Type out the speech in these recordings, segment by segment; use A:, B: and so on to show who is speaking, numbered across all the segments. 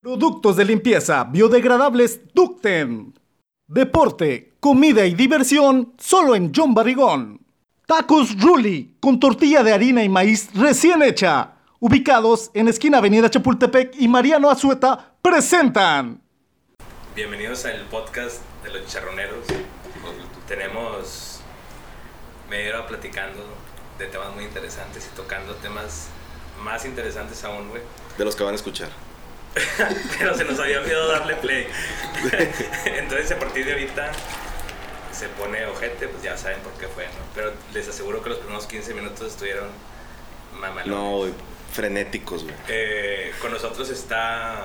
A: Productos de limpieza biodegradables Ducten. Deporte, comida y diversión solo en John Barrigón. Tacos Ruli con tortilla de harina y maíz recién hecha. Ubicados en esquina Avenida Chapultepec y Mariano Azueta presentan.
B: Bienvenidos al podcast de los charroneros. Tenemos media hora platicando de temas muy interesantes y tocando temas más interesantes aún, güey.
C: De los que van a escuchar.
B: Pero se nos había olvidado darle play. Entonces a partir de ahorita se pone ojete, pues ya saben por qué fue, ¿no? Pero les aseguro que los primeros 15 minutos estuvieron mamalones.
C: No, güey, frenéticos, güey.
B: Eh, con nosotros está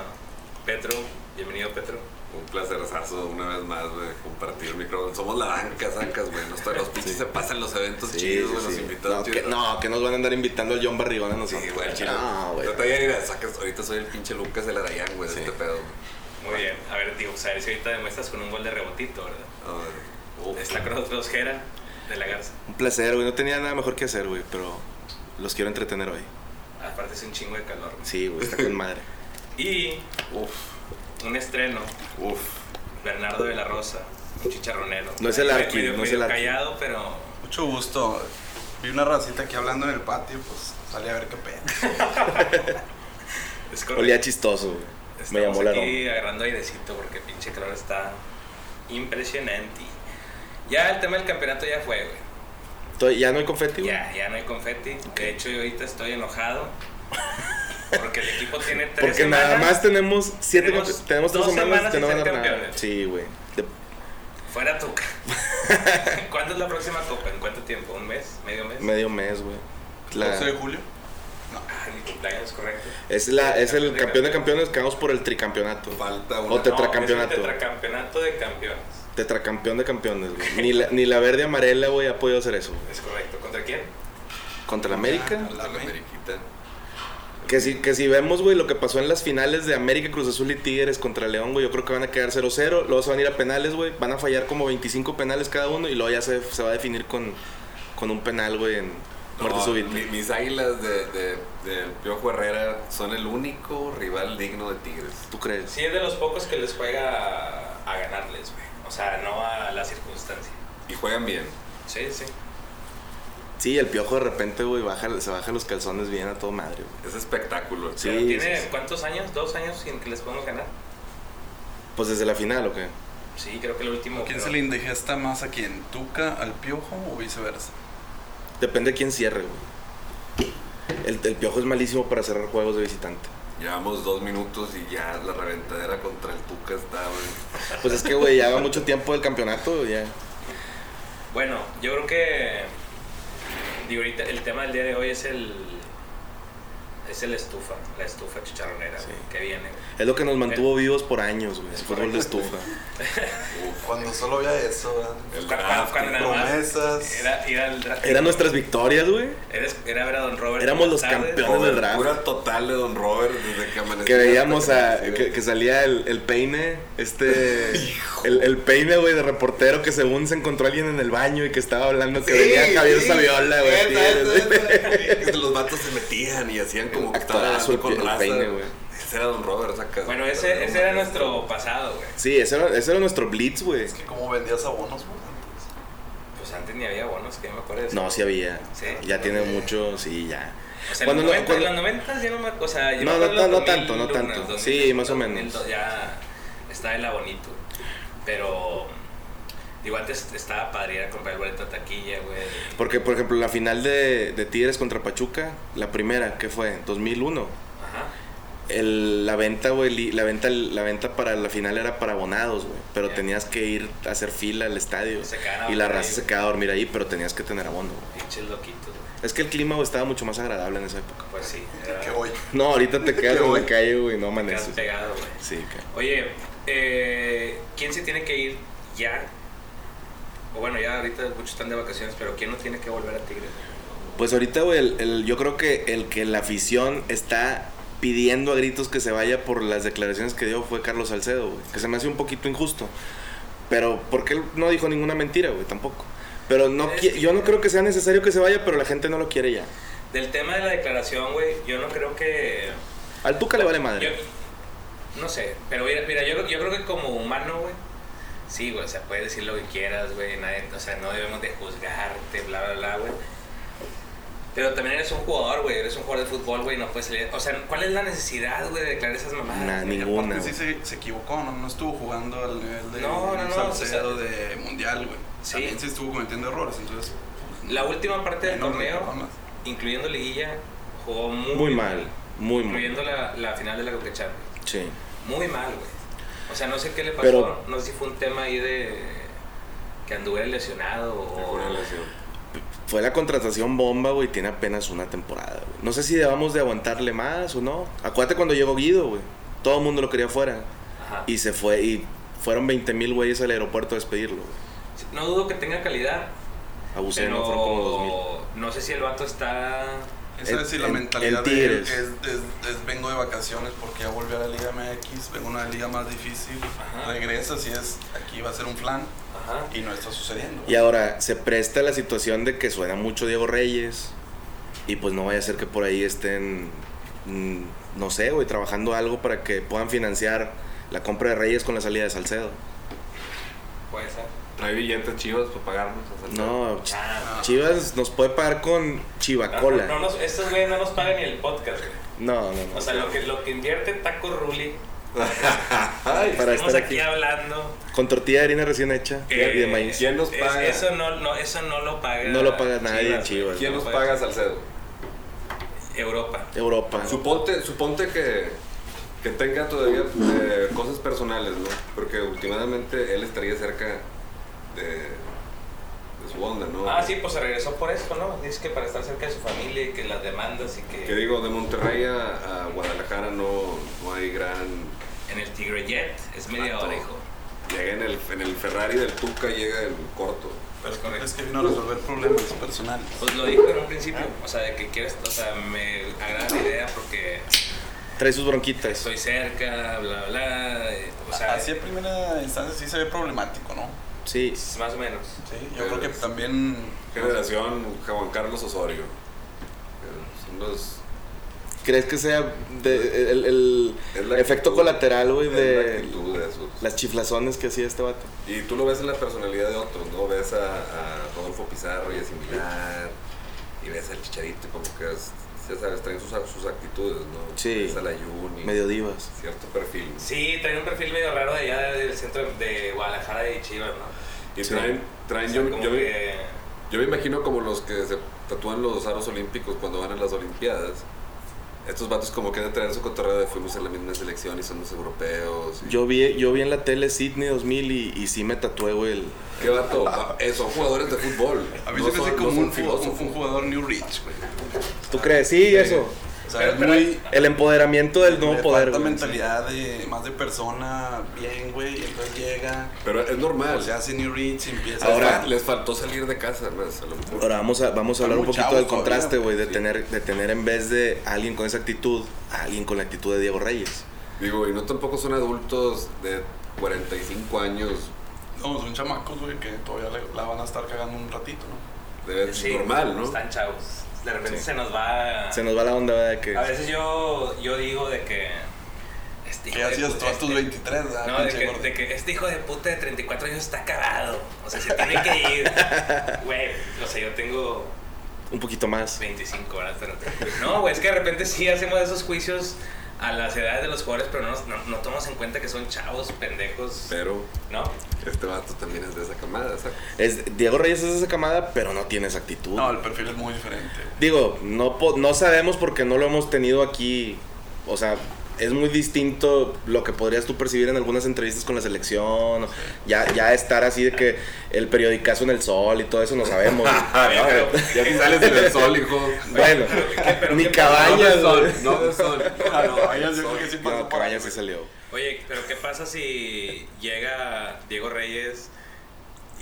B: Petro. Bienvenido, Petro.
D: Un placerazo una vez más, güey, compartir el micrófono. Somos la banca, sacas, güey. Nos- Los pinches se pasan los eventos chidos, güey. Nos invitan
C: no, que,
D: chidos.
C: no, que nos van a andar invitando al John Barrigón a nosotros.
D: Sí, güey, chido.
C: no, güey.
D: Yo todavía ni la sacas. Ahorita soy el pinche Lucas del Arayán, güey, de
C: Sí.
D: este pedo, güey.
B: Muy bien. A ver, digo, a ver si ahorita demuestras con un gol de rebotito, ¿verdad?
D: A ver. Uf.
B: Está con nosotros Jera de la Garza.
C: Un placer, güey. No tenía nada mejor que hacer, güey, pero los quiero entretener hoy.
B: Aparte es un chingo de calor. güey.
C: Sí, güey, está con madre.
B: Y
D: Uf,
B: un estreno,
D: uf.
B: Bernardo de la Rosa, un chicharronero.
C: No es el
B: Medio-
C: Arqui,
B: medio-
C: no es
B: medio
C: el Arqui.
B: callado, pero
E: Mucho gusto. Vi una racita aquí hablando en el patio, pues salí a ver qué pedo.
B: es
C: Olía chistoso, güey. Me
B: Estamos
C: llamó la
B: aquí
C: aroma.
B: agarrando airecito porque pinche calor está impresionante. Ya el tema del campeonato ya fue, güey.
C: Estoy- ¿Ya no hay confeti, güey?
B: Ya, ya no hay confeti. De hecho, yo ahorita estoy enojado. Porque el equipo tiene tres
C: Porque
B: semanas.
C: nada más tenemos siete
B: Tenemos
C: confe- tenemos tres
B: dos
C: semanas
B: semanas
C: que no
B: sin
C: van a
B: ser
C: dar nada.
B: campeones.
C: Sí, güey. De-
B: Fuera Tuca. ¿Cuándo es la próxima copa? ¿En cuánto tiempo? ¿Un mes? ¿Medio mes?
C: Medio mes, güey. La-
E: 12 de julio.
B: Ah, mi cumpleaños, correcto.
C: es, la, es el campeón de campeones que vamos por el tricampeonato.
D: Falta una.
C: O te- Tetracampeonato.
B: No, es el tetracampeonato de campeones.
C: Tetracampeón de campeones, güey. Ni la, ni la verde amarela, güey, ha podido hacer eso, güey.
B: Es correcto. ¿Contra quién?
C: Contra la América.
D: Falta Ah, la Ameriquita.
C: Que si, que si vemos, güey, lo que pasó en las finales de América, Cruz Azul y Tigres contra León, güey, yo creo que van a quedar 0-0. Luego se van a ir a penales, güey. Van a fallar como 25 penales cada uno y luego ya se, se va a definir con, con un penal, güey, en muerte
D: No,
C: súbita.
D: mi- mis águilas de, de, del Piojo Herrera son el único rival digno de Tigres.
C: ¿Tú crees?
B: Sí, es de los pocos que les juega a, a ganarles, güey. O sea, no a la circunstancia.
D: Y juegan bien.
B: Sí, sí.
C: Sí, el piojo de repente, güey, baja, se baja los calzones bien a todo madre, güey.
D: Es espectáculo.
C: Sí,
B: Pero ¿Tiene
C: sí, sí.
B: cuántos años? ¿Dos años sin que les podemos ganar?
C: Pues desde la final, ¿o qué?
B: Sí, creo que el último.
E: ¿Quién
B: pero-
E: se le indigesta más a quién? ¿Tuca, al piojo o viceversa?
C: Depende de quién cierre, güey. El, el piojo es malísimo para cerrar juegos de visitante.
D: Llevamos dos minutos y ya la reventadera contra el Tuca está, güey.
C: Pues es que, güey, ya va mucho tiempo del campeonato, güey, ya.
B: Bueno, yo creo que. Digo, ahorita el tema del día de hoy es el. Es el estufa, la estufa chicharronera
C: Sí.
B: güey, que viene. güey.
C: Es lo que nos mantuvo vivos por años, güey. el Fútbol de estufa.
E: Cuando solo había eso,
D: El
B: Cuando-
C: Ah,
D: draft,
B: cuando nada más
E: promesas.
B: Era, era el draft.
C: Eran nuestras victorias, güey.
B: Era, era ver a Don Robert.
C: Éramos
B: en
C: los
B: las tardes.
C: campeones. del draft.
D: Cobertura total de Don Robert desde que amaneció.
C: Que veíamos a,
D: hasta
C: que, que salía el, el peine, este, el, el peine, güey, de reportero que según se encontró alguien en el baño y que estaba hablando que venía Javier Saviola, güey.
D: Esa,
C: Tigres,
D: esa,
C: güey.
D: esa. Que Los vatos se metían y hacían como que estaban
C: Actorazo el
D: hablando con
C: pie- el
D: raza.
C: peine, güey.
D: Ese era Don Robert, saca.
B: Bueno, ese, ese era nuestro pasado, güey.
C: Sí, ese era, ese era nuestro blitz, güey.
E: Es que como vendías abonos, güey. antes.
B: Pues antes ni había bonos, que yo me acuerdo de eso.
C: No, sí había.
B: Sí.
C: Ya tiene mucho, sí, ya.
B: O sea,
C: Cuando
B: en
C: no-
B: los 90, en
C: cuando-
B: los 90 ya no me. O sea, yo
C: No,
B: me acuerdo
C: no,
B: de los
C: no tanto, no
B: 2001,
C: tanto.
B: 2002,
C: Sí, más o menos.
B: 2002, Ya está el abonito. Pero. Digo, antes estaba padre ir a comprar el boleto a taquilla, güey.
C: Porque, por ejemplo, la final de, de Tigres contra Pachuca, la primera, ¿qué fue? 2001.
B: Ajá.
C: El- la venta, güey, li- la venta, la venta para la final era para abonados, güey. Pero
B: Ya.
C: tenías que ir a hacer fila al estadio.
B: Se quedaban a
C: y la
B: dormir
C: raza
B: ahí,
C: se
B: güey.
C: quedaba a dormir ahí, pero tenías que tener abono. güey.
B: Pinches loquitos, güey.
C: Es que el clima güey, estaba mucho más agradable en esa época.
B: Pues sí. era-
E: Que hoy.
C: No, ahorita te quedas
E: Qué
C: en la
E: bueno.
C: calle, güey, no
B: te quedas
C: amaneces.
B: pegado, güey.
C: Sí, ca-
B: Oye, eh, ¿quién se tiene que ir ya? O bueno, ya ahorita muchos están de vacaciones, pero ¿quién no tiene que volver a Tigres?
C: Pues ahorita, güey, el- el- yo creo que el que la afición está pidiendo a gritos que se vaya por las declaraciones que dio fue Carlos Salcedo, güey. Que se me hace un poquito injusto. Pero porque él no dijo ninguna mentira, güey, tampoco. Pero no
B: Es
C: qui-
B: que-
C: yo no creo que sea necesario que se vaya, pero la gente no lo quiere ya.
B: Del tema de la declaración, güey, yo no creo que...
C: Al Tuca le vale madre.
B: Yo- no no sé. Pero mira, mira, yo, yo creo que como humano, güey, sí, güey, o sea, puedes decir lo que quieras, güey, nadie, o sea, no debemos de juzgarte, bla, bla, bla, güey. Pero también eres un jugador, güey, eres un jugador de fútbol, güey, no puedes salir. O sea, ¿cuál es la necesidad, güey, de declarar esas mamadas?
C: Nah,
B: güey?
C: ninguna.
E: Sí, se, se equivocó, ¿no? no estuvo jugando al nivel de
B: No, no, no,
E: Salcedo
B: o sea,
E: de mundial, güey.
B: sí.
E: También se estuvo cometiendo errores, entonces.
B: La última parte del
E: menos
B: torneo,
E: reclamas.
B: incluyendo Liguilla, jugó muy,
C: Muy mal, muy mal.
B: Incluyendo la, la final de la Coca Champions.
C: Sí.
B: Muy mal, güey. O sea, no sé qué le pasó.
C: Pero-
B: no sé si fue un tema ahí de que anduviera lesionado o.
D: Una lesión.
C: Fue la contratación bomba, güey. Tiene apenas una temporada, güey. No sé si debamos de aguantarle más o no. Acuérdate cuando llegó Guido, güey. Todo el mundo lo quería fuera.
B: Ajá.
C: Y se fue. Y fueron 20 mil güeyes al aeropuerto a despedirlo, güey.
B: No dudo que tenga calidad,
C: Abusé,
B: pero
C: Pues no fueron como 2 mil.
B: no sé si el vato está.
E: Esa
C: En-
E: es decir, la
C: en-
E: mentalidad
C: en
E: de él
C: Tigres.
E: es, es- es vengo de vacaciones porque ya volví a la Liga MX, vengo a una liga más difícil,
B: Ajá.
E: regresas y es aquí va a ser un flan
B: Ajá.
E: y no está sucediendo.
C: Y ahora se presta la situación de que suena mucho Diego Reyes y pues no vaya a ser que por ahí estén, mm, no sé, güey, trabajando algo para que puedan financiar la compra de Reyes con la salida de Salcedo.
B: Puede ser.
D: Trae billetes chivas para pagarnos. o sea,
C: No, Ch-
B: Ah,
C: Chivas nos puede pagar con
B: no, No, no
C: Chivacola.
B: nos- estos güeyes no nos pagan ni el podcast, güey.
C: No, no, no.
B: O sea, lo que, lo que invierte Taco Ruli,
D: Ay,
C: Para
B: estamos
C: estar
B: aquí
C: aquí.
B: hablando.
C: Con tortilla de harina recién hecha y
B: Eh,
C: de maíz.
D: ¿Quién nos
B: es-
D: paga?
B: eso, no, no, eso no lo paga.
C: No lo paga nadie,
B: güey.
C: Chivas.
D: ¿Quién nos
B: No puede
D: paga Salcedo?
B: Europa.
C: Europa.
D: Suponte, suponte que, que tenga todavía eh, cosas personales, ¿no? Porque últimamente él estaría cerca de, de su onda, ¿no?
B: Ah, sí, pues se regresó por eso, ¿no? Dice que para estar cerca de su familia y que las demandas y que.
D: Que digo, de Monterrey a, a Guadalajara no, no hay gran...
B: En el Tigre Jet es media
D: Vato.
B: hora, hijo.
D: Llega en el, en el Ferrari del Tuca, llega el corto.
B: Pues correcto.
E: Es que vino a resolver problemas personales.
B: Pues lo dijo en un principio, o sea, de que quieres, o sea, me agrada la idea porque
C: Trae sus bronquitas.
B: estoy cerca, bla, bla, eh, o sea,
E: Así en primera instancia sí se ve problemático, ¿no?
C: Sí.
B: es más o menos.
E: Sí, yo creo que también
D: Generación Juan Carlos Osorio. Eh, Son los...
C: ¿Crees que sea de- el, el
D: es la
C: efecto
D: actitud-
C: colateral, güey,
D: es la
C: de
D: actitud de esos.
C: las chiflazones que hacía este vato?
D: Y tú lo ves en la personalidad de otros, ¿no? Ves a, a Rodolfo Pizarro y a Similar, y ves al Chicharito, como que es, ya sabes, traen sus, sus actitudes, ¿no?
C: Sí.
D: Ves a la Juni,
C: Medio divas.
D: cierto perfil.
B: Sí, trae un perfil medio raro de allá del centro de Guadalajara y Chivas, ¿no?
D: Y
C: Sí.
D: traen, traen
B: O sea,
D: yo,
B: como
D: yo, me,
B: que-
D: yo me imagino como los que se tatúan los aros olímpicos cuando van a las Olimpiadas. Estos vatos como que han de traer su cotorreo de fuimos en la misma selección y somos europeos. y-
C: Yo vi, yo vi en la tele Sydney 2000 y, y sí me tatué, güey. el-
D: ¿Qué vato? Eh, son jugadores de fútbol.
E: a mí
D: no
E: se me hace
D: son- no
E: como
D: son
E: un, ju- un-
D: filósofos.
E: un jugador New Rich, güey.
C: ¿Tú crees? Sí, eso.
E: O sea,
B: Pero-
E: es
B: pero-
E: muy
C: El empoderamiento del nuevo
E: le
C: poder,
E: falta
C: güey.
E: mentalidad de más de persona bien, güey, y entonces llega,
D: Pero es normal.
E: se hace New Rich y empieza
C: Ahora-
E: a
D: les faltó salir de casa, más a lo mejor.
C: Ahora vamos a, vamos a hablar un
E: muy
C: poquito
E: chavos
C: del contraste,
E: todavía,
C: güey, de
D: sí.
C: tener, de tener en vez de alguien con esa actitud, a alguien con la actitud de Diego Reyes.
D: Digo, y no tampoco son adultos de 45 años.
E: No, son chamacos, güey, que todavía le- la van a estar cagando un ratito, ¿no?
D: Debe
B: sí,
D: normal, ¿no?
B: Están chavos. De repente se nos va...
C: Se nos va la onda, ¿verdad? De que
B: A veces yo, yo digo de que... Este
E: Que
B: hijo
E: ya
B: de
E: hacías
B: puta,
E: tú a tus
B: este-
E: 23, ¿verdad?
B: No, de
E: Pinche
B: que,
E: gordo.
B: de que este hijo de puta de 34 años está cagado. O sea, se tiene que ir. Güey, o sea, yo tengo
C: un poquito más.
B: 25 horas, pero... No, güey, es que de repente sí hacemos esos juicios a las edades de los jugadores, pero no, nos- no, no tomamos en cuenta que son chavos, pendejos,
D: Pero
B: ¿no?
D: este vato también es de esa camada, ¿sabes?
C: Es, Diego Reyes es esa camada, pero no tiene esa actitud.
E: No, el perfil es muy diferente.
C: Digo, no, po- no sabemos porque no lo hemos tenido aquí. O sea, es muy distinto lo que podrías tú percibir en algunas entrevistas con la selección. o Ya, ya estar así de que el periodicazo en el sol y todo eso no sabemos. güey.
D: Ah,
B: pero-
D: ya te sales en el sol, hijo.
C: bueno,
B: pero
C: ni
B: qué-
D: No
C: cabañas.
D: del sol,
C: güey.
D: no del sol.
E: Ah, no, Cabañas yo creo que sí pasó
C: No,
E: por ahí,
C: cabañas sí salió.
B: Oye, pero ¿qué pasa si llega Diego Reyes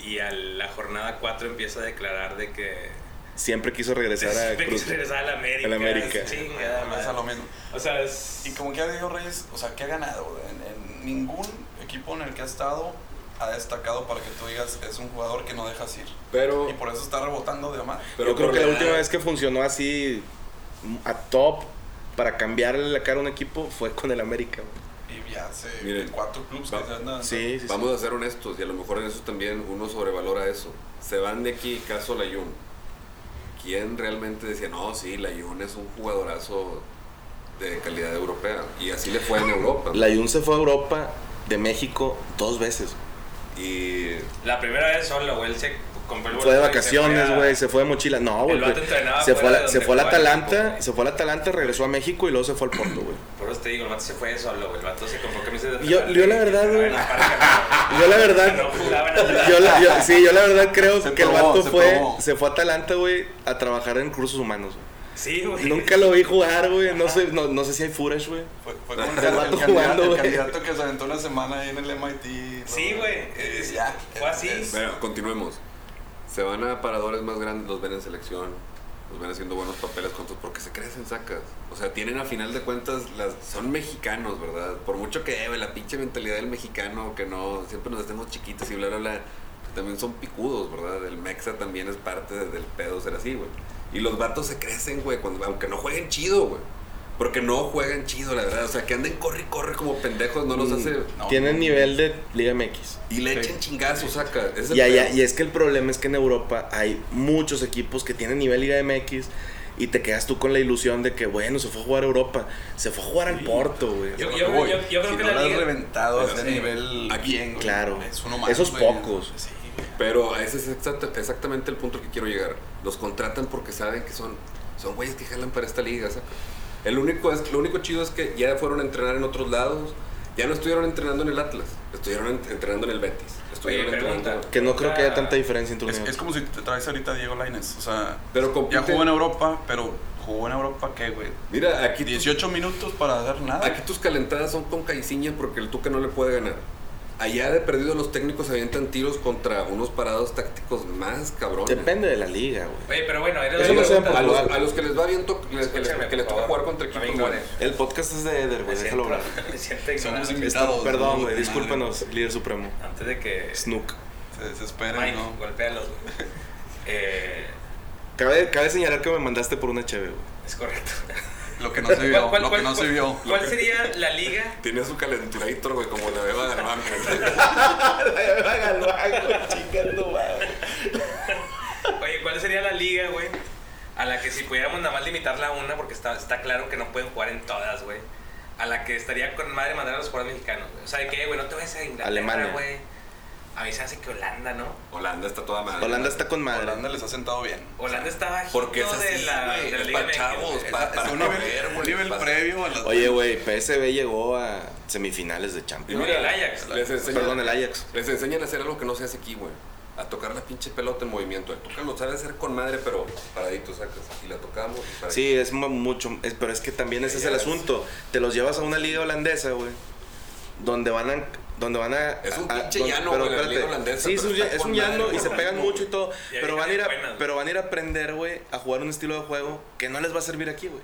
B: y a la jornada 4 empieza a declarar de que...
C: Siempre quiso regresar a
B: De que
C: Cruz.
B: se regresaba a la América.
C: A la América.
B: Chingada
E: Además, a lo
B: madre.
E: menos.
B: O sea, es...
E: Y como que ha Diego Reyes, o sea, ¿qué ha ganado? güey? En, en ningún equipo en el que ha estado ha destacado para que tú digas es un jugador que no dejas ir.
D: Pero,
E: Y por eso está rebotando de amar.
D: pero
C: Yo creo
D: por
C: que la
D: edad,
C: última vez que funcionó así a top para cambiarle la cara a un equipo fue con el América. güey.
E: Y ya Sí,
D: Miren,
E: cuatro clubs que
D: va-
E: se andan.
C: Sí, sí, sí.
D: Vamos a ser honestos y a lo mejor en eso también uno sobrevalora eso. Se van de aquí, caso Layun. ¿Quién realmente decía, no, sí, Layun es un jugadorazo de calidad europea? Y así le fue en Europa.
C: La Jun se fue a Europa de México dos veces.
D: Y
B: La primera vez solo, güey. Él se compró el
C: Fue de
B: boleto y se fue
C: vacaciones,
B: a-
C: güey, se fue de mochila. No, güey.
B: vato
C: güey.
B: entrenaba
C: Se fue a
B: fuera
C: la,
B: de
C: se
B: donde
C: fue a la
B: jugaba el equipo,
C: Atalanta,
B: güey.
C: se fue a la Atalanta, regresó a México y luego se fue al Porto, güey.
B: Por eso te digo, el vato se fue solo, güey. El vato se compró camisetas de
C: Yo-
B: Atlante
C: yo la
B: y
C: verdad,
B: jugaba en
C: güey.
B: la parca, güey.
C: Yo la verdad-
B: No jugaba en Atlante.
C: Yo, la- yo- sí, yo la verdad creo
E: Se
C: que el
E: probó,
C: vato
E: se
C: fue,
E: probó.
C: se fue a Atalanta, güey, a trabajar en cursos humanos. güey.
B: Sí, güey.
C: Nunca lo vi jugar, güey. No sé, no, no sé si hay footage, güey.
E: Fue, fue como el,
C: El vato
E: candidato-
C: jugando,
E: el
C: güey.
E: candidato que se aventó una semana ahí en el MIT.
B: Sí,
E: ¿no?
B: güey.
E: Eh,
B: Es-
E: ya.
B: fue así.
D: bueno, continuemos. Se van a paradores más grandes, los ven en selección, los ven haciendo buenos papeles juntos porque se crecen sacas. O sea, tienen a final de cuentas, las, son mexicanos, ¿verdad? Por mucho que eh, güey, la pinche mentalidad del mexicano, que no, siempre nos hacemos chiquitos y bla, bla, bla. También son picudos, ¿verdad? El mexa también es parte de- del pedo ser así, güey. Y los vatos se crecen, güey, cuando- aunque no jueguen chido, güey. Porque no juegan chido, la verdad. O sea, que anden corre y corre como pendejos,
C: Mm,
D: no los hace...
E: No.
C: Tienen nivel de Liga MX.
D: Y le echen chingazos, saca. Es el
C: Y, allá-
D: pedo.
C: y es que el problema es que en Europa hay muchos equipos que tienen nivel Liga MX y te quedas tú con la ilusión de que, bueno, se fue a jugar a Europa. Se fue a jugar al Porto, güey.
B: Yo-
E: Yo,
B: yo- yo- yo creo
E: si
B: que
E: no
B: la
E: la has
B: liga-
E: reventado a ese
B: Sí.
E: nivel
D: Aquí,
E: bien, güey.
C: claro.
E: Es uno más,
C: Esos
E: güey.
C: pocos.
E: Sí, güey.
D: Pero ese es exacta- exactamente el punto al que quiero llegar. Los contratan porque saben que son, son güeyes que jalan para esta liga, ¿saca? El único es, lo único chido es que ya fueron a entrenar en otros lados. Ya no estuvieron entrenando en el Atlas, estuvieron en- entrenando en el Betis. Estuvieron
B: Oye,
D: entrenando.
B: pregunta.
C: Que no creo que haya tanta diferencia entre un
E: Es,
C: y
E: es
C: otro.
E: como si te traes ahorita a Diego Lainez. O sea,
D: Pero compite-
E: ya jugó en Europa, pero jugó en Europa, ¿qué, güey?
D: Mira, aquí, tus-
E: 18 minutos para hacer nada.
D: aquí tus calentadas son con Caiciña porque el Tuca no le puede ganar. Allá de perdido los técnicos avientan tiros contra unos parados tácticos más cabrones.
C: Depende de la liga, güey.
B: Oye, pero bueno, era
C: Eso no
B: la
C: se llama
B: pregunta.
D: a, los,
C: Portugal.
D: a los que les va bien, to- les- que les,
B: Escúchame,
D: que les
B: por
D: toca
B: favor.
D: jugar contra equipos
B: No me
D: buenos.
B: ignores.
C: El podcast es de Eder,
B: Me
C: güey.
B: siento-
C: Déjalo hablar.
B: me siento ignorante.
E: invitados,
C: Perdón,
E: ¿no?
C: güey. Discúlpanos, líder supremo.
B: Antes de que
C: Snook.
E: Se desespera,
B: Mike
E: ¿no?
B: golpea los... Eh,
C: Cabe, cabe señalar que me mandaste por una cheve, güey.
B: es correcto.
E: Lo que no se vio,
B: ¿Cuál-
E: lo que
B: cuál-
E: no se
B: cuál-
E: vio.
B: ¿Cuál sería la liga?
D: Tiene su calenturator, güey, como la beba de Armando.
B: Oye, ¿cuál sería la liga, güey? A la que si pudiéramos nada más limitarla a una, porque está, está claro que no pueden jugar en todas, güey. A la que estaría con madre mandar a los jugadores mexicanos, güey. O sea, de que, güey, no te vayas a Inglaterra,
C: Alemania.
B: güey. A mí se hace que Holanda, ¿no?
D: Holanda está toda madre.
C: Holanda está con madre.
E: Holanda les ha sentado bien.
B: Holanda está bajito
D: Porque es así,
B: de la,
D: güey,
B: de la
D: es
B: Liga
D: pa'
B: MX,
D: chavos,
B: güey.
D: pa-
B: Esa-
D: pa-
B: esa-
E: un
D: para
E: nivel,
D: ver, güey,
E: un nivel
D: para-
E: previo a las
C: Oye, güey, PSV llegó a semifinales de Champions.
B: No, y el Ajax.
D: Les enseñan,
C: Perdón, el Ajax.
D: les enseñan a hacer algo que no se hace aquí, güey. A tocar la pinche pelota en movimiento. El Tuca lo sabe hacer con madre, pero paradito sacas. Y la tocamos. y paradito.
C: Sí, es mu- mucho, es- pero es que también ese es el asunto. Te los llevas a una liga holandesa, güey, donde van a donde van a
D: Es un
C: a-
D: pinche
C: don-
D: llano, güey, la liga holandesa,
C: sí, es
D: pero
C: un, lla-
D: está
C: es un
D: con madre,
C: llano y
D: güey.
C: se pegan mucho y todo,
B: Y hay
C: pero van a ir a,
B: gente buena, güey.
C: pero van a ir a aprender, güey, a jugar un estilo de juego que no les va a servir aquí, güey.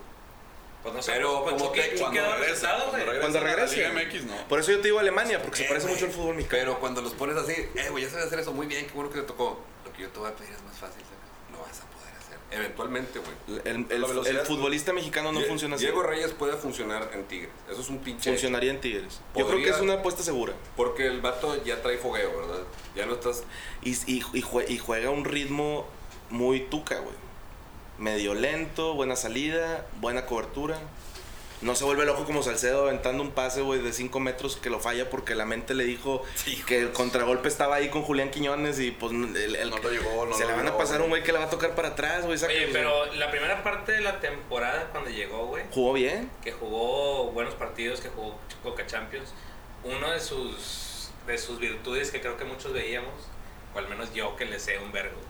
B: Pues no
D: Pero
B: pues,
D: como
B: ¿qué-
D: te-
B: qué
D: cuando
B: quedó
D: regresa,
B: resultado, güey?
C: Cuando regrese.
E: a la Liga MX, no.
C: Por eso yo te digo Alemania, porque se
D: Eh,
C: parece
D: güey.
C: mucho al fútbol mexicano.
D: Pero cuando los pones así, eh, güey, ya sabes hacer eso muy bien. Qué bueno que te tocó. Lo que yo te voy a pedir es más fácil, sacas. Lo vas a poder hacer. Eventualmente, güey.
C: El, el-
D: La velocidad-
C: el futbolista mexicano no
D: Die-
C: funciona así.
D: Diego Reyes puede funcionar en Tigres. Eso es un pinche.
C: Funcionaría en Tigres. Yo creo que
D: Podría-
C: es una apuesta segura.
D: Porque el vato ya trae fogueo, ¿verdad? Ya no estás.
C: Y, y, y jue- y juega un ritmo muy tuca, güey. Medio lento, buena salida, buena cobertura. No se vuelve loco como Salcedo aventando un pase, güey, de 5 metros que lo falla porque la mente le dijo que el contragolpe estaba ahí con Julián Quiñones y pues el- el-
E: No lo llegó, no
C: se
E: lo
C: le van a
E: logró,
C: pasar
E: güey.
C: un güey que le va a tocar para atrás, güey. saca-
B: Oye, pero la primera parte de la temporada cuando llegó, güey,
C: Jugó bien.
B: que jugó buenos partidos, que jugó Coca Champions, uno de sus, de sus virtudes que creo que muchos veíamos, o al menos yo que le sé un vergo,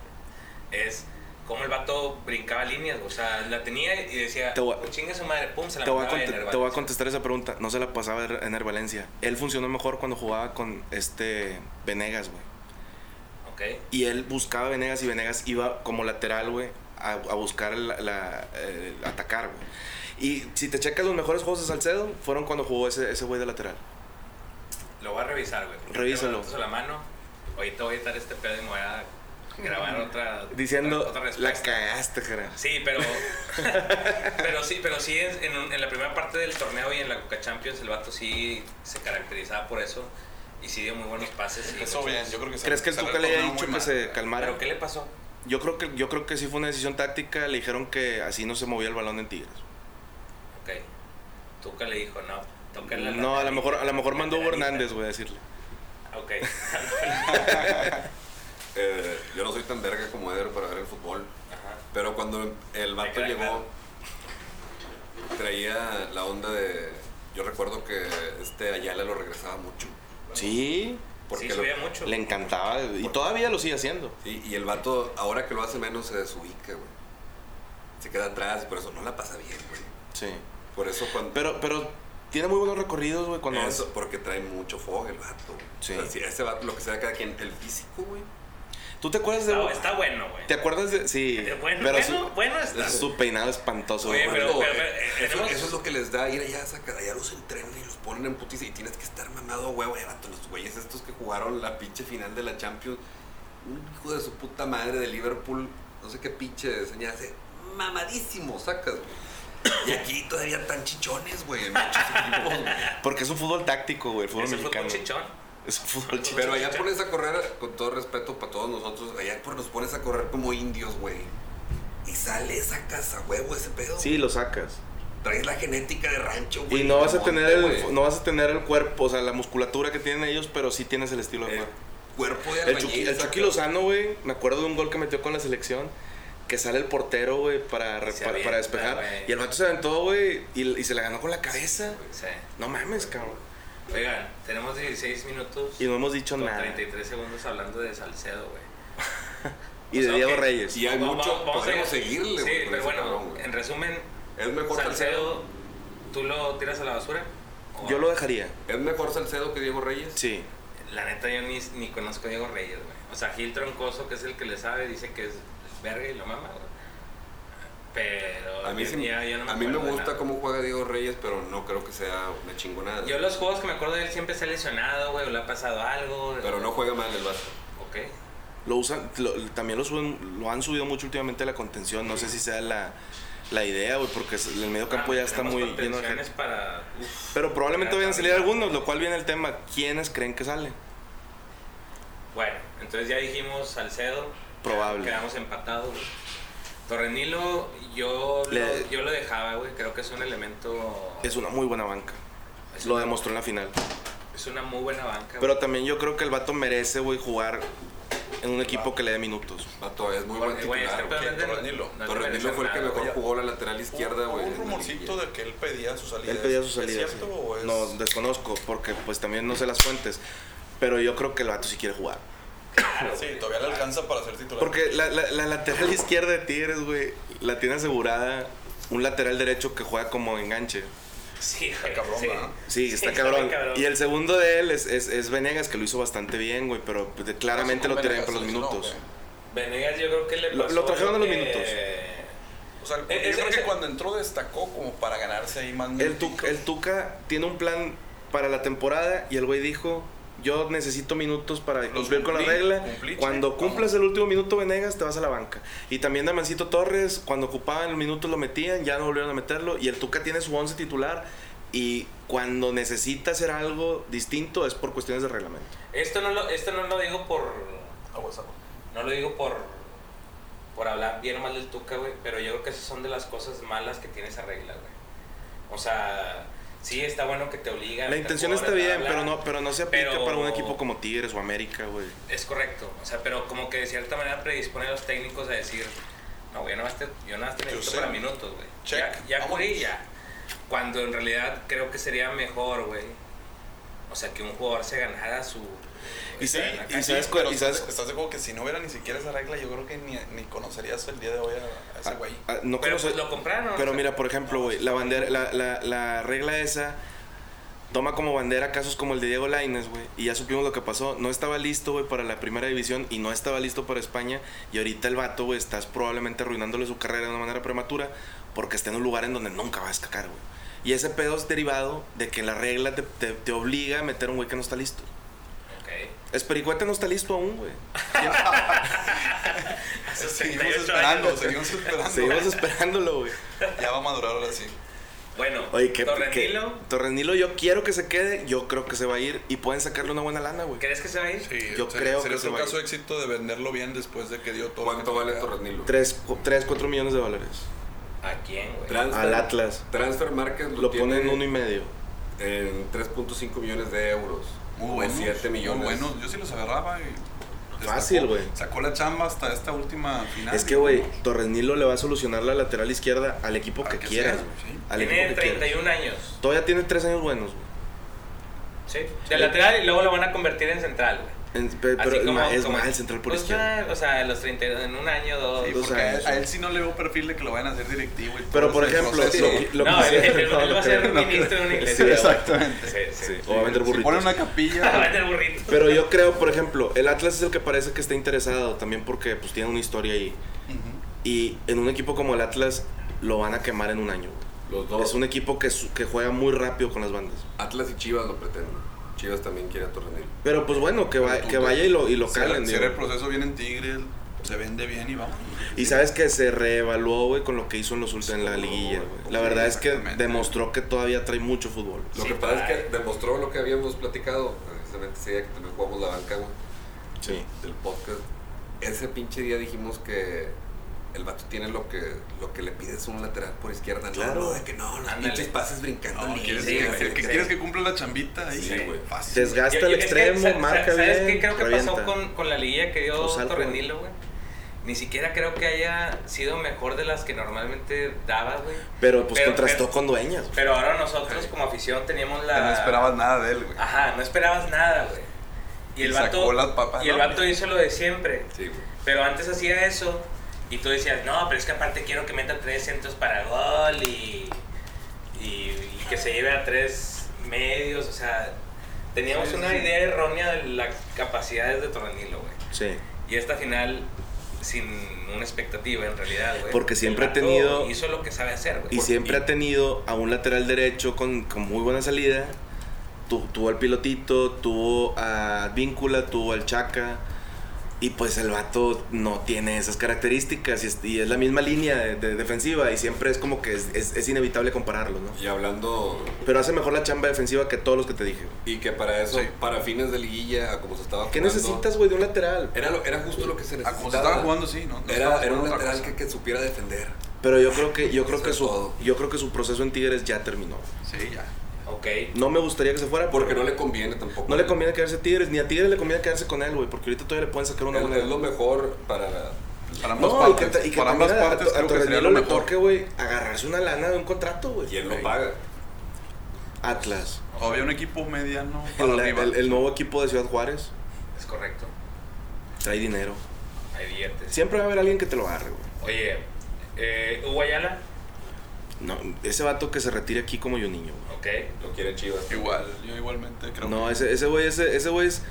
B: es cómo el vato brincaba líneas, o sea, la tenía y decía,
C: Te voy a-
B: "Oh, chinga su madre, pum, se la
C: Te voy, a
B: mandaba y
C: cont-
B: en el
C: te voy a
B: vato.
C: contestar esa pregunta. No se la pasaba a Ener Valencia. Él funcionó mejor cuando jugaba con este Venegas, güey.
B: Ok.
C: Y él buscaba a Venegas y Venegas iba como lateral, güey, a, a buscar la, la, eh, atacar, güey. Y si te checas los mejores juegos de Salcedo, fueron cuando jugó ese ese güey de lateral.
B: Lo voy a revisar, güey. porque tengo
C: Revísalo.
B: los datos a la mano. Ahorita voy a editar este pedo y me voy a grabar otra.
C: Diciendo,
B: otra
C: la
B: respuesta.
C: cagaste, Jera.
B: Sí, pero. pero sí, pero sí, es- en, un- en la primera parte del torneo y en la Coca Champions, el vato sí se caracterizaba por eso y sí dio muy buenos pases. y-
E: Eso bien, yo creo que se-
C: ¿Crees que el
E: se
C: Tuca le haya
E: retornó
C: dicho
E: muy
C: que
E: mal.
C: se calmara?
B: ¿Pero qué le pasó?
C: Yo creo que yo creo que sí fue una decisión táctica. Le dijeron que así no se movía el balón en Tigres.
B: Ok. Tuca le dijo, no. tócale la
C: No, a lo
B: lateralita,
C: mejor a lo mejor mandó Hugo
B: lateralita".
C: Hernández, güey, a decirle.
B: Ok.
D: Eh, yo no soy tan verga como Eder para ver el fútbol.
B: Ajá.
D: Pero cuando el vato
B: Me queda
D: llegó, traía la onda de. Yo recuerdo que este Ayala lo regresaba mucho.
C: Sí,
D: Porque
B: Sí,
D: lo-
B: subía mucho.
C: le encantaba y todavía lo sigue haciendo.
D: y, y el vato, ahora que lo hace menos, se desubica, güey. Se queda atrás, por eso no la pasa bien, güey.
C: Sí.
D: Por eso cuando.
C: Pero pero tiene muy buenos recorridos, güey, cuando
D: eso, porque trae mucho fog el vato. güey.
C: Sí.
D: O sea, si ese vato, lo que sea de cada quien, el físico, güey.
C: ¿Tú te acuerdas de
B: Está, está bueno, güey.
C: ¿Te acuerdas de sí?
B: Eh, Bueno,
C: pero
B: bueno, bueno está.
C: su, su peinado espantoso.
B: Oye,
C: güey.
B: pero-
D: Vato,
B: pero-
D: eh,
B: pero-
D: eso,
B: tenemos-
D: eso es lo que les da ir allá a sacar, allá los entrenan y los ponen en putis y tienes que estar mamado, güey, güey, vato, los güeyes estos que jugaron la pinche final de la Champions, un hijo de su puta madre de Liverpool, no sé qué pinche señal hace, mamadísimo, sacas, güey. Y aquí todavía tan chichones, güey, en muchos equipos, güey.
C: Porque es un fútbol táctico, güey, el fútbol
B: Ese fue
C: mexicano.
B: un chichón.
C: Es un fútbol chichón.
D: Pero allá pones a correr, con todo respeto para todos nosotros, allá por- nos pones a correr como indios, güey. Y sale, sacas a huevo ese pedo.
C: Sí, lo sacas.
D: Traes la genética de rancho, güey.
C: Y no vas a
D: monte,
C: tener el,
D: güey.
C: no vas a tener el cuerpo, o sea, la musculatura que tienen ellos, pero sí tienes el estilo de
D: El
C: juego.
D: cuerpo de
C: El
D: albañil,
C: Chucky, el
D: saca.
C: Chucky Lozano, güey, me acuerdo de un gol que metió con la selección, que sale el portero, güey, para, re-
B: Se
C: para,
B: avienta,
C: para despejar.
B: güey.
C: Y el vato se aventó, güey, y, y se la ganó con la cabeza.
B: Sí.
C: No mames, cabrón.
B: Oigan, tenemos 16 minutos.
C: Y no hemos dicho
B: con
C: nada.
B: 33 segundos hablando de Salcedo, güey.
C: Y de
B: O sea,
C: Diego
B: ok.
C: Reyes.
D: Y hay
B: Vamos-
D: mucho,
B: vamos a
D: podríamos
B: seguir.
D: seguirle,
B: Sí,
D: güey, con
B: pero
D: ese
B: bueno,
D: cabrón, güey.
B: en resumen,
D: Es mejor Salcedo.
B: Salcedo, ¿tú lo tiras a la basura? ¿O-
C: Yo lo dejaría.
D: Es mejor Salcedo que Diego Reyes.
C: Sí.
B: La neta, yo ni, ni conozco a Diego Reyes, güey. O sea, Gil Troncoso, que es el que le sabe, dice que es verga y lo mama, güey. Pero.
D: A mí,
B: yo-
D: sí-
B: ya- ya no me
D: a mí me
B: acuerdo de
D: gusta
B: nada.
D: cómo juega Diego Reyes, pero no creo que sea una chingonada.
B: Yo los juegos que me acuerdo de él siempre está lesionado, güey, o le ha pasado algo.
D: Pero no juega mal el vato.
B: Ok.
C: Lo usan, lo- también lo, suben- lo han subido mucho últimamente a la contención. No sé si sea la, la idea, güey, porque es- el medio campo
B: Ah,
C: pues ya está
B: tenemos
C: muy lleno de
B: contenciones
C: gente.
B: para. uf,
C: Pero probablemente
B: Ya,
C: vayan a salir
B: también.
C: algunos, lo cual viene el tema. ¿Quiénes creen que sale?
B: Bueno, entonces ya dijimos Salcedo.
C: Probable.
B: Quedamos empatados. güey. Torrenilo, yo,
C: Le-
B: lo, yo lo dejaba, güey. Creo que es un elemento.
C: Es una muy buena banca.
B: es
C: Lo
B: una-
C: demostró en la final.
B: Es una muy buena banca.
C: Pero también yo creo que el vato merece, güey, jugar en un equipo que le dé minutos.
D: Vato es muy buen
B: Porque, güey,
D: titular.
B: este pedo
D: güey.
B: no es de-
E: Torrenilo.
B: no es de
D: Torrenilo
B: merecer
D: fue el que
B: nada,
D: mejor
B: güey.
D: jugó la lateral izquierda, güey.
E: Hubo un
D: en la
E: rumorcito
D: liguilla.
E: de que él pedía su salida.
C: Él pedía su salida.
E: ¿Es cierto
C: sí.
E: o es.?
C: No, desconozco, porque pues también no sé las fuentes. Pero yo creo que el vato sí quiere jugar.
E: Ah, sí, todavía le alcanza para ser titular.
C: Porque la, la- la lateral izquierda de Tigres, güey, la tiene asegurada un lateral derecho que juega como enganche.
B: Sí, güey,
E: cabrón,
B: sí.
E: ¿verdad?
C: Sí, está
B: bien
C: cabrón.
B: cabrón.
C: Y el segundo de él es, es, es Venegas, que lo hizo bastante bien, güey, pero pues, de- claramente lo tiraron por los minutos.
B: Venegas, yo creo que le
C: Lo-
B: pasó.
C: lo trajeron a los
B: que-
C: minutos.
E: O sea,
B: Eh,
E: yo
B: ese-
E: creo que
B: ese-
E: cuando entró destacó como para ganarse ahí más
C: El,
E: minutitos.
C: Tuca- el Tuca tiene un plan para la temporada y el güey dijo, yo necesito minutos para cumplir con la
E: cumplí,
C: regla.
E: cumplí,
C: cuando
E: sí,
C: cumplas el último minuto, Venegas, te vas a la banca. Y también Damancito Torres, cuando ocupaban el minuto lo metían, ya no volvieron a meterlo. Y el Tuca tiene su once titular y cuando necesita hacer algo distinto es por cuestiones de reglamento.
B: Esto no lo, esto no lo digo por.
E: Aguas, aguas.
B: No lo digo por. Por hablar bien o mal del Tuca, güey. Pero yo creo que esas son de las cosas malas que tiene esa regla, güey. O sea, sí está bueno que te obliga.
C: La
B: te
C: intención
B: cobra,
C: está
B: bla,
C: bien,
B: bla,
C: pero no, pero no se aplica
B: Pero-
C: para un equipo como Tigres o América, güey.
B: Es correcto, o sea, pero como que de cierta manera predispone a los técnicos a decir, no, güey, yo nada más te, yo nada más te
E: Yo
B: necesito
E: sé.
B: para minutos, güey.
E: Check,
B: Ya, ya
E: vámonos.
B: jugué y ya. Cuando en realidad creo que sería mejor, güey. O sea, que un jugador se ganara su...
C: Y sí,
B: la
C: y
B: cancha.
C: sabes cuál-
E: Pero
C: y
E: estás,
C: sabes-
E: estás de acuerdo que si no hubiera ni siquiera esa regla, yo creo que ni, ni conocerías el día de hoy a, a ese güey.
C: Ah, ah, no
B: Pero
C: conoce-
B: pues lo compraron.
C: Pero
B: o sea,
C: mira, por ejemplo, güey, la bandera, la, la- la regla esa toma como bandera casos como el de Diego Laines, güey. Y ya supimos lo que pasó. No estaba listo, güey, para la primera división y no estaba listo para España. Y ahorita el vato, güey, estás probablemente arruinándole su carrera de una manera prematura porque está en un lugar en donde nunca va a escacar, güey. Y ese pedo es derivado de que la regla te, te- te obliga a meter un güey que no está listo.
B: ok.
C: Espericueta no está listo aún, güey.
B: Hace
E: Seguimos
B: 38
E: esperando,
B: años.
E: seguimos esperando.
C: Seguimos esperándolo, güey.
E: Ya va a madurar ahora sí.
B: Bueno,
C: Oye, que
B: Torrenilo,
C: Torrenilo, yo quiero que se quede, yo creo que se va a ir y pueden sacarle una buena lana, güey.
B: ¿crees que se va a ir?
E: Sí,
C: Yo
E: se-
C: creo
E: sería
C: que se
E: otro
C: va a ir.
E: caso de éxito de venderlo bien después de que dio todo. lo
D: ¿Cuánto
E: que
D: vale
E: tenía.
D: Torrenilo?
C: 3, 4 millones de dólares.
B: ¿A quién, güey?
D: Transfer-
C: Al Atlas.
D: Transfer Market lo,
C: Lo ponen en
D: tiene
C: uno y medio.
D: en 3.5 millones de euros.
E: Muy
D: O
E: buenos.
D: 7 millones.
E: Muy buenos. Yo sí los agarraba y. destacó.
C: Fácil, güey.
E: Sacó la chamba hasta esta última final.
C: Es que, güey, Torrenilo le va a solucionar la lateral izquierda al equipo
E: Al
C: que
E: que
C: quieras,
E: sea,
C: güey.
E: sí.
C: Al
B: Tiene
C: equipo que quieras.
B: 31 años.
C: Todavía tiene 3 años buenos, güey.
B: Sí. De lateral y luego lo van a convertir en central, güey.
C: En- pe- Pero,
B: Así
C: es
B: como-
C: ma- es
B: como-
C: mal central por
B: pues,
C: izquierda.
B: ah, O sea, a los 30, en un año, dos.
E: Sí,
C: dos
E: porque
C: años,
E: a, a
C: sí.
E: él sí no le veo perfil de que lo vayan a hacer directivo. y todo
C: Pero, por
E: ese
C: ejemplo,
E: proceso.
C: lo- lo-
B: no, él,
C: quisiera-
B: él- él- él va a ser
C: no,
B: ministro de una iglesia.
C: Sí,
B: güey.
E: exactamente.
B: Sí, sí.
C: O va a vender
E: Si
C: burritos.
E: ponen
B: Va
E: una
B: a
E: capilla.
B: vender burritos.
C: Pero yo creo, por ejemplo, el Atlas es el que parece que está interesado también porque pues tiene una historia ahí.
E: Ujú.
C: Y en un equipo como el Atlas lo van a quemar en un año. güey.
D: Los dos.
C: Es un equipo que, su- que juega muy rápido con las bandas.
D: Atlas y Chivas lo pretenden. Chivas también quiere a Torrenilo.
C: Pero pues bueno, que, va-
E: Pero tú
C: que
E: te-
C: vaya y lo, y lo calen.
E: Cierra cierra el
C: digo.
E: proceso bien en Tigre. Se vende bien y vamos.
C: Y sabes que se reevaluó, güey, con lo que hizo en los últimos en la liguilla, güey. La
E: Sí,
C: verdad es que
E: exactamente.
C: demostró que todavía trae mucho fútbol.
D: Lo
B: Sí,
D: que pasa
B: claro.
D: es que demostró lo que habíamos platicado, precisamente ese día que también jugamos la banca, güey,
C: Sí.
D: del podcast. Ese pinche día dijimos que el vato tiene lo que, lo que le pides a un lateral por izquierda. No,
C: Claro.
D: no, de que no, los
B: Ándale.
D: pinches pases brincando.
E: No,
D: ni-
E: ¿quieres,
B: sí,
E: que,
B: güey,
E: que-
B: sí.
E: que quieres que cumpla la chambita ahí?
D: Sí, güey.
E: Fácil.
C: Desgasta
B: Yo-
C: el
B: yo- es que,
C: extremo,
B: sa- sa-
C: marca
B: ¿Sabes
C: bien.
B: qué creo que pasó
C: revienta. Pues
B: con, con la liguilla que dio
C: O salto,
B: Torrenilo, güey? Ni siquiera creo que haya sido mejor de las que normalmente daba, güey.
C: Pero pues
B: Pero-
C: contrastó
B: pero-
C: con dueñas. güey.
B: Pero ahora nosotros como afición teníamos la...
E: Ya No esperabas nada de él, güey.
D: Ah,
B: Ajá, no esperabas nada, güey. Y el
E: Y
B: vato,
E: sacó las papas
B: y el
E: enormes.
B: vato hizo lo de siempre.
D: Sí, güey.
B: Pero antes hacía eso y tú decías, no, pero es que aparte quiero que meta tres centros para gol y, y, y que se lleve a tres medios. O sea, teníamos
E: Sí,
B: una
E: sí.
B: idea errónea de las capacidades de Torrenilo, güey.
C: Sí.
B: Y esta final sin una expectativa en realidad, güey.
C: Porque siempre
B: El
C: ha
B: vato
C: tenido-
B: Hizo lo que sabe hacer, güey.
C: Y siempre
B: Y-
C: ha tenido a un lateral derecho con, con muy buena salida. Tu- tuvo al pilotito, tuvo a Víncula, tuvo al Chaca. Y pues el vato no tiene esas características y es, y es la misma línea de, de defensiva y siempre es como que es, es- es inevitable compararlo, ¿no?
D: Y hablando,
C: Pero hace mejor la chamba defensiva que todos los que te dije. güey.
D: y que para eso,
E: Sí.
D: para fines de liguilla, a como se estaba
C: ¿Qué
D: jugando,
C: necesitas, güey, de un lateral?
D: Era, lo- era justo lo que se
E: Ah,
D: necesitaba.
E: como se estaba jugando, sí, ¿no? No estaba
D: Era, era un
E: jugando otra
D: lateral
E: cosa.
D: que, que supiera defender.
C: Pero yo creo que yo creo
D: Eso
C: que
D: es
C: su
D: todo.
C: yo creo que su proceso en Tigres ya terminó.
E: Sí, ya.
B: Ok.
C: No me gustaría que se fuera
D: Porque no le conviene tampoco.
C: no le conviene quedarse Tigres ni a Tigres le conviene quedarse con él, güey, porque ahorita todavía le pueden sacar una
D: Es-
C: buena
D: es lo mejor para la-
E: Para ambas
C: No, y que,
E: partes.
C: ta- y que
E: para ambas
C: también a-
E: partes
C: a,
E: creo que sería
C: Torrenilo
E: lo
C: le
E: mejor.
C: toque, güey, agarrarse una lana de un contrato, güey.
D: ¿Quién lo
C: Güey.
D: paga?
C: Atlas.
E: Había un equipo mediano para
C: El,
E: arriba.
C: el- el nuevo equipo de Ciudad Juárez
B: Es correcto.
C: trae dinero.
B: Hay billetes.
C: Siempre va a haber alguien que te lo agarre, güey.
B: Oye, eh, Hugo Ayala,
C: No, ese vato que se retire aquí como yo niño, güey.
B: ok.
D: Lo quiere Chivas.
E: Igual, yo igualmente creo
C: No,
E: que
C: ese ese güey, ese, ese güey es.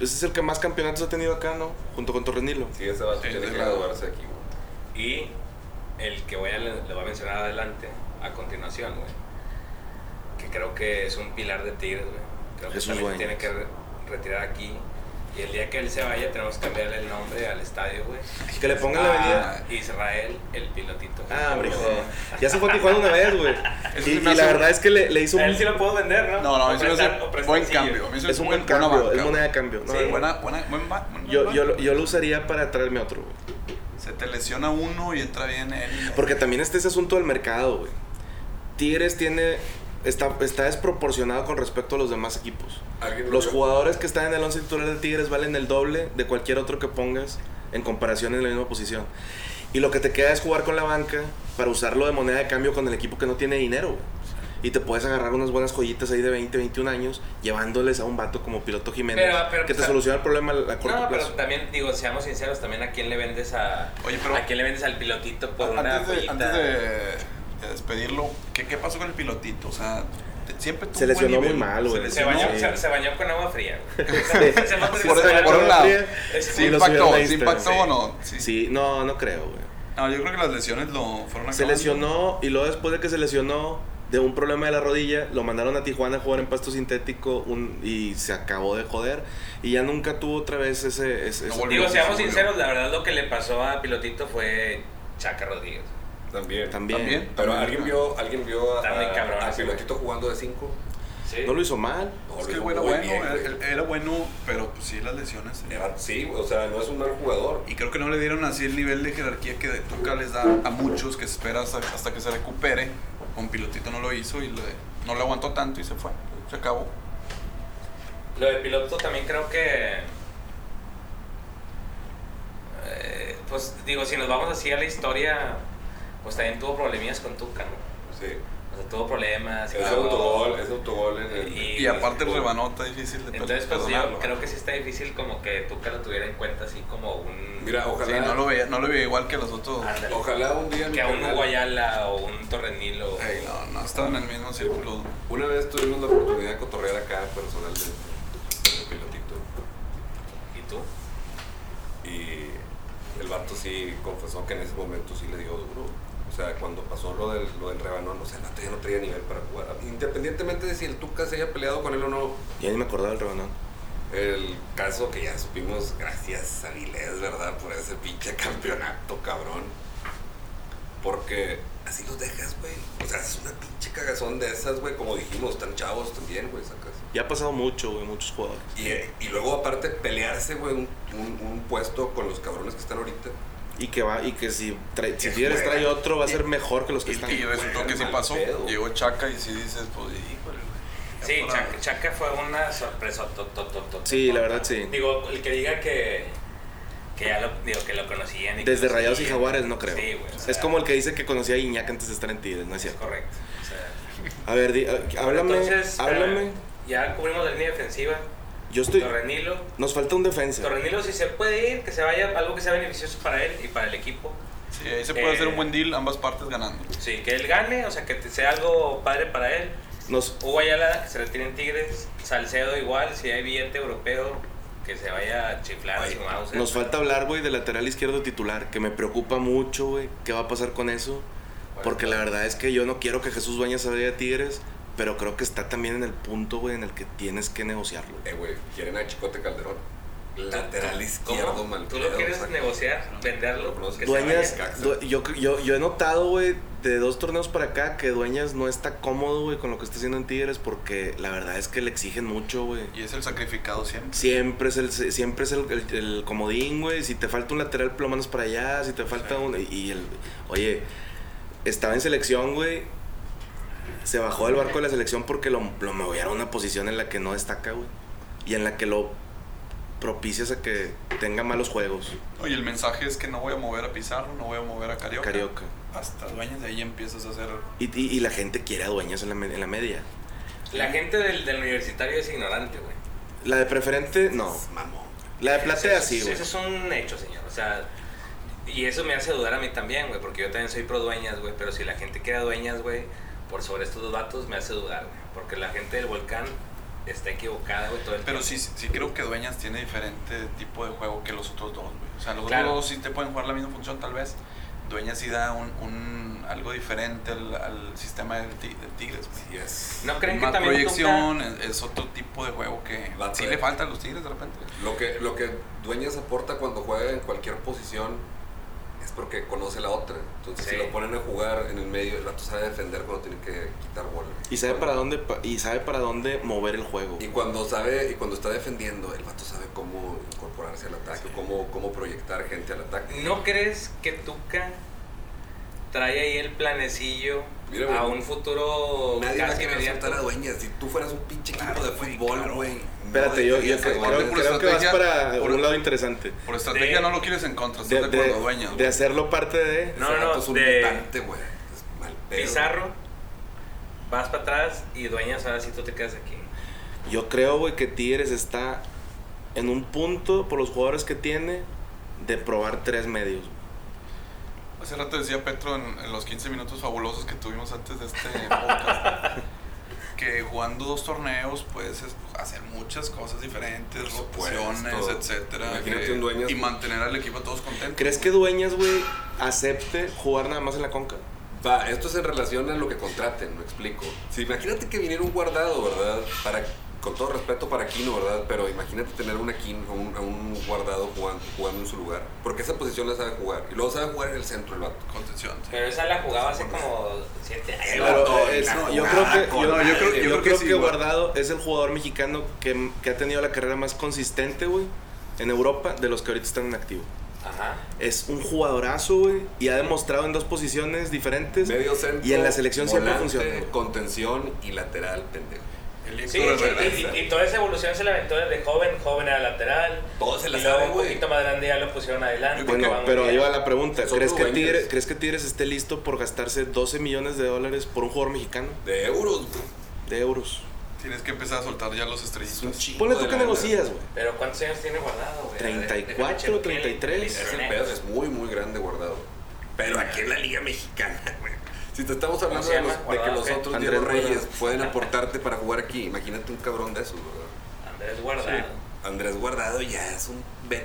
C: Ese es el que más campeonatos ha tenido acá, ¿no? Junto con Torrenilo.
D: Sí, ese vato
E: Sí,
D: tiene
E: de
D: que
E: la-
D: graduarse aquí, güey.
B: Y el que voy a, le, le voy a mencionar adelante, a continuación, güey. Que creo que es un pilar de Tigres, güey. Creo que
C: Jesús
B: también
C: Dueñas.
B: tiene que re- retirar aquí. Y el día que él se vaya, tenemos que cambiarle el nombre al estadio, güey.
C: Que le pongan
E: ah.
C: la avenida.
B: A Israel, el pilotito.
C: Ah, hombre, joder. Ya se fue a Tijuana una vez, güey.
E: Eso
C: Y,
E: se me
C: y
E: hace
C: la
E: un-
C: verdad es que le, le hizo
B: A
C: un.
B: él sí lo puedo vender, ¿no?
E: No, no,
B: O
E: a mí se me hace
B: prestar- o
E: buen
B: prestacillo.
E: cambio. A mí se me
C: Es
E: hace
C: un
E: buen
C: buen
E: buena
C: cambio,
E: banca,
C: es moneda de cambio. No,
E: güey.
C: es-
E: Sí, buena, buena, buen ba- buena
C: yo,
E: banca.
C: yo, lo- yo lo usaría para traerme otro, güey.
E: Se te lesiona uno y entra bien él.
C: Porque también está ese asunto del mercado, güey. Tigres tiene. Está, está desproporcionado con respecto a los demás equipos.
D: ¿Alguien lo
C: Los
D: vio?
C: jugadores que están en el 11 titular de Tigres valen el doble de cualquier otro que pongas en comparación en la misma posición. Y lo que te queda es jugar con la banca para usarlo de moneda de cambio con el equipo que no tiene dinero, güey. Y te puedes agarrar unas buenas joyitas ahí de 20, 21 años, llevándoles a un vato como Piloto Jiménez
B: Pero- pero,
C: que
B: o
C: te
B: sea,
C: soluciona el problema a, a corto
B: No, pero
C: plazo.
B: también, digo, seamos sinceros, también a quién le vendes a...
E: Oye, pero-
B: ¿A quién le vendes al pilotito por una
E: antes, de,
B: joyita?
E: antes de- de despedirlo, ¿qué, qué pasó con el pilotito? O sea, te- siempre tuvo
C: Se
E: un buen
C: lesionó
E: nivel.
C: muy mal, güey.
E: Se
B: Se
E: lesionó.
B: bañó,
C: Sí.
B: se, se bañó con agua fría. güey. Se bañó
E: por-
B: con agua
E: por un lado.
C: fría.
B: Es-
E: Sí
C: Y lo
E: impactó,
C: subieron a
E: sí
C: Instagram.
E: impactó o no. Sí.
C: Sí, no, no creo, güey.
E: No, yo creo que las lesiones lo fueron
C: Se
E: acabando.
C: lesionó y luego después de que se lesionó, de un problema de la rodilla, lo mandaron a Tijuana a jugar en pasto sintético un- y se acabó de joder. Y ya nunca tuvo otra vez ese... ese-
E: No
C: ese-
E: volvió.
B: Digo, seamos
E: Seguro.
B: sinceros, la verdad lo que le pasó a Pilotito fue Chaca Rodríguez.
D: También.
C: También.
E: También.
D: Pero alguien vio, alguien vio a,
B: Está muy cabrón
D: a, a
B: ese
D: Pilotito jugando de 5.
B: Sí.
C: No lo hizo mal.
E: Es que güey, era bueno, era, era bueno, pero pues sí las lesiones. eh.
D: sí, o sea, no es un mal jugador.
E: Y creo que no le dieron así el nivel de jerarquía que Tuca les da a muchos que esperas hasta, hasta que se recupere. Con Pilotito no lo hizo y le- no le aguantó tanto y se fue. Se acabó.
B: Lo de piloto también creo que. eh, pues digo, si nos vamos así a la historia, pues también tuvo problemillas con Tuca, ¿no?
D: Sí.
B: O sea, tuvo problemas.
D: Es
B: clavó.
D: autogol, es autogol en el.
B: Y-
E: Y aparte el rebanota difícil de per-
B: Entonces, pues
E: perdonarlo.
B: yo creo que sí está difícil como que Tuca lo tuviera en cuenta así como un.
D: Mira,
E: Sí,
D: ojalá. Ah,
E: no lo veía, no lo veía igual que los otros.
B: ándale,
D: Ojalá un día. mi
B: que a un
D: carnal-
B: Hugo Ayala o un Torrenilo.
E: Ey, no, no estaban en el mismo círculo.
D: Una vez tuvimos la oportunidad de cotorrear acá personalmente con el pilotito.
B: ¿Y tú?
D: Y el vato sí confesó que en ese momento sí le dio duro. O sea, cuando pasó lo del, lo del rebanón, o sea, el vato ya no traía nivel para jugar. Independientemente de si el Tuca se haya peleado con él o no,
C: Ya ni me acordaba del rebanón.
D: el caso que ya supimos, gracias a Vilés, ¿verdad? Por ese pinche campeonato, cabrón. Porque así los dejas, güey. O sea, es una pinche cagazón de esas, güey. Como dijimos, están chavos también, güey, sacas.
C: Ya ha pasado mucho, güey, muchos jugadores.
D: Y, eh, y luego, aparte, pelearse, güey, un, un- un puesto con los cabrones que están ahorita.
C: Y que va, y que si, trae- si
D: Es
C: Tigres
D: buena.
C: trae otro, va a
D: Y-
C: ser mejor que los
E: Y,
C: que están.
E: y resultó que sí
D: mal
E: pasó.
D: pedo.
E: Llegó Chaca y sí dices, pues, híjole, güey. Ya
B: Sí,
E: por ahí.
B: Chaca, Chaca fue una sorpresa. to- to- to- to-
C: Sí,
B: to-
C: la verdad, sí.
B: Digo, el que diga que, que ya lo, digo, que lo conocían. y que
C: Desde
B: lo
C: Rayados y
B: seguían.
C: Jaguares, no creo.
B: Sí, güey. o sea,
C: es como el que dice que conocía a Iñak antes de estar en Tigres, no es
B: Es
C: cierto.
B: correcto. o sea,
C: A ver, di- a- háblame,
B: entonces,
C: háblame.
B: eh, ya cubrimos la línea defensiva.
C: Yo estoy.
B: Torrenilo.
C: Nos falta un defensa.
B: Torrenilo, si se puede ir, que se vaya algo que sea beneficioso para él y para el equipo.
E: Sí, ahí se puede hacer un buen deal, ambas partes ganando.
B: Sí, que él gane, o sea, que te- sea algo padre para él.
C: Nos,
B: Hugo Ayala, que se retire en Tigres. Salcedo, igual, si hay billete europeo, que se vaya a chiflar a
D: Ay,
B: su Mauser.
C: nos falta hablar, güey, del lateral izquierdo titular, que me preocupa mucho, güey. ¿Qué va a pasar con eso? Porque la verdad es que yo no quiero que Jesús Bañas se vaya a Tigres, pero creo que está también en el punto, güey, en el que tienes que negociarlo.
D: Eh, güey, quieren a Chicote Calderón. Lateral
B: ¿Cómo?
D: izquierdo, mal
B: ¿Tú lo
D: pedo,
B: quieres
D: saca.
B: negociar, venderlo?
D: Dueñas-
B: Que se
C: Dueñas,
B: vaya?
C: due- yo, yo, yo he notado, güey, de dos torneos para acá que Dueñas no está cómodo, güey, con lo que está haciendo en Tigres porque la verdad es que le exigen mucho, güey.
E: Y es el sacrificado siempre.
C: Siempre es el, siempre es el, el- el comodín, güey. Si te falta un lateral, por lo menos para allá. Si te falta un... Y el... Oye, estaba en selección, güey. Se bajó del barco de la selección porque lo, lo movieron a una posición en la que no destaca, güey. Y en la que lo propicias a que tenga malos juegos.
E: No, y el mensaje es que no voy a mover a Pizarro, no voy a mover a Carioca.
C: Carioca.
E: Hasta dueños de ahí empiezas a hacer.
C: Y, y- y la gente quiere a dueños en la, me- en la media.
B: La gente del, del universitario es ignorante, güey.
C: La de preferente, no.
D: Mamón.
C: La de platea,
B: Eso-
C: sí, güey.
B: Eso es un hecho, señor. O sea, y eso me hace dudar a mí también, güey, porque yo también soy pro dueñas, güey, pero si la gente queda dueñas, güey, por sobre estos dos vatos, me hace dudar, güey. Porque la gente del volcán está equivocada, güey, todo el
E: Pero
B: tiempo.
E: sí, sí creo que Dueñas tiene diferente tipo de juego que los otros dos, güey. O sea, los
B: Claro.
E: otros dos sí te pueden jugar la misma función, tal vez. Dueñas sí da un, un- algo diferente al, al sistema del ti- del Tigres, güey.
D: Sí, es.
B: ¿No creen que
E: Más
B: también
E: proyección, es, es otro tipo de juego que
D: Va a
E: sí
D: ser.
E: le falta a los Tigres de repente.
D: Lo que, lo que Dueñas aporta cuando juega en cualquier posición es porque conoce la otra. Entonces,
B: Sí.
D: si lo ponen a jugar en el medio, el vato sabe defender cuando tiene que quitar bola.
C: Y sabe para dónde pa- y sabe para dónde mover el juego.
D: Y cuando sabe, y cuando está defendiendo, el vato sabe cómo incorporarse al ataque, cómo, cómo proyectar gente al ataque.
B: ¿No crees que Tuca trae ahí el planecillo
D: Mira, güey,
B: a un futuro
D: Nadie va a
B: casi
D: querer
B: inmediato?
D: soltar a dueñas. Si tú fueras un pinche equipo
E: Claro,
D: de
E: güey,
D: fútbol,
E: claro.
D: güey.
C: Espérate, yo, yo creo, creo-
E: por
C: creo que vas
E: estrategia,
C: para
E: por-
C: un lado interesante.
E: Por estrategia
B: De-
E: no lo quieres en contra,
C: De,
E: estás de,
C: de-
E: acuerdo, Dueñas.
C: de
E: güey.
C: hacerlo parte de...
B: No,
D: No,
B: no,
D: no, es un
B: de-
D: mutante, güey. Es mal pedo.
B: Pizarro, vas para atrás y dueñas, ahora sí tú te quedas aquí.
C: Yo creo, güey, que Tigres está en un punto, por los jugadores que tiene, de probar tres medios.
E: Hace rato decía Petro en, en los 15 minutos fabulosos que tuvimos antes de este podcast que jugando dos torneos puedes es- hacer muchas cosas diferentes,
D: supuesto.
E: rotaciones, etcétera, eh,
D: Imagínate
E: que-
D: un dueño-
E: y mantener al equipo a todos contentos.
C: ¿Crees que Dueñas, güey, acepte jugar nada más en la Conca?
D: Va, esto es en relación a lo que contraten, me explico. Si imagínate que viniera un guardado, ¿verdad? Para, con todo respeto para Aquino, ¿verdad? Pero imagínate tener un Aquino, a un, a un guardado jugando, jugando en su lugar. Porque esa posición la sabe jugar. Y luego sabe jugar en el centro el vato.
E: Contención. sí.
B: Pero esa la jugaba hace como 7 años.
C: Pero,
D: no,
C: eh,
D: la
C: no, yo creo
D: jugada
C: que,
D: con
C: yo,
D: madre.
C: yo creo, yo
D: Yo
C: creo
D: creo
C: que,
D: sí, güey.
C: Guardado es el jugador mexicano que, que ha tenido la carrera más consistente, güey, en Europa, de los que ahorita están en activo.
B: Ajá.
C: Es un jugadorazo, güey, y ha demostrado en dos posiciones diferentes.
D: Medio centro.
C: y en la selección siempre
D: volante,
C: funciona. güey.
D: Contención y lateral, pendejo.
E: El
B: Sí,
E: Héctor
B: sí,
E: Herrera.
B: y, y- y toda esa evolución se la aventó desde joven, joven a lateral.
D: Todo se la
B: y luego
D: sabe,
B: un
D: güey.
B: poquito más grande ya lo pusieron adelante. que
C: Bueno,
B: va muy
C: pero ahí
B: bien.
C: va la pregunta.
D: Son
C: ¿Crees que,
D: rubengers.
C: Tigre- ¿Crees que Tigres esté listo por gastarse 12 millones de dólares por un jugador mexicano?
D: De euros, güey.
C: De euros.
E: Tienes que empezar a soltar ya los estrellitas.
D: Chingo
C: Ponle
D: de
C: tú que
D: lana.
C: negocias, güey.
B: Pero ¿cuántos años tiene guardado, güey?
C: 34, 33.
D: Ese pedo es muy, muy grande guardado. Pero aquí en la Liga Mexicana, güey. Si te estamos hablando
B: se
D: de,
B: llama?
D: los- de que
B: Guardado,
D: los
B: ¿qué?
D: otros
C: Andrés
D: Diego Reyes
C: Guardado.
D: pueden aportarte para jugar aquí, imagínate un cabrón de esos, ¿verdad?
B: Andrés Guardado.
D: Andrés Guardado ya es un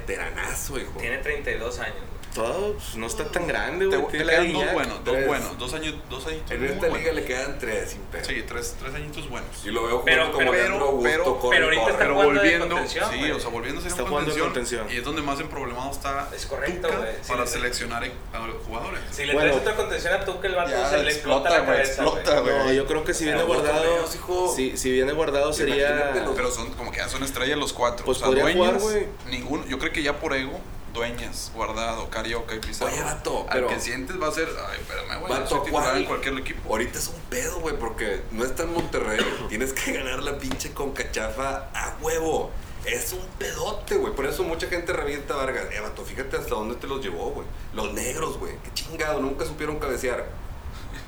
D: veteranazo, hijo.
B: Tiene 32 años, güey.
C: Todo, pues, no está tan grande,
E: Te,
C: güey.
E: te
C: Tiene la
E: quedan
C: edad
E: dos
C: ya.
E: buenos, dos
D: tres.
E: buenos, dos años, dos añitos.
D: En
E: muy
D: esta liga
E: buenos.
D: le quedan tres sin pedo.
E: Sí, tres, tres añitos buenos.
D: Y lo veo
B: Pero-
D: jugando
B: pero-
D: como Leandro Augusto,
E: pero-
D: corre,
B: pero ahorita
D: corre.
B: está
E: Pero
B: jugando de
E: volviendo,
B: contención,
E: sí,
B: güey.
E: o sea, volviendo a ser
C: Está
E: un
C: jugando de
E: contención,
C: contención.
E: Y es donde más emproblemado está
B: Es correcto,
E: Tuca
B: güey, sí,
E: para
B: sí.
E: seleccionar a los jugadores.
B: Si le
C: Bueno.
B: traes otra contención a tú, que el vato
E: Ya,
B: se le explota,
E: explota,
B: la
E: güey,
B: cabeza.
E: explota,
B: güey.
E: güey.
C: No, yo creo que si viene
D: Pero los
C: guardado.
D: torneos, hijo.
C: Si, si viene guardado sería.
D: Imagínate los-
E: Pero son como que ya son estrellas los cuatro.
C: Pues
E: o sea,
C: podría jugar,
E: dueñas,
C: güey.
E: ninguno. Yo creo que ya por ego, dueñas, guardado, carioca y pizarro.
D: Oye, vato,
E: Al
D: pero-
E: que sientes va a ser, ay, espérame, güey, yo
D: Vato,
E: soy titular
D: ¿cuál?
E: en cualquier equipo.
D: Ahorita es un pedo, güey, porque no está en Monterrey. Tienes que ganar la pinche concachafa a huevo. Es un pedote, güey. Por eso mucha gente revienta a Vargas. Eh, vato, fíjate hasta dónde te los llevó, güey. Los negros, güey. Qué chingado, nunca supieron cabecear.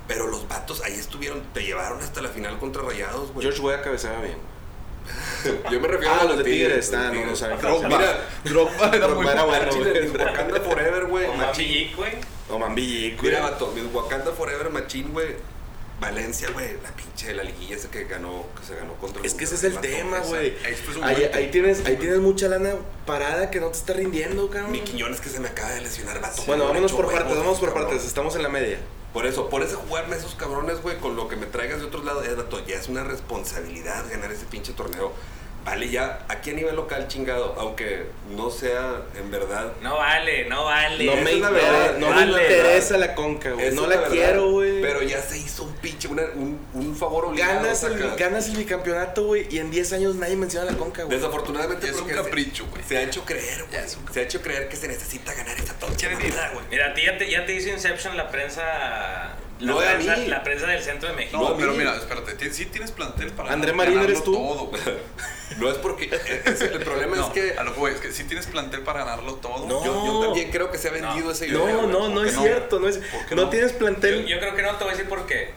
D: Pero los vatos ahí estuvieron, te llevaron hasta la final contra Rayados, güey.
C: George Weah cabeceaba bien.
D: Yo me refiero
C: Ah,
D: a
C: los de Tigres, ah, no, no saben.
D: Drogba. Mira,
C: Drogba
D: Drogba era
C: era
D: muy
C: bueno,
D: bueno,
C: güey.
D: Chile, Wakanda Forever, güey.
B: Como a
D: machín.
B: Villic, güey.
C: O Mambillic, güey.
D: Mira, vato, mis Wakanda Forever Machín, güey. Valencia, güey, la pinche de la liguilla esa que ganó, que se ganó contra
C: Es
D: el
C: que ese es el
D: Monterrey, vato,
C: tema,
D: esa.
C: güey.
E: Esto es un
C: Ahí,
E: momento.
C: ahí tienes, ahí tienes mucha lana parada que no te está rindiendo, cabrón.
D: Mi Quiñones que se me acaba de lesionar, vato.
C: Bueno,
D: Me
C: vámonos
D: echo
C: por
D: huevos,
C: partes, vamos por
D: cabrón.
C: partes. Estamos en la media.
D: Por eso, por eso jugarme a esos cabrones, güey, con lo que me traigas de otros lados, eh, vato, ya es una responsabilidad ganar ese pinche torneo. Vale, ya, aquí a nivel local, chingado, aunque no sea en verdad
B: No vale, no vale.
C: No
D: esa
C: me,
D: es la verdad.
C: no me
B: Vale,
C: interesa la conca, güey.
D: Eso
C: Eh, No
D: es
C: la
D: verdad,
C: quiero, güey.
D: Pero ya se hizo un pinche, una- un, un favor obligado.
C: ganas el,
D: saca.
C: ganas el bicampeonato, güey, y en 10 años nadie menciona la conca, güey.
D: Desafortunadamente
E: Ya es un
D: porque se-
E: capricho, güey.
D: Se ha hecho creer, güey. Se ha hecho creer que se necesita ganar esta pinche vida, güey.
B: Ah, Mira, a ti ya te, ya te hizo Inception la prensa. La,
D: No, a
B: prensa,
D: mí.
B: la prensa del centro de México.
E: No,
D: No,
E: pero
D: mira.
E: mira, espérate, ti- sí tienes plantel para
C: André Marín,
E: ganarlo
C: ¿eres tú?
E: todo, güey.
D: No es porque. eh, es- el problema
E: No,
D: es que.
E: a lo que voy, es que sí tienes plantel para ganarlo todo.
C: No.
D: Yo, yo también creo que se ha vendido ese
C: No,
D: idea,
C: no,
D: güey.
C: no,
E: ¿por qué
C: es
E: no?
C: cierto, no es.
E: ¿Por qué
C: No
E: no?
C: tienes
B: yo,
C: plantel.
B: yo creo que no te voy a decir por qué.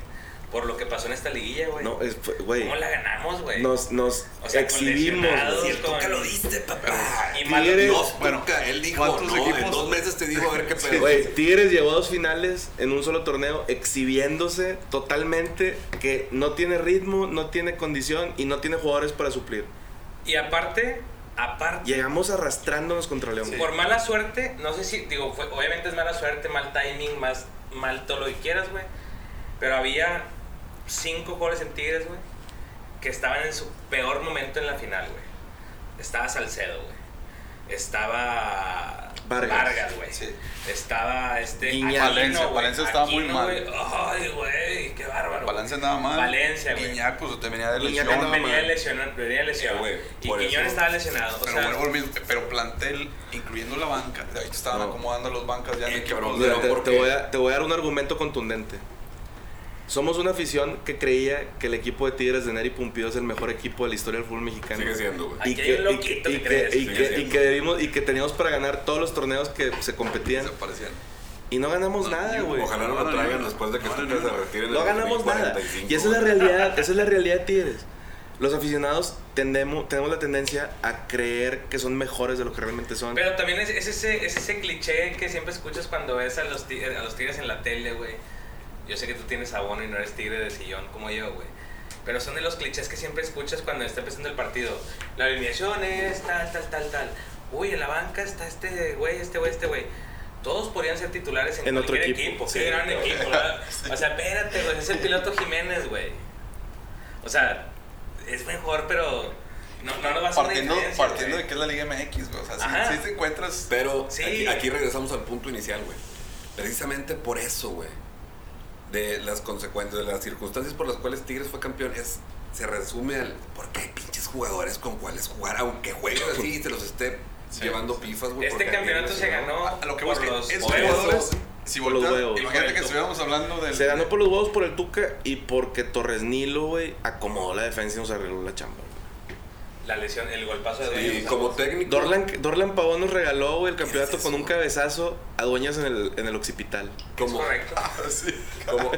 B: Por lo que pasó en esta liguilla, güey.
C: No, es, fue- güey.
B: ¿Cómo la ganamos, güey?
C: Nos, nos
B: O sea, con
C: exhibimos.
B: lesionados,
C: güey.
D: Si el Tuca lo dice, papá.
B: Y
D: Y
B: mal-
C: Tigres-
E: Bueno,
D: bueno, él dijo,
E: ¿cuántos
D: no,
E: equipos?
D: en dos meses te digo a ver qué pedo.
C: Güey, Tigres llevó dos finales en un solo torneo, exhibiéndose totalmente que no tiene ritmo, no tiene condición y no tiene jugadores para suplir.
B: Y aparte, aparte.
C: Llegamos arrastrándonos contra León. güey.
B: Por mala suerte, no sé si, digo, fue- obviamente es mala suerte, mal timing, más mal todo lo que quieras, güey. Pero había cinco jugadores en Tigres, güey, que estaban en su peor momento en la final, güey. Estaba Salcedo, güey. Estaba
C: Vargas.
B: Vargas, güey.
E: Sí.
B: Estaba este
C: Guiñac.
E: Valencia,
B: güey.
E: Valencia estaba muy
B: Aquino,
E: mal.
B: güey. Ay, güey, qué bárbaro.
E: Valencia nada mal.
B: Valencia, güey.
E: Guiñac, pues te venía de
C: Guiñac
E: lesión.
B: güey.
C: andaba
E: Pero
B: venía lesionado, venía lesionado.
D: Eh, güey,
B: y
D: por
B: Quiñones
D: eso.
B: estaba lesionado. o sea,
E: vuelvo al mismo, pero plantel, incluyendo la banca. De ahí te estaban
C: No.
E: acomodando los bancas ya en
D: Eh,
E: equipos.
D: cabrón,
C: Mira,
D: Pero
C: te,
D: ¿por
C: te
D: qué?
C: voy a, te voy a dar un argumento contundente. Somos una afición que creía que el equipo de Tigres de Neri Pumpido es el mejor equipo de la historia del fútbol mexicano.
D: Sigue siendo, güey.
B: Aquí hay
C: Y que,
B: un
C: y
B: loquito
C: que-
B: que
C: y
B: cree
C: que- y
B: eso,
C: que-
D: sigue
C: y que debimos- y que teníamos para ganar todos los torneos que se competían.
E: Se parecían.
C: Y no ganamos
E: No,
C: nada,
E: yo-
C: güey.
D: Ojalá no
E: No,
D: lo
E: no,
D: traigan
E: no.
D: después de que
E: No, no,
D: Tuca se
E: no.
D: retire. en
C: No
D: el
C: ganamos nada.
D: 2045,
C: Y esa es la
D: güey.
C: realidad, esa es la realidad de Tigres. Los aficionados tendemos, tenemos la tendencia a creer que son mejores de lo que realmente son.
B: Pero también es, es ese, es ese cliché que siempre escuchas cuando ves a los, ti- a los tigres en la tele, güey. Yo sé que tú tienes abono y no eres tigre de sillón como yo, güey. Pero son de los clichés que siempre escuchas cuando está empezando el partido. La alineación es tal, tal, tal, tal. Uy, en la banca está este güey, este güey, este güey. todos podrían ser titulares en,
C: En otro
B: cualquier
C: equipo,
B: equipo.
C: sí.
B: Qué gran equipo, ¿verdad? O sea, espérate, güey, es el piloto Jiménez, güey. O sea, es mejor, pero no, no lo vas a hacer
E: Partiendo,
B: una diferencia,
E: partiendo de
B: güey.
E: que es la Liga MX, güey. O sea,
B: Ajá.
E: si, si te encuentras.
D: Pero
B: Sí.
D: aquí, aquí regresamos al punto inicial, güey. Precisamente por eso, güey. De las consecuencias, de las circunstancias por las cuales Tigres fue campeón, es, se resume al por qué hay pinches jugadores con cuales jugar, aunque jueguen así y se los esté
E: Sí.
D: llevando pifas,
E: Pues
D: güey.
B: Este
D: porque
B: campeonato
D: alguien
B: se
D: lesionó.
B: ganó
E: A lo que vos
B: por los
E: esos
B: huevos.
E: jugadores. Si
C: Por los
E: volteas,
C: huevos.
E: imagínate que
B: Correcto.
E: estuviéramos hablando del.
C: Se ganó por los huevos por el Tuca y porque Torres Nilo, güey, acomodó la defensa y nos arregló la chamba. güey.
B: La lesión, el golpazo de
D: Y
B: Dueñas, o sea,
D: Eh, como técnico.
C: Dorlan, Dorlan Pavón nos regaló, güey, el campeonato
D: es
C: con
D: eso,
C: un
D: güey?
C: cabezazo a Dueñas en el, en el occipital.
B: es
D: como,
B: correcto.
D: como,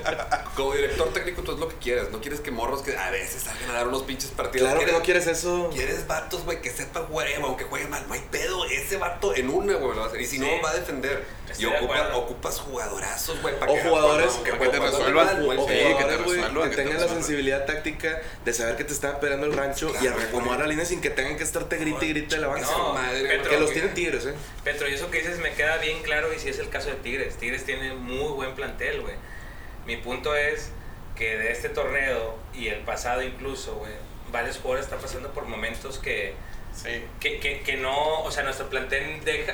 D: como director técnico, tú es lo que quieres. No quieres que morros que a veces salgan a dar unos pinches partidos.
C: Claro que no quieres eso.
D: Quieres vatos, güey, que sepa jugar, eh, aunque juegue mal. No hay pedo. Ese vato en una, güey, lo va a hacer. Y si
B: Sí.
D: no, va a defender.
B: Estoy
D: Y
B: de
D: ocupa-
B: acuerdo.
D: ocupas jugadorazos, güey, para
C: O
D: que-
C: jugadores
D: para
C: que,
D: que te
E: resuelvan,
D: resuelvan, güey.
E: sí,
D: Sí,
E: que te resuelvan,
C: que,
E: que te
C: tengan la
E: resuelvan.
C: sensibilidad táctica de saber que te está esperando el rancho y
D: Claro,
C: acomodar
D: güey.
C: la línea sin que tengan que estarte grite y grite de la banca.
B: No,
D: madre,
B: Petro,
C: que los
B: güey.
C: tienen tigres, eh.
B: Petro, y eso que dices me queda bien claro y si es el caso de Tigres. Tigres tiene muy buen plantel, güey. Mi punto es que de este torneo y el pasado incluso, güey, varios jugadores están pasando por momentos que,
E: Sí.
B: que, que- que no, o sea, nuestro plantel deja,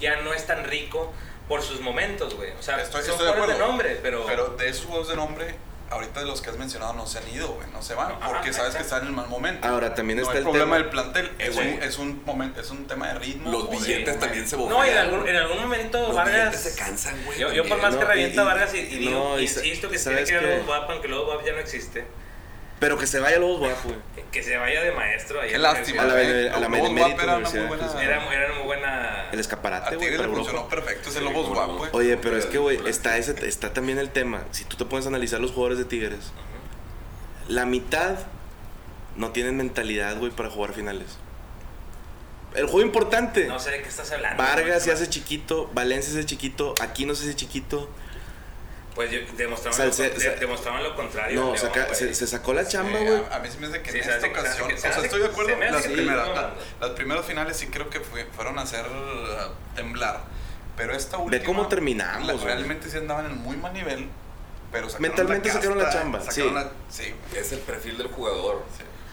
B: ya no es tan rico por sus momentos, güey. O sea,
E: Estoy,
B: son
E: estoy de
B: jugadores
E: acuerdo.
B: de nombre, pero...
E: de esos juegos de nombre, ahorita de los que has mencionado no se han ido, güey. No se van.
B: Ajá,
E: porque
B: ahí
E: sabes
B: está.
E: que están en el mal momento.
C: Ahora, también
E: no
C: está
E: el,
C: el
E: problema
C: tema-
E: del plantel. Es,
D: güey.
E: un, es, un momen- es un tema de ritmo.
D: Los
E: o de
D: billetes
E: momento.
D: también se bofean.
B: No, y en algún, en algún momento
D: Los
B: Vargas...
D: billetes se cansan, güey.
B: Yo, yo por
D: también.
B: más que
C: No,
B: reviento
C: y-
B: a Vargas y, y
C: y
B: digo,
C: no, y sa-
B: insisto que tiene
C: ¿sabes
B: que ver
C: qué?
B: con Bob, aunque luego Bob ya no existe.
C: Pero que se vaya Lobos Guapo, güey.
B: Que se vaya de maestro. ahí
E: Qué
B: en
E: lástima.
C: A la
E: güey.
C: Bene- a la
E: Lobos
C: Benemérita
E: Guap era una muy
C: Universidad.
E: buena-
B: Era, era muy buena.
C: El
E: A
C: escaparate, güey.
E: Tigres
C: para
E: le
C: Europa.
E: funcionó perfecto ese
D: Sí,
E: Lobos
D: cómo
E: Guap,
D: no.
E: güey.
C: Oye, pero es que, güey, está, ese, está también el tema. Si tú te pones a analizar los jugadores de Tigres, la mitad no tienen mentalidad, güey, para jugar finales. El juego importante.
B: No sé de qué estás hablando.
C: Vargas se
B: güey.
C: hace chiquito, Valencia se hace chiquito, Aquino se hace chiquito.
B: Pues yo- demostraban,
C: Salce-
B: lo, de-
C: sa-
B: demostraban lo contrario.
C: No,
B: León,
C: saca-
B: güey.
C: se, se sacó la chamba,
E: Sí,
C: güey.
E: a, a mí se me hace que
B: Sí,
E: en
B: se hace
E: esta
B: que- se hace
E: ocasión,
B: que-
E: o
B: se
E: sea,
B: hace-
E: estoy de
B: se
E: acuerdo,
B: me hace
E: las
B: que
E: primeras,
B: sí,
E: la-
B: no.
E: las primeras finales sí creo que fue- fueron a hacer uh, temblar, pero esta última...
C: cómo terminamos,
E: la-
C: güey.
E: realmente sí andaban en muy mal nivel, pero sacaron
C: Mentalmente
E: la
C: sacaron la
E: casta,
C: chamba,
E: sacaron
C: sí.
E: la- sí,
D: Es el perfil del jugador.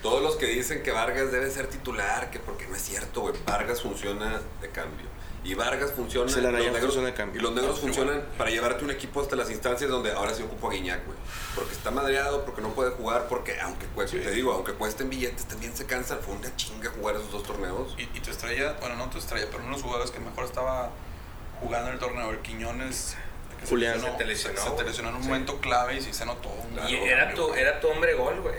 D: Todos los que dicen que Vargas debe ser titular, que porque no es cierto, güey. Vargas funciona de cambio. Y Vargas funciona.
C: Se la
D: y los
C: raya funciona de cambio.
D: Y los negros
E: Sí,
D: funcionan para llevarte un equipo hasta las instancias donde ahora sí ocupo a Guiñac, güey. Porque está madreado, porque no puede jugar, porque aunque cueste, te digo, aunque cuesten billetes, también se cansan. Fue una chinga jugar esos dos torneos.
E: Y, y tu estrella, bueno, no tu estrella, pero uno de los jugadores que mejor estaba jugando en el torneo, el Quiñones... que se
C: Julián.
E: lesionó,
B: Se te lesionó,
E: se te
B: güey.
E: lesionó en un
B: Sí.
E: momento clave y sí se notó.
B: Y era, tu, era tu hombre gol, güey.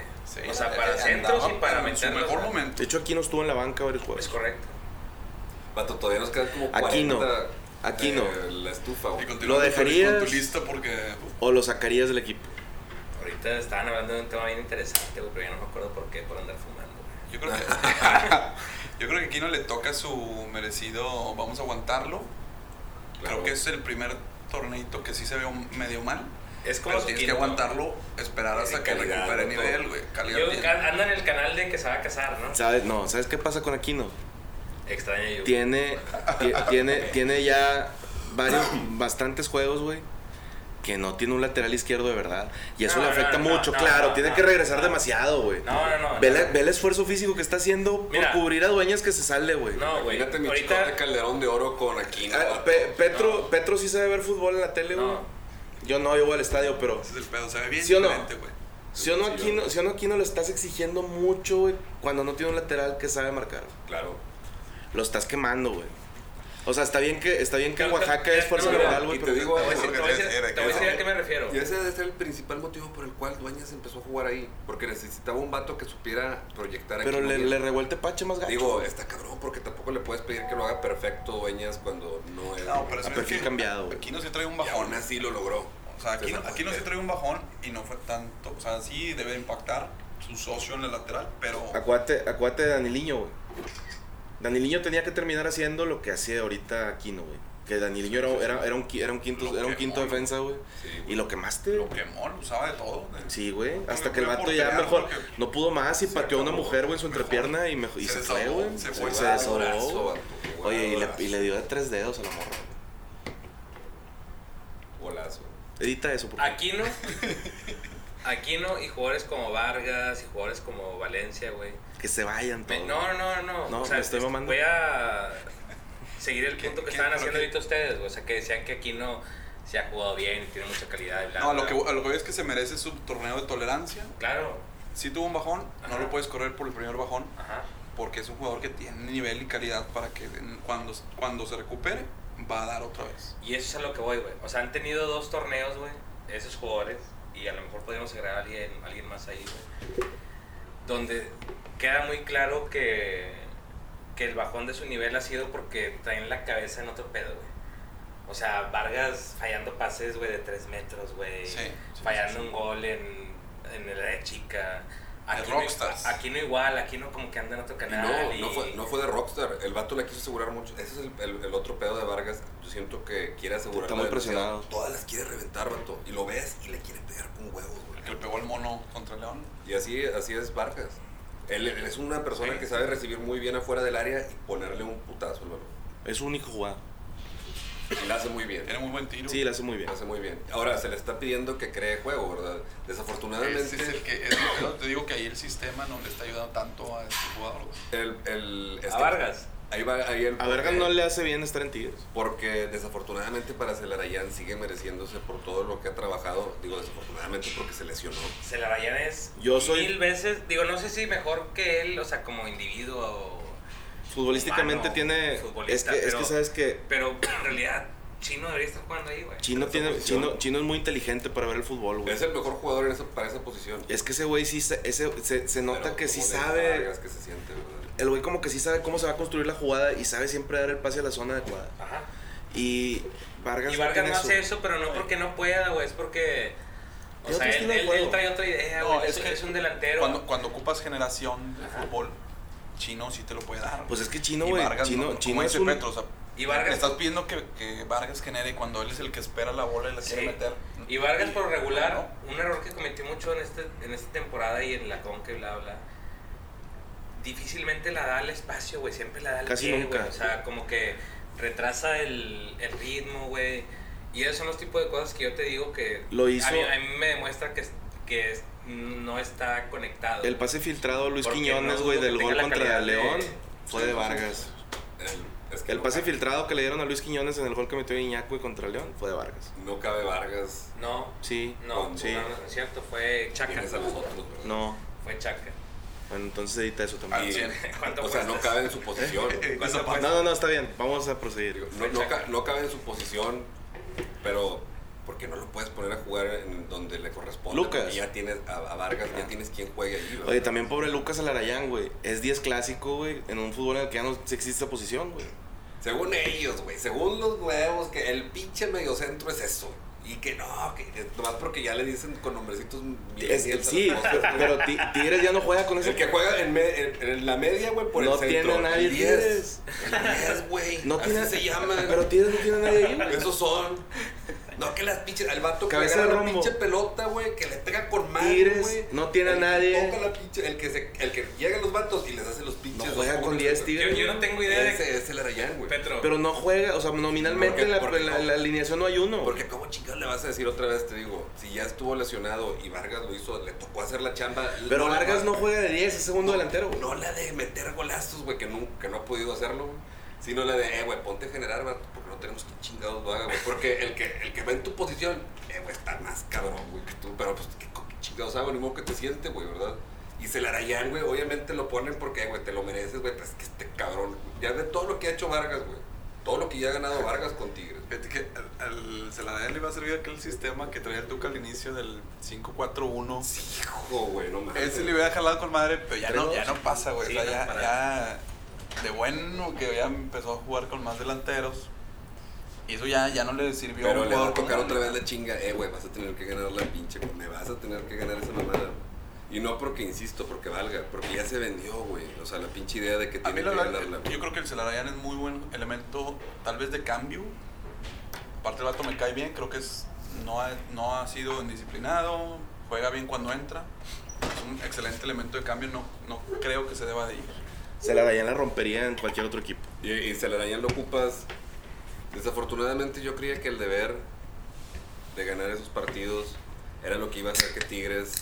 B: o sea, para centros y para
E: meter eh, En su
B: meterlos.
E: mejor
B: güey.
E: momento.
C: De hecho, Aquino estuvo en la banca varios
B: Es
C: juegos.
B: correcto.
D: Vato, todavía nos quedan como 40.
C: Aquino. Aquino.
D: eh, la estufa, güey.
E: Y continuando con-
C: dejarías?
E: Con tu lista porque...
C: O lo sacarías del equipo.
B: Ahorita estaban hablando de un tema bien interesante, güey, pero ya no me acuerdo por qué, por andar fumando. güey.
E: Yo creo que yo creo que Kino le toca su merecido vamos a aguantarlo.
D: Claro.
E: Creo que es el primer torneito que sí se ve un- medio mal.
B: Es como
E: Pero
B: su
E: tienes que
B: quinto.
E: aguantarlo, esperar hasta
D: Sí,
E: que
D: Eh, calidad,
E: recupere
D: todo.
E: nivel, güey. Calidad
B: Yo
E: tiene.
B: ca- ando en el canal de que se va a casar, ¿no?
C: ¿Sabes? No, ¿sabes qué pasa con Aquino?
B: Extraña yo.
C: tiene, ti- tiene, tiene ya varios, bastantes juegos, güey, que no tiene un lateral izquierdo de verdad. Y eso
B: No,
C: le afecta
B: no, no,
C: mucho,
B: no,
C: claro.
B: no,
C: tiene
B: no,
C: que regresar
B: no.
C: demasiado, güey.
B: No, no, no,
C: Ve,
B: no.
C: la- ve el esfuerzo físico que está haciendo
B: Mira.
C: por cubrir a dueñas que se sale, güey.
B: No, güey.
D: Imagínate mi
B: Ahorita.
D: chicote Calderón de Oro con Aquino.
C: Ah,
D: vato.
C: Pe- Petro, Petro sí sabe ver fútbol en la tele, güey.
B: No.
C: Yo no, yo voy al estadio, pero.
E: Ese es el pedo, se ve bien
C: ¿Sí o no?
E: diferente, güey.
C: Si o no
D: Sí,
C: aquí no, si o no aquí no lo estás exigiendo mucho, güey, cuando no tiene un lateral que sabe marcar.
D: Claro.
C: Lo estás quemando, güey. O sea, está bien que, está bien que en
B: Pero-
C: Oaxaca
B: pero-
C: es fuerza
B: no, no,
C: lateral,
D: y
C: güey.
D: te
C: pero-
D: digo
B: Te voy a decir- te voy a
E: Era
B: decir te
E: que
B: voy a decir
E: eso-
B: a qué me refiero.
D: Y ese debe ser el principal motivo por el cual Dueñas empezó a jugar ahí. Porque necesitaba un vato que supiera proyectar
C: Pero
D: aquí
C: le,
D: bien.
C: le revuelte Pache más gacho.
D: Digo, está cabrón, porque tampoco le puedes pedir que lo haga perfecto Dueñas cuando no es.
E: No, pero
C: a
E: se ve
C: perfil
E: que
C: cambiado, güey.
E: Aquí no se trae un
D: Y aún
E: bajón.
D: así lo logró.
E: O sea, aquí, no-
D: Entonces, eh,
E: aquí no se trae un bajón y no fue tanto. O sea, sí debe impactar su socio en el lateral, pero
C: Acuérdate, acuérdate de Daniliño, güey. Daniliño tenía que terminar haciendo lo que hacía ahorita Aquino, güey. Que Daniliño era, era, era un, qui- era un quinto,
E: Lo
C: era un
E: que
C: quinto
E: mono.
C: defensa, güey.
D: Sí,
C: Y lo quemaste.
E: lo
C: güey.
E: quemó, lo usaba de todo. de-
C: Sí, güey. Hasta
E: Lo
C: que el
E: quemó
C: vato
E: por
C: ya
E: pelear,
C: mejor
E: porque-
C: no pudo más y
E: Se
C: pateó a una
E: acabó,
C: mujer, güey, en su
E: mejor.
C: entrepierna y, me- Pues, y
E: Se
C: se, fue,
E: desahogó,
C: güey.
E: se
D: fue.
C: se desahogó.
D: Brazo,
C: güey.
D: vato, qué
C: Oye, y le,
D: brazo.
C: y le dio de tres dedos a la morra. güey. Edita eso, por favor.
B: Aquino, Aquino y jugadores como Vargas y jugadores como Valencia, güey.
C: Que se vayan
B: Me-
C: todos.
B: No, no, no.
C: No,
B: o sea,
C: me estoy
B: es-
C: mamando.
B: Voy a seguir el
E: ¿Qué-
B: punto que
E: qué-
B: estaban
E: pero
B: haciendo
E: qué?
B: ahorita ustedes, güey. O sea, que decían que Aquino se ha jugado bien, tiene mucha calidad. y bla,
E: No, a Ah, lo
B: bla.
E: que, a lo que voy es que se merece su torneo de tolerancia.
B: Claro.
E: Si tuvo un bajón,
B: Ajá.
E: no lo puedes correr por el primer bajón,
B: Ajá.
E: porque es un jugador que tiene nivel y calidad para que en- cuando, cuando se recupere, va a dar otra vez.
B: Y eso es a lo que voy, güey. O sea, han tenido dos torneos, güey, esos jugadores. Y a lo mejor podríamos agregar a alguien, alguien más ahí, güey. Donde queda muy claro que, que el bajón de su nivel ha sido porque traen la cabeza en otro pedo, güey. O sea, Vargas fallando pases, güey, de tres metros, güey.
E: Sí, sí,
B: fallando
E: sí, sí.
B: un gol en, en el área chica.
E: De
B: no-
E: rockstars.
B: aquí no igual, aquí no como que anda en otro
D: Y
B: canal.
D: no,
B: y-
D: no fue, no fue de Rockstar. El vato la quiso asegurar mucho. Ese es el, el- el otro pedo de Vargas. Yo siento que quiere asegurar.
C: Está muy
D: demasiado.
C: presionado.
D: Todas las quiere reventar, vato. Y lo ves y le quiere pegar con huevos, güey.
E: El que le pegó el mono contra el León.
D: Y así, así es Vargas. Él, él es una persona que sabe recibir muy bien afuera del área y ponerle un putazo al balón.
C: Es su único jugada.
D: Y la hace muy bien.
E: Tiene muy buen tiro.
C: Sí, la hace muy bien.
D: Lo hace muy bien. Ahora, se le está pidiendo que cree juego, ¿verdad? Desafortunadamente,
E: Ese es el que, es lo- es lo- te digo que ahí el sistema no le está ayudando tanto a este jugador. güey.
D: el... el- este,
B: A Vargas.
D: Ahí va, ahí el...
C: A Vergas no le hace bien estar en Tigres.
D: Porque desafortunadamente para Celarayán sigue mereciéndose por todo lo que ha trabajado. Digo, desafortunadamente porque se lesionó.
B: Se la vayan es
C: Yo soy-
B: mil veces, digo, no sé si mejor que él, o sea, como individuo, o-
C: Futbolísticamente
B: Humano,
C: tiene. Es
B: futbolista,
C: que, es
B: pero-
C: que sabes que
B: pero en realidad Chino debería estar jugando ahí, güey.
C: Chino,
D: esa
C: tiene,
D: posición.
C: Chino, Chino es muy inteligente para ver el fútbol, güey.
D: Es el mejor jugador en esa- para esa posición.
C: Es que ese güey sí sa- ese, se, se nota
D: Pero
C: que sí
D: como de
C: sabe.
D: Vargas que se siente, ¿verdad?
C: El güey como que sí sabe cómo se va a construir la jugada y sabe siempre dar el pase a la zona adecuada.
B: Ajá.
C: Y Vargas,
B: Y Vargas
C: tiene
B: no hace eso, pero no porque no pueda, güey, es porque. O
C: Tiene otro
B: sea, él,
C: estilo de
B: él-
C: juego.
B: él trae otra idea,
E: No,
B: güey.
E: es
B: es,
E: que
B: es un delantero.
E: Cuando, cuando ocupas generación de fútbol, Chino sí te lo puede dar.
C: Pues es que Chino,
E: Y
C: güey.
E: Vargas
C: Chino,
E: no,
C: Chino
E: como
C: es
E: dice
C: un-
E: Petro, o sea,
B: Y Vargas-
E: le estás pidiendo que, que Vargas genere cuando él es el que espera la bola y la
B: Sí.
E: quiere meter.
B: Y Vargas por regular,
E: No.
B: un error que cometí mucho en, este, en esta temporada y en la con que bla bla. Difícilmente la da al espacio, güey. Siempre la da al
C: Casi
B: pie,
C: nunca.
B: güey. O sea, como que retrasa el, el ritmo, güey. Y esos son los tipos de cosas que yo te digo que
C: Lo hizo-
B: a, mí, a mí me demuestra que, es- que es- no está conectado.
C: El pase filtrado Luis
B: Porque
C: Quiñones,
B: no
C: güey,
B: dudo que
C: del
B: tenga
C: gol
B: la
C: contra
B: calidad de-
C: León fue
D: Sí,
C: de
D: sí,
C: Vargas.
D: El, es que
C: El
D: no
C: pase
D: cabe-
C: filtrado que le dieron a Luis Quiñones en el gol que metió Iñaco y contra León fue de Vargas.
D: No cabe Vargas.
B: No,
C: Sí. Oh,
B: no,
C: Sí.
B: no, no es cierto. Fue Chaca.
D: Tienes a los otros, ¿verdad?
C: No.
B: Fue Chaca.
C: Bueno, entonces edita eso
D: Ah,
C: también.
D: sí.
B: ¿Cuánto
D: o sea, no
B: cuestas?
D: cabe en su posición.
E: Eh,
B: ¿Cuánto
E: esa
D: pues.
B: cuesta?
C: No, no, no, está bien. Vamos a
D: Digo,
C: proseguir.
D: no, no ca- no cabe en su posición, pero porque no lo puedes poner a jugar en donde le corresponde.
C: Lucas.
D: Porque Ya tienes a, a Vargas, ya tienes quien juegue allí. ¿verdad?
C: Oye, también pobre Lucas Alarayán, güey. Es 10 clásico, güey, en un fútbol en el que ya no existe posición, güey.
D: Según ellos, güey, según los huevos, que el pinche mediocentro es eso. Y que no, que es nomás porque ya le dicen con nombrecitos bien
C: Es-
D: hechos
C: sí,
D: las cosas, güey.
C: pero Ti- Tigres ya no juega con ese
D: El que juega en, me- en- en la media, güey, por
C: No
D: el centro.
C: tiene a nadie
D: El 10.
C: Tigres.
D: El 10, güey.
C: No
D: así
C: tiene,
D: se llama.
C: Pero Tigres no tiene a nadie ahí, güey.
D: Esos son. No, que las pinches. El vato que
C: Cabeza
D: agarra
C: de
D: la
C: rombo.
D: pinche pelota, güey, que le pega con mano,
C: Tigres,
D: güey.
C: no tiene a
D: El que
C: nadie.
D: toca la pinche- el, que se, el que llega a los vatos y les hace los
C: No
D: pinches.
C: juega
D: dos
C: con
D: goles,
C: 10
D: güey.
B: Yo,
C: Tigres.
B: yo no tengo idea de
D: Ese es el Arayán, güey.
B: Petro.
C: Pero no juega, o sea, nominalmente
D: Porque-
C: la,
D: porque
C: la-
D: no.
C: la alineación no hay uno.
D: Porque como chingados le vas a decir otra vez, te digo, si ya estuvo lesionado y Vargas lo hizo, le tocó hacer la chamba.
C: Pero
D: le
C: Vargas
D: va-
C: no juega de 10, es segundo delantero. güey.
D: No la de meter golazos, güey, que no, que no ha podido hacerlo, güey. Sino la de, eh, güey, ponte a generar, vato, porque no tenemos que chingados lo haga, güey. Porque el que, el que va en tu posición, eh, güey, está más cabrón, güey, que tú. Pero pues, ¿qué, co- qué chingados hago? Ni modo que te siente, güey, ¿verdad? Y se la harayán, güey, obviamente lo ponen porque, eh, güey, te lo mereces, güey, pues es que este cabrón. güey. Ya ve todo lo que ha hecho Vargas, güey. Todo lo que ya ha ganado Vargas con Tigres.
E: Fíjate que al- al- se la da, le iba a servir aquel sistema que traía el Duca al inicio del 5-4-1.
D: Hijo, güey, no mames.
E: Ese le hubiera jalado con madre, pero ya no,
C: Pero-
E: ya no pasa, güey.
B: Sí,
E: o
B: no,
E: sea, ya,
B: para-
E: ya de bueno que ya empezó a jugar con más delanteros. Y eso ya, ya no le sirvió a
D: Pero
E: un
D: le va a
E: jugador
D: tocar
E: como-
D: otra vez la chinga, eh, güey, vas a tener que ganar la pinche, güey, me vas a tener que ganar esa mamada. Y no porque, insisto, porque valga, porque ya se vendió, güey. O sea, la pinche idea de que
E: A
D: tiene
E: mí
D: que
E: la verdad,
D: ganarla.
E: yo creo que el Celarayán es muy buen elemento, tal vez de cambio. Aparte el vato me cae bien, creo que es, no, ha, no ha sido indisciplinado, juega bien cuando entra. Es un excelente elemento de cambio, no, no creo que se deba de ir.
C: Se la darían la rompería en cualquier otro equipo.
D: Y, y se le dañan lo ocupas. Desafortunadamente yo creía que el deber de ganar esos partidos era lo que iba a hacer que Tigres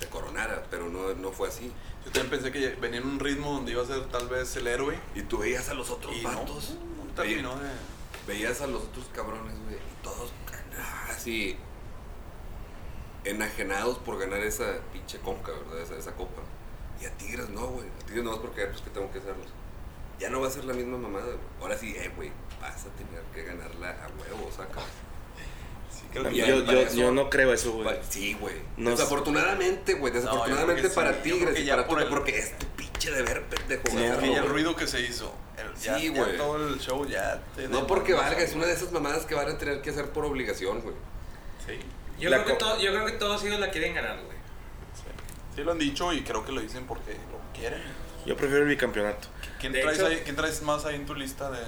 D: se coronara, pero no, no fue así.
E: Yo también pensé que venía en un ritmo donde iba a ser tal vez el héroe.
D: Y tú veías a los otros
E: Y no,
D: patos,
E: no terminó de.
D: veías a los otros cabrones, güey, y todos ah, así enajenados por ganar esa pinche conca, ¿verdad? Esa, esa copa. Y a Tigres no, güey. A Tigres no es porque, pues, que tengo que hacerlos. Ya no va a ser la misma mamada, güey. Ahora sí, eh, güey, vas a tener que ganarla a huevo, saca.
E: Ah, Sí, creo
C: Yo,
E: que
D: Ya,
C: yo,
D: para
C: yo
D: eso-
C: no creo eso, güey.
D: Pa- Sí, güey.
C: No sé.
D: desafortunadamente, güey.
E: pues. No, yo
D: Desafortunadamente
E: creo que
D: para
E: sí, yo creo
D: Tigres
E: que
D: y
E: ya
D: para
E: por
D: Tuca,
E: el-
D: porque es tu pinche de ver, pendejo.
C: Sí,
E: Es
D: ganarlo,
E: que ya el
D: güey.
E: ruido que se hizo. el- ya,
D: Sí,
E: ya
D: güey.
E: todo el show ya. te-
D: No porque valga, es una de esas mamadas que van a tener que hacer por obligación, güey.
E: Sí,
B: Yo,
C: La
B: creo que
C: co-
B: todo- yo creo que todos ellos la quieren ganar, güey.
E: sí. Sí lo han dicho y creo que lo dicen porque lo quieren.
C: Yo prefiero el bicampeonato.
E: ¿Quién
B: De
E: traes,
B: hecho-
E: ahí- quién traes más ahí en tu lista de.?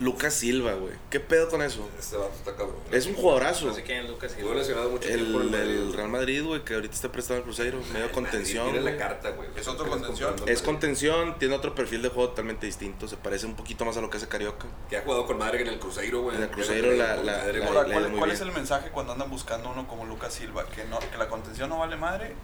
C: Lucas Silva, güey. ¿Qué pedo con eso?
D: Este vato está cabrón.
C: Es un jugadorazo.
B: No sé quién, Lucas. y-
D: Estuvo lesionado mucho
C: El,
D: tiempo en Madrid.
C: el Real Madrid, güey, que ahorita está prestado al Cruzeiro. Medio contención.
D: Mira
C: güey.
D: la carta, güey.
E: Es otro contención.
C: Es contención, tiene otro perfil de juego totalmente distinto. Se parece un poquito más a lo que hace Carioca.
D: Que ha jugado con madre en el Cruzeiro, güey.
C: En el Cruzeiro la- la-
D: Madre,
C: la-
D: güey.
E: Ahora,
C: le ha ido
E: ¿cuál,
C: muy
E: cuál es
C: bien.
E: el mensaje cuando andan buscando uno como Lucas Silva? ¿Que, no, que la contención no vale madre?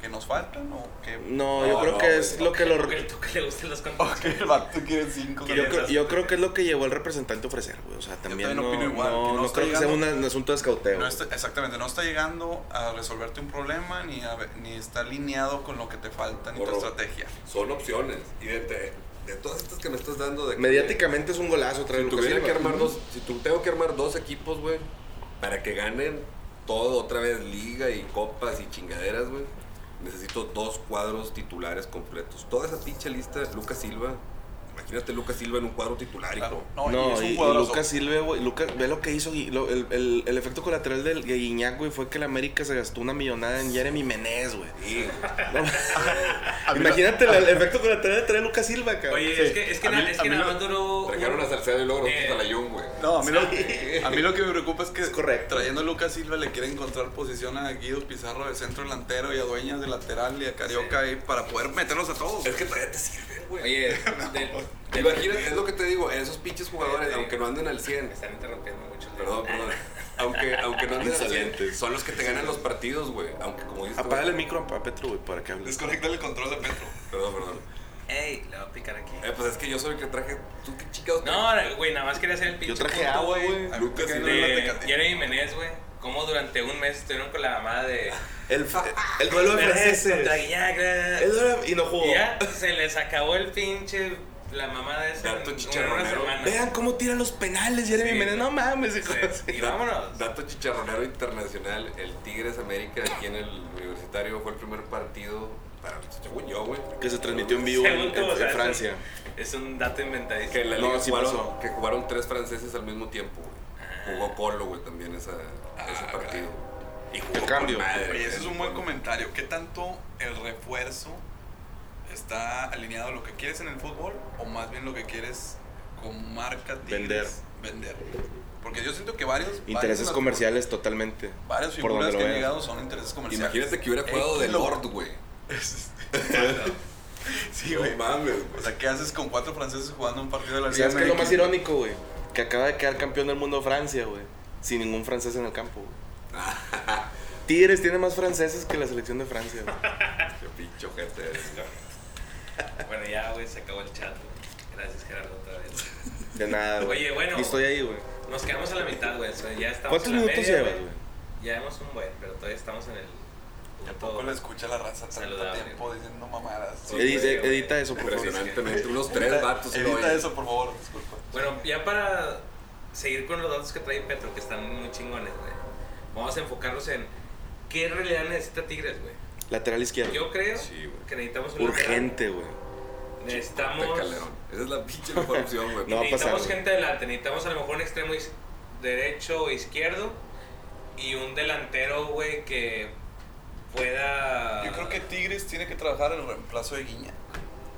E: ¿Que nos faltan? ¿O que.?
C: No,
D: No,
C: yo creo
D: no,
C: que
D: güey.
C: es lo que lo.
B: Porque el Tuca le gustan los
E: ¿O
B: campos.
E: que el vato quiere cinco?
B: Que
C: Yo,
B: Esas-
C: creo- yo creo que es lo que llevó el representante a ofrecer, güey. O sea, también,
E: también opino
C: no,
E: igual,
C: no-
E: que no
C: no
E: está
C: creo que sea
E: llegando.
C: una- un asunto de escauteo.
E: No
C: güey.
E: está- exactamente, no está llegando a resolverte un problema ni, a ver- ni está alineado con lo que te falta ni tu
D: Corro.
E: estrategia.
D: Son opciones. Y de, de- de todas estas que me estás dando de
C: Mediáticamente es un golazo traer
D: eh, Si
C: Lucas
D: tuviera
C: Silva.
D: que armar dos, si tu- tengo que armar dos equipos, güey, para que ganen todo otra vez liga y copas y chingaderas, güey. Necesito dos cuadros titulares completos. Toda esa pinche lista, Lucas Silva. Imagínate Lucas Silva en un cuadro titular, hijo.
E: Claro. No, y
C: No,
E: es un
C: y, y
E: jugadorazo.
C: Lucas Silva, güey, Lucas, ve lo que hizo. Gui- lo- el, el- el efecto colateral del de Guiñac, güey, fue que la América se gastó una millonada en Jeremy Menés, güey.
D: Sí, güey.
C: No, Imagínate la- el efecto colateral de traer Lucas Silva, cabrón.
B: Oye,
E: Sí.
B: es que, es que,
E: A
B: na-
E: mí-
B: es
E: a
B: que
E: mí
B: nada
E: lo-
B: más duró.
D: Trajeron a Salcedo y luego
B: Eh.
D: a Layun, güey.
E: No, a mí, lo, a mí lo que me preocupa es que
C: correcto.
E: trayendo a Lucas Silva le quiere encontrar posición a Guido Pizarro de centro delantero y a Dueñas de lateral y a Carioca ahí para poder meterlos a todos.
D: Es que todavía te sirve, güey.
B: Oye, de- de-
D: Imagínate, es lo que te digo, esos pinches
B: Eh,
D: jugadores, aunque no anden al 100,
B: Me están interrumpiendo mucho.
D: Perdón, perdón. Aunque, aunque no anden al
C: Insolentes.
D: 100, son los que te ganan los partidos, güey. Aunque como dices. tú,
C: Apágale el
D: güey,
C: micro a Petro, güey, para que hable.
E: Desconecta el control de Petro.
D: Perdón, perdón.
B: Ey, le voy a picar aquí.
D: Eh, pues es que yo soy el que traje. ¿Tú qué chingados?
B: No, güey, nada más quería hacer el pinche.
C: Yo traje
B: punto,
C: agua, güey.
E: A mí
D: Lucas
E: me cae
D: Silva.
E: mal la
B: De
E: Tecate.
B: Jeremy Menez, güey. Cómo durante un mes estuvieron con la mamá de.
C: El, el duelo de
B: Menez Ah, contra
C: franceses.
B: Guiñac, eh.
C: El duelo y no jugó.
B: Y ya se les acabó el pinche. La mamada esa.
D: Dato
B: en- en
D: chicharronero.
B: una semana.
C: Vean cómo tiran los penales, Jeremy
B: Sí.
C: Menez. No mames, hijo.
B: Sí. Y vámonos.
D: Dato chicharronero internacional: el Tigres América aquí en el Universitario fue el primer partido para. Según yo, güey.
C: Que se transmitió en vivo en,
B: Según tú,
C: en-
B: o sea,
C: en Francia.
B: Es un dato inventadísimo.
D: Que en la
C: No,
D: liga
C: sí
D: jugaron,
C: pasó.
D: que jugaron tres franceses al mismo tiempo,
B: Ah.
D: güey. Jugó Colo, güey, también esa, ese partido. Y jugó
C: Qué
D: con
C: cambio.
D: madre,
E: Oye, ese
D: güey.
E: es un buen comentario. ¿Qué tanto el refuerzo está alineado a lo que quieres en el fútbol o más bien lo que quieres con marca Tigres vender? Porque yo siento que varios
C: Intereses
E: varios-
C: comerciales totalmente.
E: Varias
C: por donde
E: figuras
C: lo
E: que han
C: veas.
E: llegado son intereses comerciales.
D: Imagínate que hubiera jugado de
E: Ey, lo-
D: Lord, güey.
E: sí, güey.
D: mames,
E: O sea, ¿qué haces con cuatro franceses jugando un partido de la Liga
C: ¿Sabes qué es lo
E: MX?
C: más irónico, güey? Que acaba de quedar campeón del mundo Francia, güey. Sin ningún francés en el campo, güey. Tigres tiene más franceses que la selección de Francia, güey.
D: Qué pinche ojete eres, cabrón.
B: Bueno, ya, güey, se acabó el chat. güey. Gracias, Gerardo, otra vez.
C: De nada, güey.
B: Oye, bueno.
C: Y estoy ahí, güey.
B: Nos quedamos a la mitad, güey. o sea, ya estamos
C: ¿Cuántos
B: en la
C: minutos
B: media,
C: llevas,
B: güey?
C: güey?
B: Ya hemos un buen, pero todavía estamos en el
E: Tampoco
B: punto.
E: la escucha la raza tanto
B: Saludable.
E: tiempo diciendo mamadas.
B: Sí,
C: Edi-
B: güey,
C: Edita,
B: güey.
C: eso, por favor.
D: Impresionantemente, unos tres
E: Edita-
D: vatos. y lo
E: Edita
D: oyen.
E: eso, por favor, disculpa.
B: Bueno, ya para seguir con los datos que trae Petro, que están muy chingones, güey. Vamos a enfocarnos en qué realidad necesita Tigres, güey.
C: Lateral izquierdo.
B: Yo pues, creo
D: Sí, güey.
B: que necesitamos un
C: Urgente, güey.
B: lateral.
D: Ponte
B: Necesitamos,
D: Calderón. Esa es la pinche mejor opción, güey.
C: No va a pasar,
B: necesitamos
C: güey.
B: gente delante. Necesitamos a lo mejor un extremo is- derecho o izquierdo y un delantero, güey, que pueda.
E: Yo creo que Tigres tiene que trabajar el reemplazo de Guiña.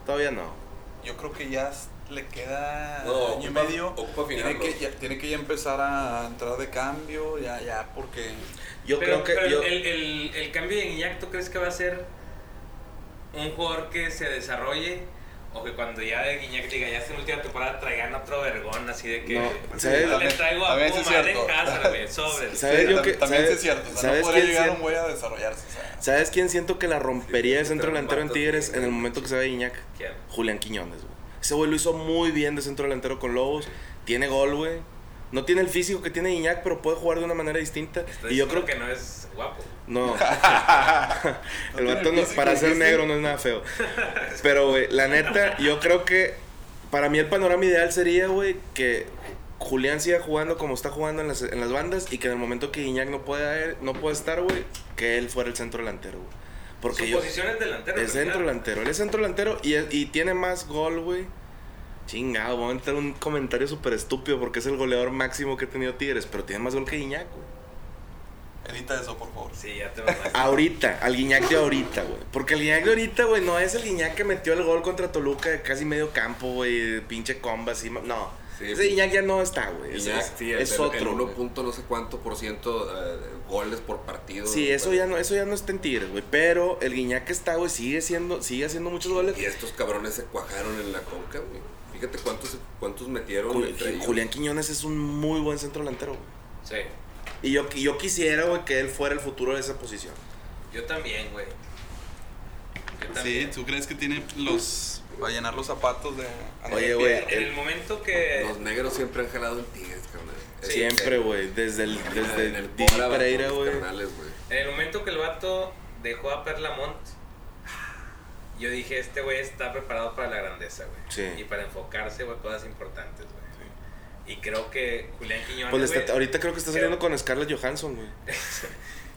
C: Todavía no.
E: Yo creo que ya s- le queda
D: No,
E: año y
D: ocupa-
E: medio.
D: ocupa
E: tiene,
D: afinarlo.
E: que ya, tiene que ya empezar a entrar de cambio, ya, ya, porque
C: Yo
B: pero,
C: creo que.
B: pero
C: yo-
B: el, el- el cambio de Guiñac, ¿tú crees que va a ser un jugador que se desarrolle O que cuando ya de Guiñac diga, ya es en última temporada traigan otro vergón así de que.
C: No,
B: le
C: ¿sabes?
B: traigo a
E: También es
B: Puma de
E: cierto.
B: Hazard, güey, sobres.
C: ¿Sabes yo
E: tam-
C: que-
E: también sí
C: sabes-
E: es cierto. O sea,
C: sabes
E: no podría
C: quién
E: llegar
C: cien-
E: un güey a desarrollarse. O sea,
C: ¿Sabes quién siento que la rompería de centro delantero en
D: Pato,
C: Tigres
D: sí.
C: en el momento que se vaya Iñak?
B: ¿Quién?
C: Julián Quiñones, güey. Ese güey lo hizo muy bien de centro delantero con Lobos. Tiene gol, güey. No tiene el físico que tiene Iñak, pero puede jugar de una manera distinta.
B: Estás
C: Y yo
B: diciendo
C: creo
B: que no es guapo.
C: No. el
E: No
C: vato
E: tiene
C: no-
E: físico,
C: para ser
E: dice.
C: negro no es nada feo. Pero, güey, la neta, yo creo que para mí el panorama ideal sería, güey, que Julián siga jugando como está jugando en las, en las bandas y que en el momento que Iñak no pueda, er- no pueda estar, güey, que él fuera el centro delantero, güey. Porque
B: Su
C: yo.
B: posición es delantero.
C: Es
B: pero ya.
C: centro delantero. Él es centro delantero y, y tiene más gol, güey. Chingado, voy a entrar un comentario súper estúpido porque es el goleador máximo que ha tenido Tigres, pero tiene más gol que Iñak, güey.
E: edita eso, por favor.
B: Sí, ya te mamaste.
C: Ahorita, al Guiñac de ahorita, güey. Porque el Guiñac de ahorita, güey, no es el Guiñac que metió el gol contra Toluca de casi medio campo, güey, de pinche comba así. ma- No.
D: Sí,
C: Ese
D: sí.
C: Guiñac ya no está, güey. Ese Es,
D: Guiñac, sí, el-
C: es
D: el- el
C: otro.
D: uno
C: güey.
D: punto no sé cuánto por ciento eh, goles por partido.
C: Sí, eso
D: güey.
C: ya no, eso ya no está en Tigres, güey. Pero el Guiñac que está, güey, sigue siendo, sigue haciendo muchos goles.
D: Y estos cabrones se cuajaron en la conca, güey. Fíjate cuántos, cuántos metieron.
C: Jul-
D: entre ellos.
C: Julián Quiñones es un muy buen centro delantero, güey.
B: Sí.
C: Y yo, y yo quisiera, güey, que él fuera el futuro de esa posición.
B: Yo también, güey. Yo
E: Sí,
B: también.
E: ¿tú crees que tiene los. Va a llenar los zapatos de.
C: Oye, güey,
B: En el momento
C: eh,
B: que.
D: Los negros siempre han jalado el tigres, carnal. Eh,
B: Sí,
C: Siempre, güey. Desde el, desde
D: En el
C: Didi
D: Pola,
C: Pereira,
D: los
C: güey.
D: carnales, güey.
B: En el momento que el vato dejó a Perlamont, yo dije, este güey está preparado para la grandeza, güey.
C: Sí.
B: Y para enfocarse, güey, cosas importantes, güey. Y creo que Julián Quiñones,
C: Pues le está-
B: güey,
C: ahorita creo que está saliendo con Scarlett Johansson, güey.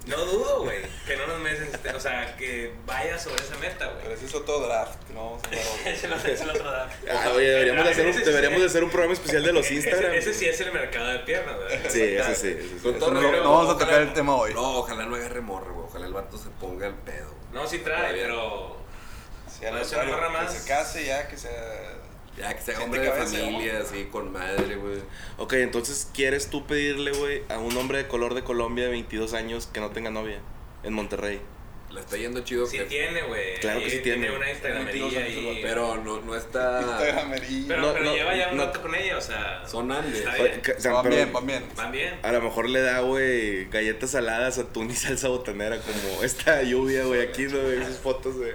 B: no dudo, güey, que no nos merecen, este- o sea, que vaya sobre esa meta,
E: Pero
B: güey.
E: ese es otro draft que no vamos a hablar hoy.
B: Ese no- ese no otro da.
C: Ah, oye, deberíamos, de hacer un,
B: Ese sí
C: deberíamos de
B: es-
C: hacer un programa especial de los
B: ese-
C: Instagram.
B: Ese, sí es el mercado de piernas, güey.
C: Sí, ese sí. ese sí.
D: Con todo
E: No-
D: respeto,
E: no vamos a
D: ojalá-
E: tocar el tema hoy.
D: No, ojalá no agarre morro, güey. Ojalá el vato se ponga el pedo. güey.
B: No, sí trae,
D: Todavía.
B: pero...
E: Si al
B: No se
E: contrario,
B: amarra más.
E: Que se case ya, que se.
D: Ya que sea
E: Gente
D: hombre de
E: cabeza,
D: familia,
E: ¿no?
D: así, con madre, güey.
C: Ok, entonces, ¿quieres tú pedirle, güey, a un hombre de color de Colombia de 22 años que no tenga novia en Monterrey?
D: La está yendo chido.
B: Sí
D: que-
B: tiene, güey.
C: Claro que
B: Ahí
C: sí tiene.
B: una Instagramerilla
E: Tiene mentiroso,
B: ahí.
D: Pero no, no está...
E: Instagramería.
B: Pero,
C: No,
B: pero
C: no,
B: lleva ya un
C: no.
B: rato con ella, o sea.
D: Son Andes.
B: Está
C: Oye, Ah,
B: bien.
C: que- o sea,
E: van
C: pero
E: bien, van bien.
B: Van bien.
C: A lo mejor le da, güey, galletas saladas, atún y salsa botanera, como esta lluvia, güey, aquí, ¿no? Esas fotos, güey.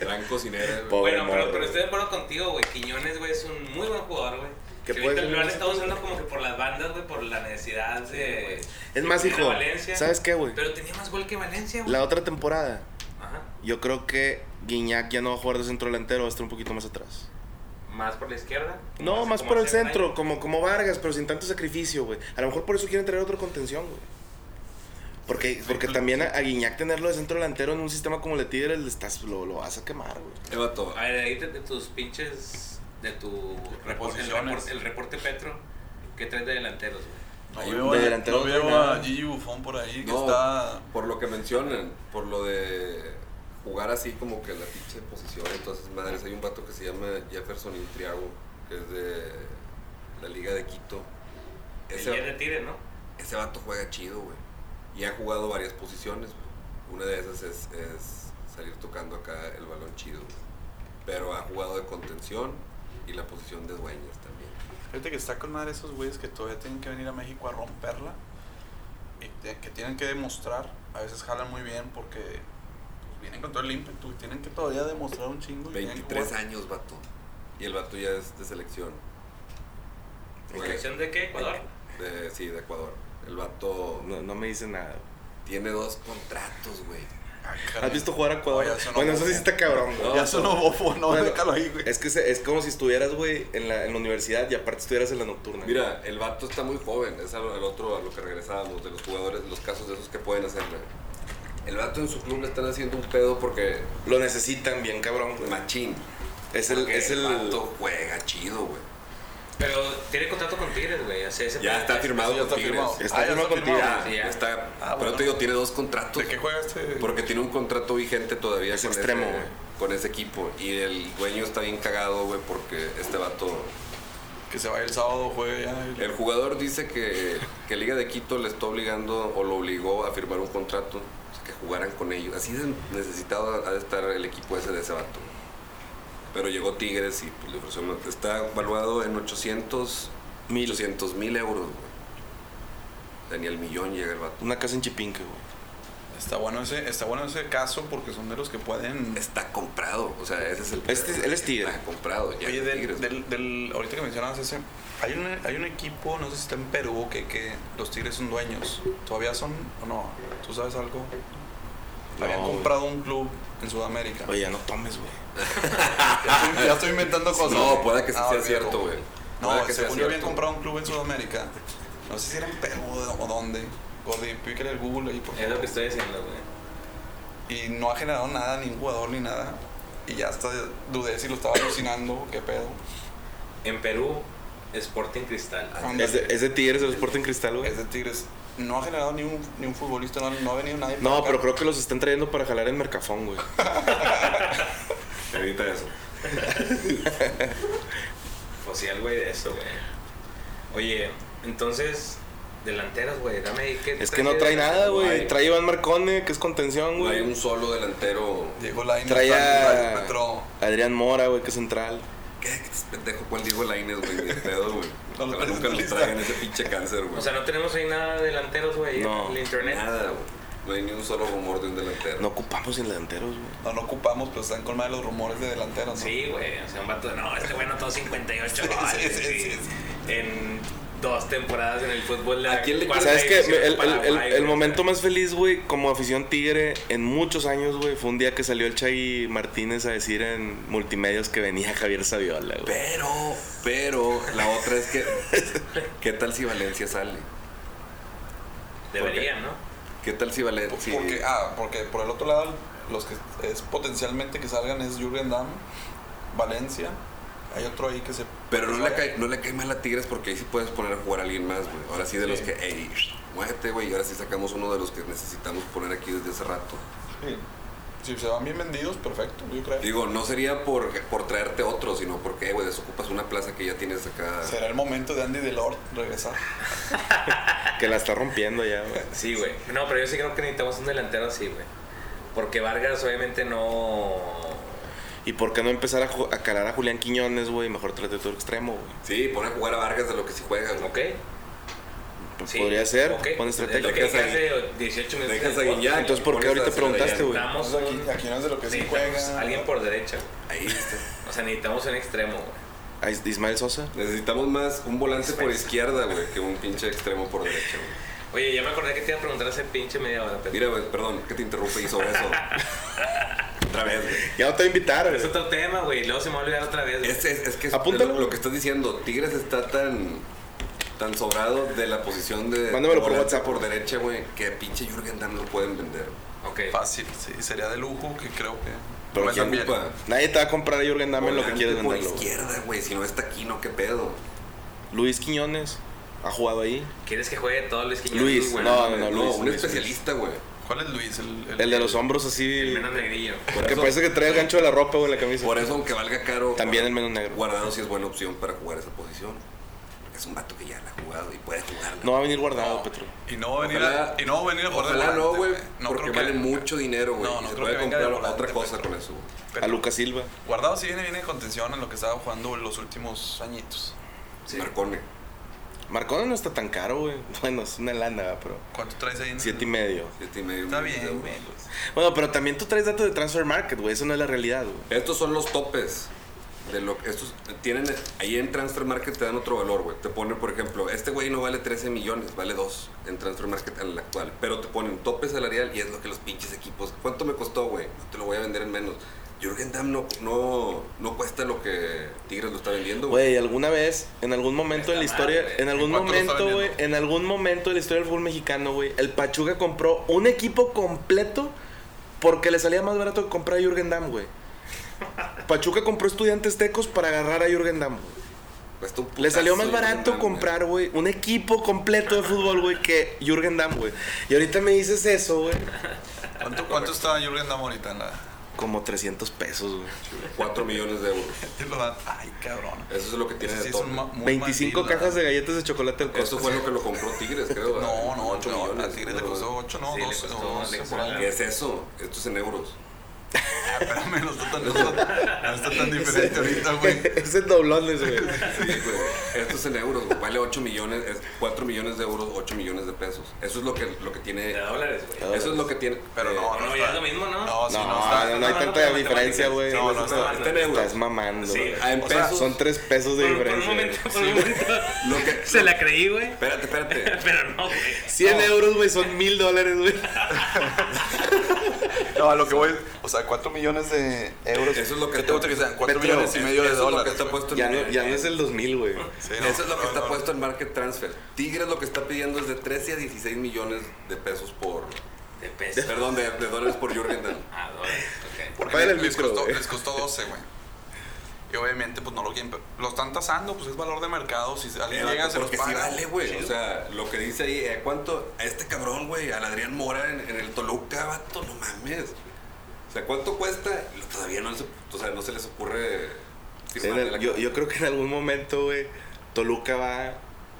D: Gran cocinera, güey.
C: Pobre
B: Bueno,
C: morro,
B: pero, pero
C: güey.
B: estoy de acuerdo contigo, güey. Quiñones, güey, es un muy buen jugador, güey.
C: Que
B: Que
C: puede
B: ahorita
C: ser
B: lo
C: un-
B: han estado usando como que por las bandas, güey, por la necesidad de. de
C: Es más,
B: poner a
C: hijo,
B: Valencia.
C: ¿sabes qué, güey?
B: Pero tenía más gol que Valencia, güey.
C: La otra temporada,
B: Ajá.
C: yo creo que Guiñac ya no va a jugar de centro delantero, va a estar un poquito más atrás.
B: Más por la izquierda.
C: No,
B: Así
C: más
B: como
C: por el
B: hace un
C: centro,
B: año.
C: como, como Vargas, pero sin tanto sacrificio, güey. A lo mejor por eso quieren traer otro contención, güey. Porque, porque
E: pues,
C: también a, a Guiñac tenerlo de centro delantero en un sistema como el de Tigres le estás, lo, lo vas a quemar, güey.
D: Eh, vato,
B: A ver, ahí de, de tus pinches. De tu. Reporte, el,
E: Reposiciones.
B: reporte, el reporte Petro. ¿Qué traes de delanteros, güey?
E: No
D: Ahí
E: veo,
C: de
E: a-
C: delantero
E: no
C: no
E: veo
C: hay nada.
E: a Gigi Buffon por ahí que
D: No,
E: está.
D: por lo que mencionan, por lo de jugar así como que la pinche posición. Entonces, madres, hay un vato que se llama Jefferson Intriago, que es de la Liga de Quito.
B: El día de
D: Ese,
B: tire, ¿no?
D: ese vato juega chido, güey. Y ha jugado varias posiciones. güey. Una de esas es, es salir tocando acá el balón chido. güey. Pero ha jugado de contención y la posición de dueños también.
E: Fíjate que está con madre esos güeyes que todavía tienen que venir a México a romperla y te- que tienen que demostrar. A veces jalan muy bien porque pues, vienen con todo el ímpetu y tienen que todavía demostrar un chingo. y tienen que
D: 23
E: jugar.
D: años, vato. Y el vato ya es de selección. Juega-
B: ¿Selección de qué? Ecuador.
D: De- sí, de Ecuador. El vato
C: No, no me dice nada. güey.
D: tiene dos contratos, güey.
E: Ay,
C: ¿Has
E: caray.
C: visto jugar a Ecuador?
E: Oye, eso no
C: bueno, eso sí
E: puedo.
C: está cabrón, güey.
D: No,
E: Ya sonó bofo, no,
C: Bueno,
E: déjalo ahí, güey.
C: Es que se- es como si estuvieras, güey, en la, en la universidad y aparte estuvieras en la nocturna.
D: Mira, el vato está muy joven. Es al- el otro a lo que regresábamos, de los jugadores, los casos de esos que pueden hacerle. El vato en su club le están haciendo un pedo porque
C: Lo necesitan bien, cabrón, güey.
D: machín.
C: Es el,
D: Porque
C: es el...
D: vato juega chido, güey.
B: Pero tiene contrato con Tigres, güey. o sea, ese
D: Ya está firmado
E: ya
D: con
E: está
D: Tigres.
E: firmado.
C: Está
E: Ah, ya
C: firmado
E: está
C: con
E: firmado.
C: Tigres.
D: Ya,
B: Sí, ya.
D: está.
E: Ah,
D: Pero
E: bueno.
D: te digo, tiene dos contratos.
E: ¿De qué juega este?
D: Porque tiene un contrato vigente todavía
C: Es
D: con
C: extremo,
D: ese-
C: güey.
D: con ese equipo. Y el dueño está bien cagado, güey, porque este vato
E: Que se vaya el sábado, juegue ya. y-
D: El jugador dice que, que Liga de Quito le está obligando o lo obligó a firmar un pues, contrato o sea, que jugaran con ellos. Así de necesitado ha de estar el equipo ese de ese vato. Pero llegó Tigres y pues, le ofreció más. Está valuado en 800 mil euros, güey. Daniel Millón llega el vato.
C: Una casa en Chipinque, güey.
E: Está bueno, ese, está bueno ese caso porque son de los que pueden...
D: Está comprado, o sea, ese es el.
C: Este- él es Tigre.
D: Está comprado, ya.
E: Oye, del-
D: Tigres, güey.
E: del- del- ahorita que mencionabas ese, hay un, hay un equipo, no sé si está en Perú, que, que los Tigres son dueños. ¿Todavía son o no? ¿Tú sabes algo?
C: No,
E: Habían
C: güey.
E: comprado un club en Sudamérica.
C: Oye, ya no tomes, güey.
E: Ya estoy- ya estoy inventando cosas.
D: No, puede que sí
E: Ah,
D: sea
E: ok,
D: cierto,
E: ok.
D: güey. Puede
E: No,
D: que sea
E: según yo habían
D: cierto.
E: comprado un club en Sudamérica. No sé si era en Perú o- o dónde. Gordi, píquele el Google ahí, por
B: Es lo
E: favor.
B: que estoy diciendo, güey.
E: Y no ha generado nada, ni un jugador, ni nada. Y ya hasta dudé si lo estaba alucinando, qué pedo.
B: En Perú, Sporting Cristal.
D: Ah,
E: Ándale.
C: Es de, es de Tigres, el Sporting Cristal, güey.
E: Es de Tigres. No ha generado ni un, ni un futbolista, no, no ha venido nadie. para
C: No,
E: acá.
C: pero creo que los están trayendo para jalar en Mercafón, güey.
D: Evita eso.
B: O si Pues algo hay de eso, güey. Oye, entonces, delanteros, güey, dame ahí que.
C: Es que no trae nada, güey. Trae Iván Marcone, que es contención,
D: No hay un
C: güey.
D: solo delantero.
E: Diego Lainez,
C: Trae
E: Fran-
C: a
E: Petro.
C: Adrián Mora, güey, que es central.
D: ¿Qué? ¿Qué pendejo? ¿Cuál Diego Lainez, güey? De pedo, güey.
E: No lo
D: Ojalá
E: tengo
D: nunca
E: en
D: lo
E: lista.
D: traigan ese pinche cáncer, güey.
B: O sea, no tenemos ahí nada de delanteros, güey,
C: No,
B: en el internet.
D: nada, güey. No hay ni un solo rumor de un delantero.
C: No ocupamos en delanteros, güey.
E: No lo ocupamos, pero están colmados los rumores de delanteros. ¿no?
B: Sí, güey. O sea, un vato de, no, este güey no todo 58 goles.
E: Sí, sí,
B: sí.
E: sí,
B: En dos temporadas en el fútbol de
D: ¿A
B: la
D: quién le-
B: cuarta
C: ¿Sabes qué?
B: división de
C: El, el- el-
B: Paraguay,
C: el
B: güey.
C: momento más feliz, güey, como afición tigre en muchos años, güey, fue un día que salió el Chay Martínez a decir en multimedios que venía Javier Saviola, güey.
D: Pero, pero, la otra es que. ¿Qué tal si Valencia sale?
B: Deberían, ¿no?
D: ¿Qué tal si
E: Por-
D: Valencia.
E: Porque, ah, porque por el otro lado, los que es potencialmente que salgan es Jürgen Damm, Valencia. Hay otro ahí que se.
D: Pero no
E: que
D: le,
E: se-
D: cae, no le cae mal a Tigres porque ahí sí puedes poner a jugar a alguien más, güey. Ahora sí de los
B: Sí.
D: que, ey, muévete, güey. Y ahora sí sacamos uno de los que necesitamos poner aquí desde hace rato.
E: Sí. Si se van bien vendidos, perfecto, yo creo.
D: Digo, no sería por, por traerte otro, sino porque, güey, desocupas una plaza que ya tienes acá.
E: Será el momento de Andy Delort regresar.
C: Que la está rompiendo ya, güey.
B: Sí, güey. No, pero yo sí creo que necesitamos un delantero así, güey. Porque Vargas obviamente no...
C: ¿Y por qué no empezar a, ju- a calar a Julián Quiñones, güey? Mejor trate tu extremo, güey.
D: Sí, pone a jugar a Vargas de lo que sí juegan, ¿no?
B: ¿Ok? sí,
C: Podría ser,
B: ok.
C: pon estrategia.
B: Es lo que dije
D: Dejas
B: hace 18 minutos.
D: Dejas a
B: en el
D: Guiñac.
B: podcast.
C: Entonces, ¿por qué ahorita
D: Pones a
C: preguntaste, güey?
B: Necesitamos
E: Vamos pues, aquí, aquí no es de lo que se
B: necesitamos
E: juega.
B: alguien por derecha, güey.
D: Ahí este, está.
B: O sea, necesitamos un extremo, güey.
C: A Is- Ismael Sosa.
D: Necesitamos más un volante por izquierda, güey, que un pinche extremo por derecha, güey.
B: Oye, ya me acordé que te iba a preguntar hace pinche media hora, pero...
D: Mira, güey, perdón, que te interrumpe y sobre eso. Otra vez, güey.
C: Ya no te voy a invitar,
B: Es
C: güey.
B: otro tema, güey. Luego se me va a olvidar otra vez, güey.
C: Este
D: Es, es- es que es
C: Apúntalo,
D: lo,
C: güey.
D: lo que estás diciendo. Tigres está tan tan sobrado de la posición de
C: Mándamelo por
D: volante
C: WhatsApp.
D: por derecha, güey, que pinche Jürgen Damm lo pueden vender.
B: Ok.
E: Fácil, sí, sería de lujo que creo que.
C: Pero
E: Bueno,
C: ¿quién
E: también.
D: ocupa?
C: Nadie te va a comprar a Jürgen Dame lo que
D: Volante
C: quieres
D: por
C: venderlo. güey.
D: izquierda, güey, si no está aquí, no qué pedo.
C: Luis Quiñones ha jugado ahí.
B: ¿Quieres que juegue todo Luis Quiñones?
C: Luis,
B: güey?
C: no, no, no,
D: No,
C: Luis,
D: un
C: Luis,
D: especialista, güey.
E: ¿Cuál es Luis? El,
C: El de los hombros
B: El
C: así.
B: menos negrillo.
C: Que
D: eso-
C: parece que trae el gancho de la ropa, güey, en la camisa.
D: Por eso, aunque valga caro,
C: También el menos negro.
D: guardado sí es buena opción para jugar esa posición. Es un vato que ya la ha jugado y puede jugarla.
C: No va a venir guardado,
E: No,
C: Petro.
E: Y no va a venir a, y no va a venir a jugar de
D: Ojalá no,
E: volante,
D: güey.
E: No
D: porque
E: creo que-
D: vale mucho dinero, güey.
E: No,
D: y
E: no
D: se
E: creo
D: puede
E: que venga de
D: comprar
E: volante,
D: otra cosa
E: pero-
D: con eso. güey.
E: pero
C: A Lucas Silva.
E: Guardado sí viene, viene en contención en lo que estaba jugando en los últimos añitos.
B: Sí.
D: Marcone.
C: Marcone no está tan caro, güey. Bueno, es una lana, ¿verdad? pero.
E: ¿Cuánto traes ahí? En
C: Siete y medio.
D: Siete y medio.
E: Está
D: millones de
E: bien,
D: euros.
E: güey. pues.
C: Bueno, pero también tú traes datos de Transfer Market, güey. Eso no es la realidad, güey.
D: Estos son los topes. De lo que estos tienen. Ahí en Transfer Market te dan otro valor, güey. Te ponen, por ejemplo, este güey no vale 13 millones, vale 2 en Transfer Market en la actual. Pero te ponen tope salarial y es lo que los pinches equipos. ¿Cuánto me costó, güey? No te lo voy a vender en menos. Jürgen Damm no, no, no cuesta lo que Tigres lo está vendiendo, güey.
C: Güey, alguna vez, en algún momento de la
B: Está mal,
C: historia,
B: güey.
C: en algún
E: ¿En cuánto lo está
C: momento, güey,
E: vendiendo?
C: en algún momento de la historia del fútbol mexicano, güey, el Pachuca compró un equipo completo porque le salía más barato que comprar a Jürgen Damm, güey. Pachuca compró estudiantes tecos para agarrar a Jürgen Damm. güey.
D: Cuesta un
C: Le salió más
D: putazo Jürgen
C: barato
D: Damm, güey.
C: comprar, güey, un equipo completo de fútbol, güey, que Jürgen Damm, güey. Y ahorita me dices eso, güey.
E: ¿Cuánto, cuánto está Jürgen Damm ahorita en la.?
C: Como 300 pesos, güey.
D: 4 millones de euros.
E: en la- Ay, cabrón.
D: Eso es lo que tiene
E: Ese
D: de
E: sí es
D: tope.
E: un ma- muy
C: 25
E: mal deal,
C: cajas de
E: ¿verdad?
C: galletas de chocolate al
D: Eso
C: costo.
D: fue lo que lo compró Tigres, creo.
E: No, no,
D: ocho
E: no.
D: millones,
E: A Tigres le
D: creo.
E: costó 8, no,
B: Sí, le
E: 12,
B: costó- le
E: no, 12
B: costó
E: por ahí.
D: ¿Qué es eso? Esto es en euros.
E: Ah, Espérame, no está tan, no está- no está tan diferente ahorita, güey.
C: Ese doblón de güey.
D: Sí, güey. Esto es en euros, güey. Vale 8 millones, es 4 millones de euros, 8 millones de pesos. Eso es lo que, lo que tiene.
B: De dólares, güey.
D: Eso es lo que tiene.
E: Pero
D: eh,
E: no,
B: No,
E: no
B: ya
E: está-
B: es lo mismo, ¿no?
E: No, sí,
C: No,
E: no,
C: no,
E: está.
C: no,
E: No,
C: no hay tanta
B: matemáticas.
C: diferencia, güey.
B: Sí, no,
E: no está-
B: está en euros.
C: Estás mamando.
B: Sí,
C: güey.
D: ah, en
B: o sea,
D: pesos.
C: Son tres pesos de
B: Por, por un
C: diferencia.
B: momento,
C: güey.
B: por un momento.
D: Lo que-
B: Se la creí, güey.
D: Espérate, espérate.
B: Pero no, güey.
C: 100 euros, güey, son mil dólares, güey.
E: No, a lo que voy. es- O sea, 4 millones de euros.
D: Eso es lo que
E: te gusta que sean 4 millones y medio de
D: Eso es lo que
E: dólares.
D: está
E: güey.
D: puesto en-
C: Ya no, ya no es el 2000, güey.
E: Sí, no,
D: Eso es lo que
E: no,
D: está
E: no.
D: puesto en Market Transfer. Tigres lo que está pidiendo es de 13 a 16 millones de pesos por.
B: De peso.
D: Perdón, de, de dólares por Jürgen Damm.
B: Ah, dólares. Ok.
E: Porque
C: Págale el
E: les,
C: micro,
E: costó,
C: güey.
E: les costó 12, güey. Y obviamente, pues no lo quieren. pero Lo están tasando, pues es valor de mercado. Si alguien llega, se los
D: Porque
E: paga.
D: sí vale, güey.
E: Chido.
D: O sea, lo que dice ahí, ¿eh? ¿cuánto? A este cabrón, güey, al Adrián Mora en, en el Toluca, vato, no mames. O sea, ¿cuánto cuesta? Lo- Todavía no se, o sea, no se les ocurre
C: Sí, en
D: firmarle la
C: el- yo, yo creo que en algún momento, güey, Toluca va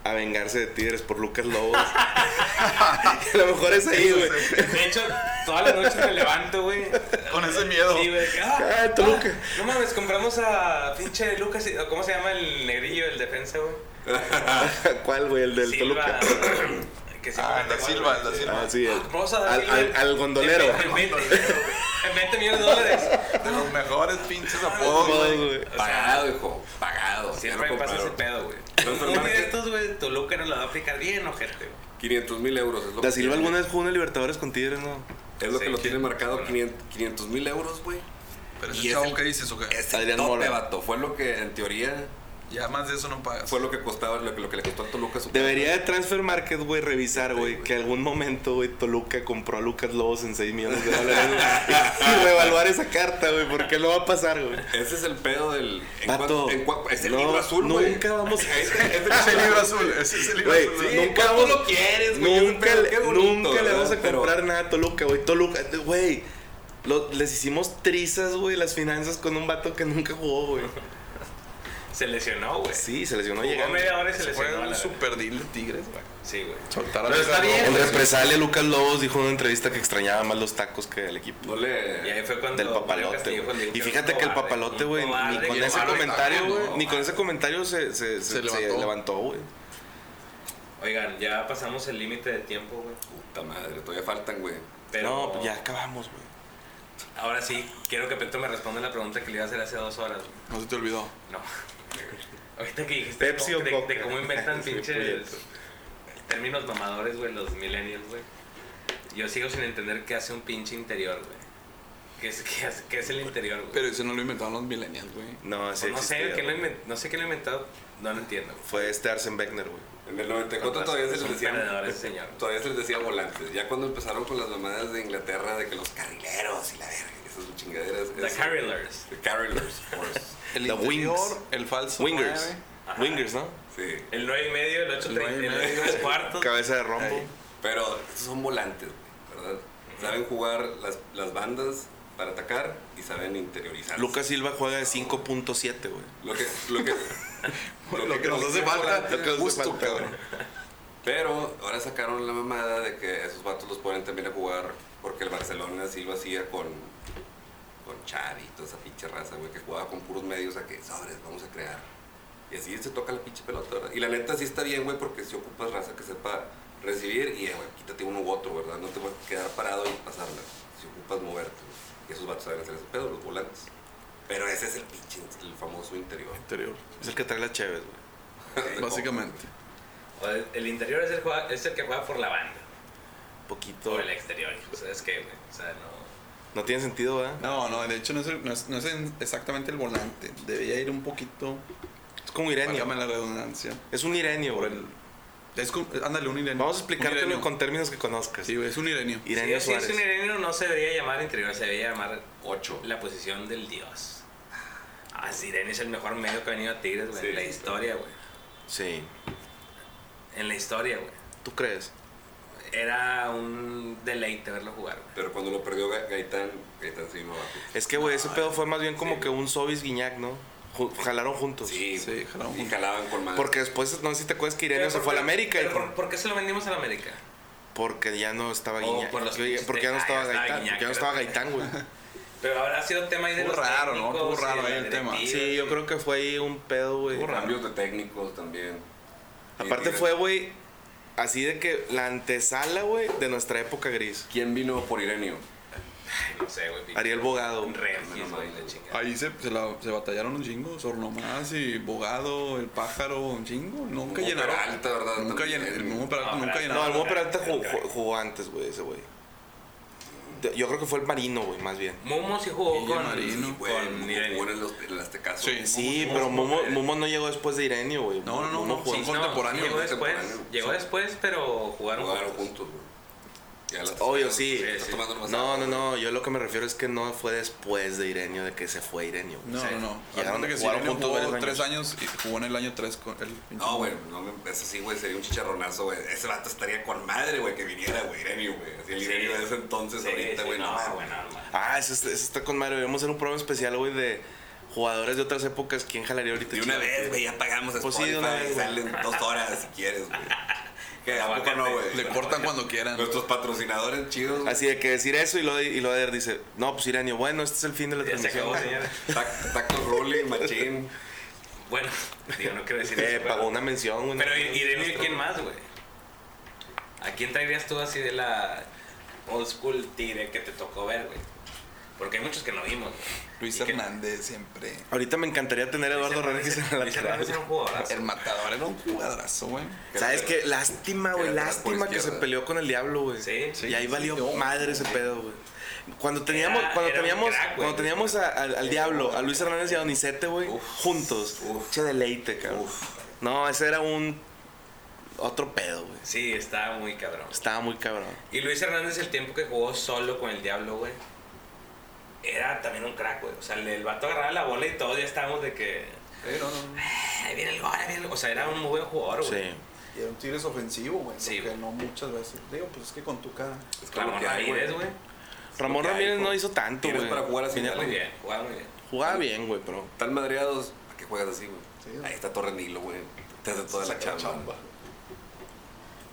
C: a vengarse de Tigres por Lucas Lobos. a lo mejor es ahí, güey.
B: De hecho, todas las noches me levanto, güey.
E: Con ese miedo.
B: Sí, güey. Ah,
C: Ah, Toluca.
B: no mames, compramos a pinche Lucas. y- ¿Cómo se llama el negrillo, el defensa, güey?
C: ¿Cuál, güey? El del
B: Silva.
C: Toluca.
B: que se
E: Ah, el de
B: llama-
E: Silva, el de Silva.
C: Ah, sí, el-
B: Vamos a
C: al,
B: darle
C: al, al gondolero.
B: En 20, en 20 millones de dólares.
E: De los mejores pinches apodos, güey.
C: Todos, güey.
D: Pagado, hijo. Pagado.
B: Siempre
D: Ya no
B: me pasa ese pedo,
D: compraron.
B: güey.
D: Los
B: Un día de
D: Fernández.
B: estos, güey, Toluca nos la va a aplicar bien, ojete, güey.
D: 500 mil euros. Es lo
C: Da
D: que
C: Silva
D: tiene.
C: alguna vez jugó una Libertadores con Tigres, ¿no?
D: Es lo que
B: Sí,
D: lo tiene
B: sí.
D: marcado,
B: Bueno.
D: 500 mil euros, güey.
E: Pero
D: Y
E: ese
D: es
E: chavo
D: el- eh,
E: que dices, o qué?
D: Es el
C: Adrián
D: tope,
C: Mora.
D: vato. Fue lo que, en teoría,
E: Ya más de eso no pagas.
D: fue lo que costaba, lo que, lo que le costó al Toluca su
C: Debería de Transfer Market, güey, revisar, güey, que algún momento, güey, Toluca compró a Lucas Lobos en 6 millones de dólares. güey, y reevaluar esa carta, güey, porque no va a pasar, güey.
D: Ese es el pedo del. en
C: Vato,
D: cuan- en cua- es el
C: no,
D: libro azul, güey.
C: nunca vamos a-
D: Es, es
E: Ese es el libro azul. Ese es el libro
C: Güey,
E: azul.
C: sí,
E: güey.
C: nunca
D: ¿cuánto
C: vamos-
D: lo quieres, güey?
C: Nunca,
D: Pero
C: le-
D: qué bonito,
C: nunca le
D: ¿verdad?
C: vamos a
D: Pero-
C: comprar nada a Toluca, güey. Toluca, güey. lo- Les hicimos trizas, güey, las finanzas con un vato que nunca jugó, güey.
B: Se lesionó, güey.
C: Sí, se lesionó
B: Jugó
C: llegando.
B: media hora y se
E: Se
B: lesionó.
E: fue
B: a
E: un
B: la
E: super deal de Tigres, güey.
B: verga. Sí, güey.
E: Soltar a
D: Pero está bien,
C: En
D: güey.
C: represalia, Lucas Lobos dijo en una entrevista que extrañaba más los tacos que el equipo.
D: No
B: Y ahí
D: le.
B: fue cuando.
C: Del papalote.
B: Castillo, cuando
C: güey.
B: dijo
C: Y
B: que
C: fíjate
B: era un
C: que el
B: cobarde,
C: papalote,
B: un
C: güey,
B: cobarde
C: ni
B: que
C: con
B: no
C: ese
B: sabe.
C: comentario,
E: tampoco,
C: güey,
E: ¿no?
C: ni con ese comentario se, se, se-
E: Se
C: se
E: levantó.
C: levantó, güey.
B: Oigan, ya pasamos el límite de tiempo, güey.
D: Puta madre, todavía faltan, güey.
B: Pero
C: No, pues ya acabamos, güey.
B: Ahora sí, quiero que Pepto me responda la pregunta que le iba a hacer hace dos horas. güey.
E: No se te olvidó.
B: No. Ahorita que dijiste
C: Pepsi
B: de,
C: o
B: de-
C: Coca.
B: de cómo inventan
C: Sí,
B: pinches
C: puñetas.
B: términos mamadores, güey, los millennials, güey. Yo sigo sin entender qué hace un pinche interior, güey. ¿Qué es, qué hace- qué es el interior, güey?
E: Pero eso no lo inventaron los millennials, güey.
C: No,
B: Pues
C: así
B: no, sé,
C: existía,
B: quién lo
C: güey.
B: inven- no sé quién lo inventó, no lo entiendo. güey.
C: Fue este Arsen Beckner, güey.
D: En el 94
B: Son
D: todavía se les
B: son
D: decía.
B: perdedores, señor.
D: Todavía se les decía volantes. Ya cuando empezaron con las mamadas de Inglaterra de que los carrileros y la verga, esas chingaderas.
B: The
D: eso-
B: Carrilers.
D: The carrilers, of course.
E: El
C: The
E: interior,
C: Wings.
E: el falso
C: Wingers.
E: nueve.
B: Ajá.
C: Wingers, ¿no?
D: Sí.
B: El 9 y medio, el 8
E: El nueve y
B: el
E: medio.
B: 9 cuartos.
C: Cabeza de rombo.
E: Ahí.
D: Pero estos son volantes, güey, ¿verdad? Saben jugar las, las bandas para atacar y saben interiorizar.
C: Lucas Silva juega de 5.7, güey.
D: Lo que, lo que,
E: Lo que nos hace
D: hicieron
E: falta,
D: volantes,
C: Lo que nos hace
E: justo,
C: falta, güey.
E: cabrón.
D: Pero ahora sacaron la mamada de que esos vatos los ponen también a jugar porque el Barcelona sí lo hacía con, con Xavi y toda esa pinche raza, güey, que jugaba con puros medios a que sobres, vamos a crear. Y así se toca la pinche pelota, ¿verdad? Y la neta sí está bien, güey, porque si ocupas raza que sepa recibir y, eh, güey, quítate uno u otro, ¿verdad? No te vas a quedar parado y pasarla. Si ocupas moverte, güey. Y esos vatos saben hacer ese pedo, los volantes. Pero ese es el pinche, el famoso interior.
E: Interior.
C: Es el que trae las cheves, güey.
E: Básicamente.
B: O el, el interior es el, juega- es el que juega por la banda.
C: Poquito.
B: O el exterior. O sea, es que, güey. O sea, no.
C: No tiene sentido, ¿verdad?
E: No, no, de hecho no es, el- no es- no es en- exactamente el volante. Debería ir un poquito.
C: Es como irenio.
E: Válgame la redundancia.
C: Es un irenio,
E: Por
C: güey.
E: el. Es con- ándale, un irenio.
C: Vamos a
E: Un
C: explicártelo
E: irenio.
C: con términos que conozcas.
E: Sí, güey, es un irenio.
C: Irenio
B: si, si es
C: Suárez.
B: un irenio, no se debería llamar interior, se debería llamar
D: 8.
B: la posición del dios. Ah, sí, Irenio es el mejor medio que ha venido a Tigres, güey.
D: Sí,
B: en la
D: sí,
B: historia, güey.
C: Sí.
B: En la historia, güey.
C: ¿Tú crees?
B: Era un deleite verlo jugar, güey.
D: Pero cuando lo perdió Ga- Gaitán, Gaitán se vino abajo.
C: Es que, güey, ese
B: Ah,
C: pedo fue más bien como
D: sí.
C: que un Sobis Guiñac, ¿no? Ju- Jalaron juntos.
D: Sí,
E: Sí,
D: güey.
E: jalaban
D: y
E: juntos.
D: jalaban con más.
C: Porque después, no sé si te acuerdas que Irenio
B: Pero
C: se
B: por-
C: fue a la América. y
B: pero
C: por-
B: por, por qué se lo vendimos a la América?
C: porque ya no estaba
B: Oh,
C: Guiñac.
B: por los
C: Oye,
B: pinches
C: Porque ya no
B: de-
C: estaba
B: ah, ya estaba
C: Gaitán.
B: Guiñac,
C: Porque ya no estaba
B: ¿verdad?
C: Gaitán, güey.
B: Pero habrá sido tema ahí de
E: Estuvo
B: los
E: raro, ¿no?
B: técnicos
E: Estuvo
B: y de
E: raro
B: la
E: ahí el tema.
B: directiva,
C: Sí, yo creo que fue ahí un pedo, güey.
E: Burra.
D: Cambios de técnicos también.
C: Aparte fue, güey, así de que la antesala, güey, de nuestra época gris.
D: ¿Quién vino por Irenio?
B: No sé, güey.
C: Ariel Bogado.
B: Un
D: No,
B: refis,
D: no,
B: güey,
D: no.
B: la chingada.
E: Ahí se, se la- se batallaron un chingo, Sornomás y Bogado, el pájaro, un chingo. Nunca
D: Hugo
E: llenaron.
D: Peralta, ¿verdad?
E: Nunca
D: También.
E: llenaron. El Hugo Peralta
B: No,
E: nunca
B: Peralta.
E: llenaron.
C: No, el Mo Peralta
B: no,
C: jugó,
B: no,
C: jugó- jugó antes, güey, ese güey. De- Yo creo que fue el marino, güey, más bien.
B: Momo sí jugó
E: Guille
B: con.
E: Marino,
B: con
D: Güey, muy
B: Irene.
D: bueno en los en las Tecazos.
E: Sí.
C: Sí,
B: Momo-
C: pero
B: Momo-
C: Momo,
B: Momo-
C: Momo no llegó después de Irenio, güey.
E: No, no, no,
C: Momo
E: no,
C: jugó
E: sí,
C: antes.
B: No,
E: contemporáneo,
B: Llegó después,
D: contemporáneo.
B: llegó
D: Sí.
B: después, pero jugaron
D: Jugaron
B: juntos.
D: juntos, güey. Ya la estás-
C: Obvio, sí.
D: la estás tomando más
C: No, no,
D: agua,
C: no, yo lo que me refiero es que no fue después de Irenio, de que se fue Irenio. güey.
E: No,
C: Sí.
E: no, no.
C: Llegaron,
E: Aparte que
C: jugaron
E: Sirena
C: juntos
E: jugó
C: varios
E: tres años y jugó en el año tres con el pinche
D: No, güey, no, me- eso sí, güey, sería un chicharronazo, güey. Ese vato estaría con madre, güey, que viniera, güey, Irenio, güey. Así el
B: Sí.
D: Irenio de ese entonces,
B: Sí,
D: ahorita,
B: sí,
D: güey, no,
B: no,
D: mames.
B: bueno, no, mames.
C: Ah, eso, está- eso está con madre. Deberíamos hacer un programa especial, güey, de jugadores de otras épocas. ¿Quién jalaría ahorita?
D: De una
C: chido?
D: vez, güey, ya pagamos a
C: Pues sí, de una
D: Spotify,
C: vez, güey.
D: salen dos horas si quieres, güey. Que a poco
B: Aguacate.
D: no, güey.
E: Le cortan cuando quieran.
D: Nuestros patrocinadores chidos. güey.
C: Así de que decir eso y lo y lo de dice, no, pues Irenio, bueno, este es el fin de la
B: Ya se
C: transmisión.
B: acabó, señora.
D: Tac- Tacos rolling, machín.
B: Bueno, digo, no quiero decir
C: Eh,
B: eso.
C: pagó
B: pero-
C: una mención, güey.
B: Pero ¿y, y de mí quién más, güey? ¿A quién traerías tú así de la old school tigre que te tocó ver, güey? Porque hay muchos que no vimos, güey.
E: Luis
B: Y que-
E: Hernández siempre.
C: Ahorita me encantaría tener a Eduardo Rodríguez en la
B: Luis Hernández era
C: lateral.
B: un jugadorazo.
E: El matador era un jugadorazo, güey.
C: ¿Sabes qué? Lástima, güey.
D: Era atrás por
C: Lástima que se
D: izquierda.
C: peleó con el diablo, güey.
B: Sí, sí,
C: Y ahí
E: sí,
C: valió
E: no,
C: madre ese pedo, güey. Cuando teníamos,
B: Era-
C: cuando
B: era un
C: teníamos,
B: crack, güey.
C: cuando teníamos a- al, al diablo, a Luis Hernández y a Donizete, güey,
D: Uf.
C: juntos.
D: Uf.
C: Che deleite, cabrón.
D: Uf.
C: No, ese era un otro pedo, güey.
B: Sí, estaba muy cabrón.
C: Estaba muy cabrón.
B: Y Luis Hernández, el tiempo que jugó solo con el Diablo, güey, era también un crack, güey. O sea, el, el vato agarraba la bola y todos ya estábamos de que.
E: Pero.
B: "Ah, Ahí viene el gol, ahí viene el gol". O sea, era un muy buen jugador, güey.
C: Sí.
E: Y era un tigres ofensivo, güey.
B: Sí,
E: porque
B: güey.
E: no muchas veces. Digo, pues es que con tu cara.
D: Es que lo
B: Ramón
D: que hay,
B: Ramírez, güey.
C: Ramón
D: Lo que hay,
C: Ramírez no
D: güey.
C: hizo tanto,
D: Tienes
C: güey.
D: para jugar así,
C: Tenía-
D: dale.
B: Muy bien, jugaba muy bien.
C: Jugaba bien, güey, pero.
D: Están madreados. ¿A qué juegas así, güey?
E: Sí, güey.
D: Ahí está Torre Nilo, güey. Te hace toda la
E: Saca
D: chamba.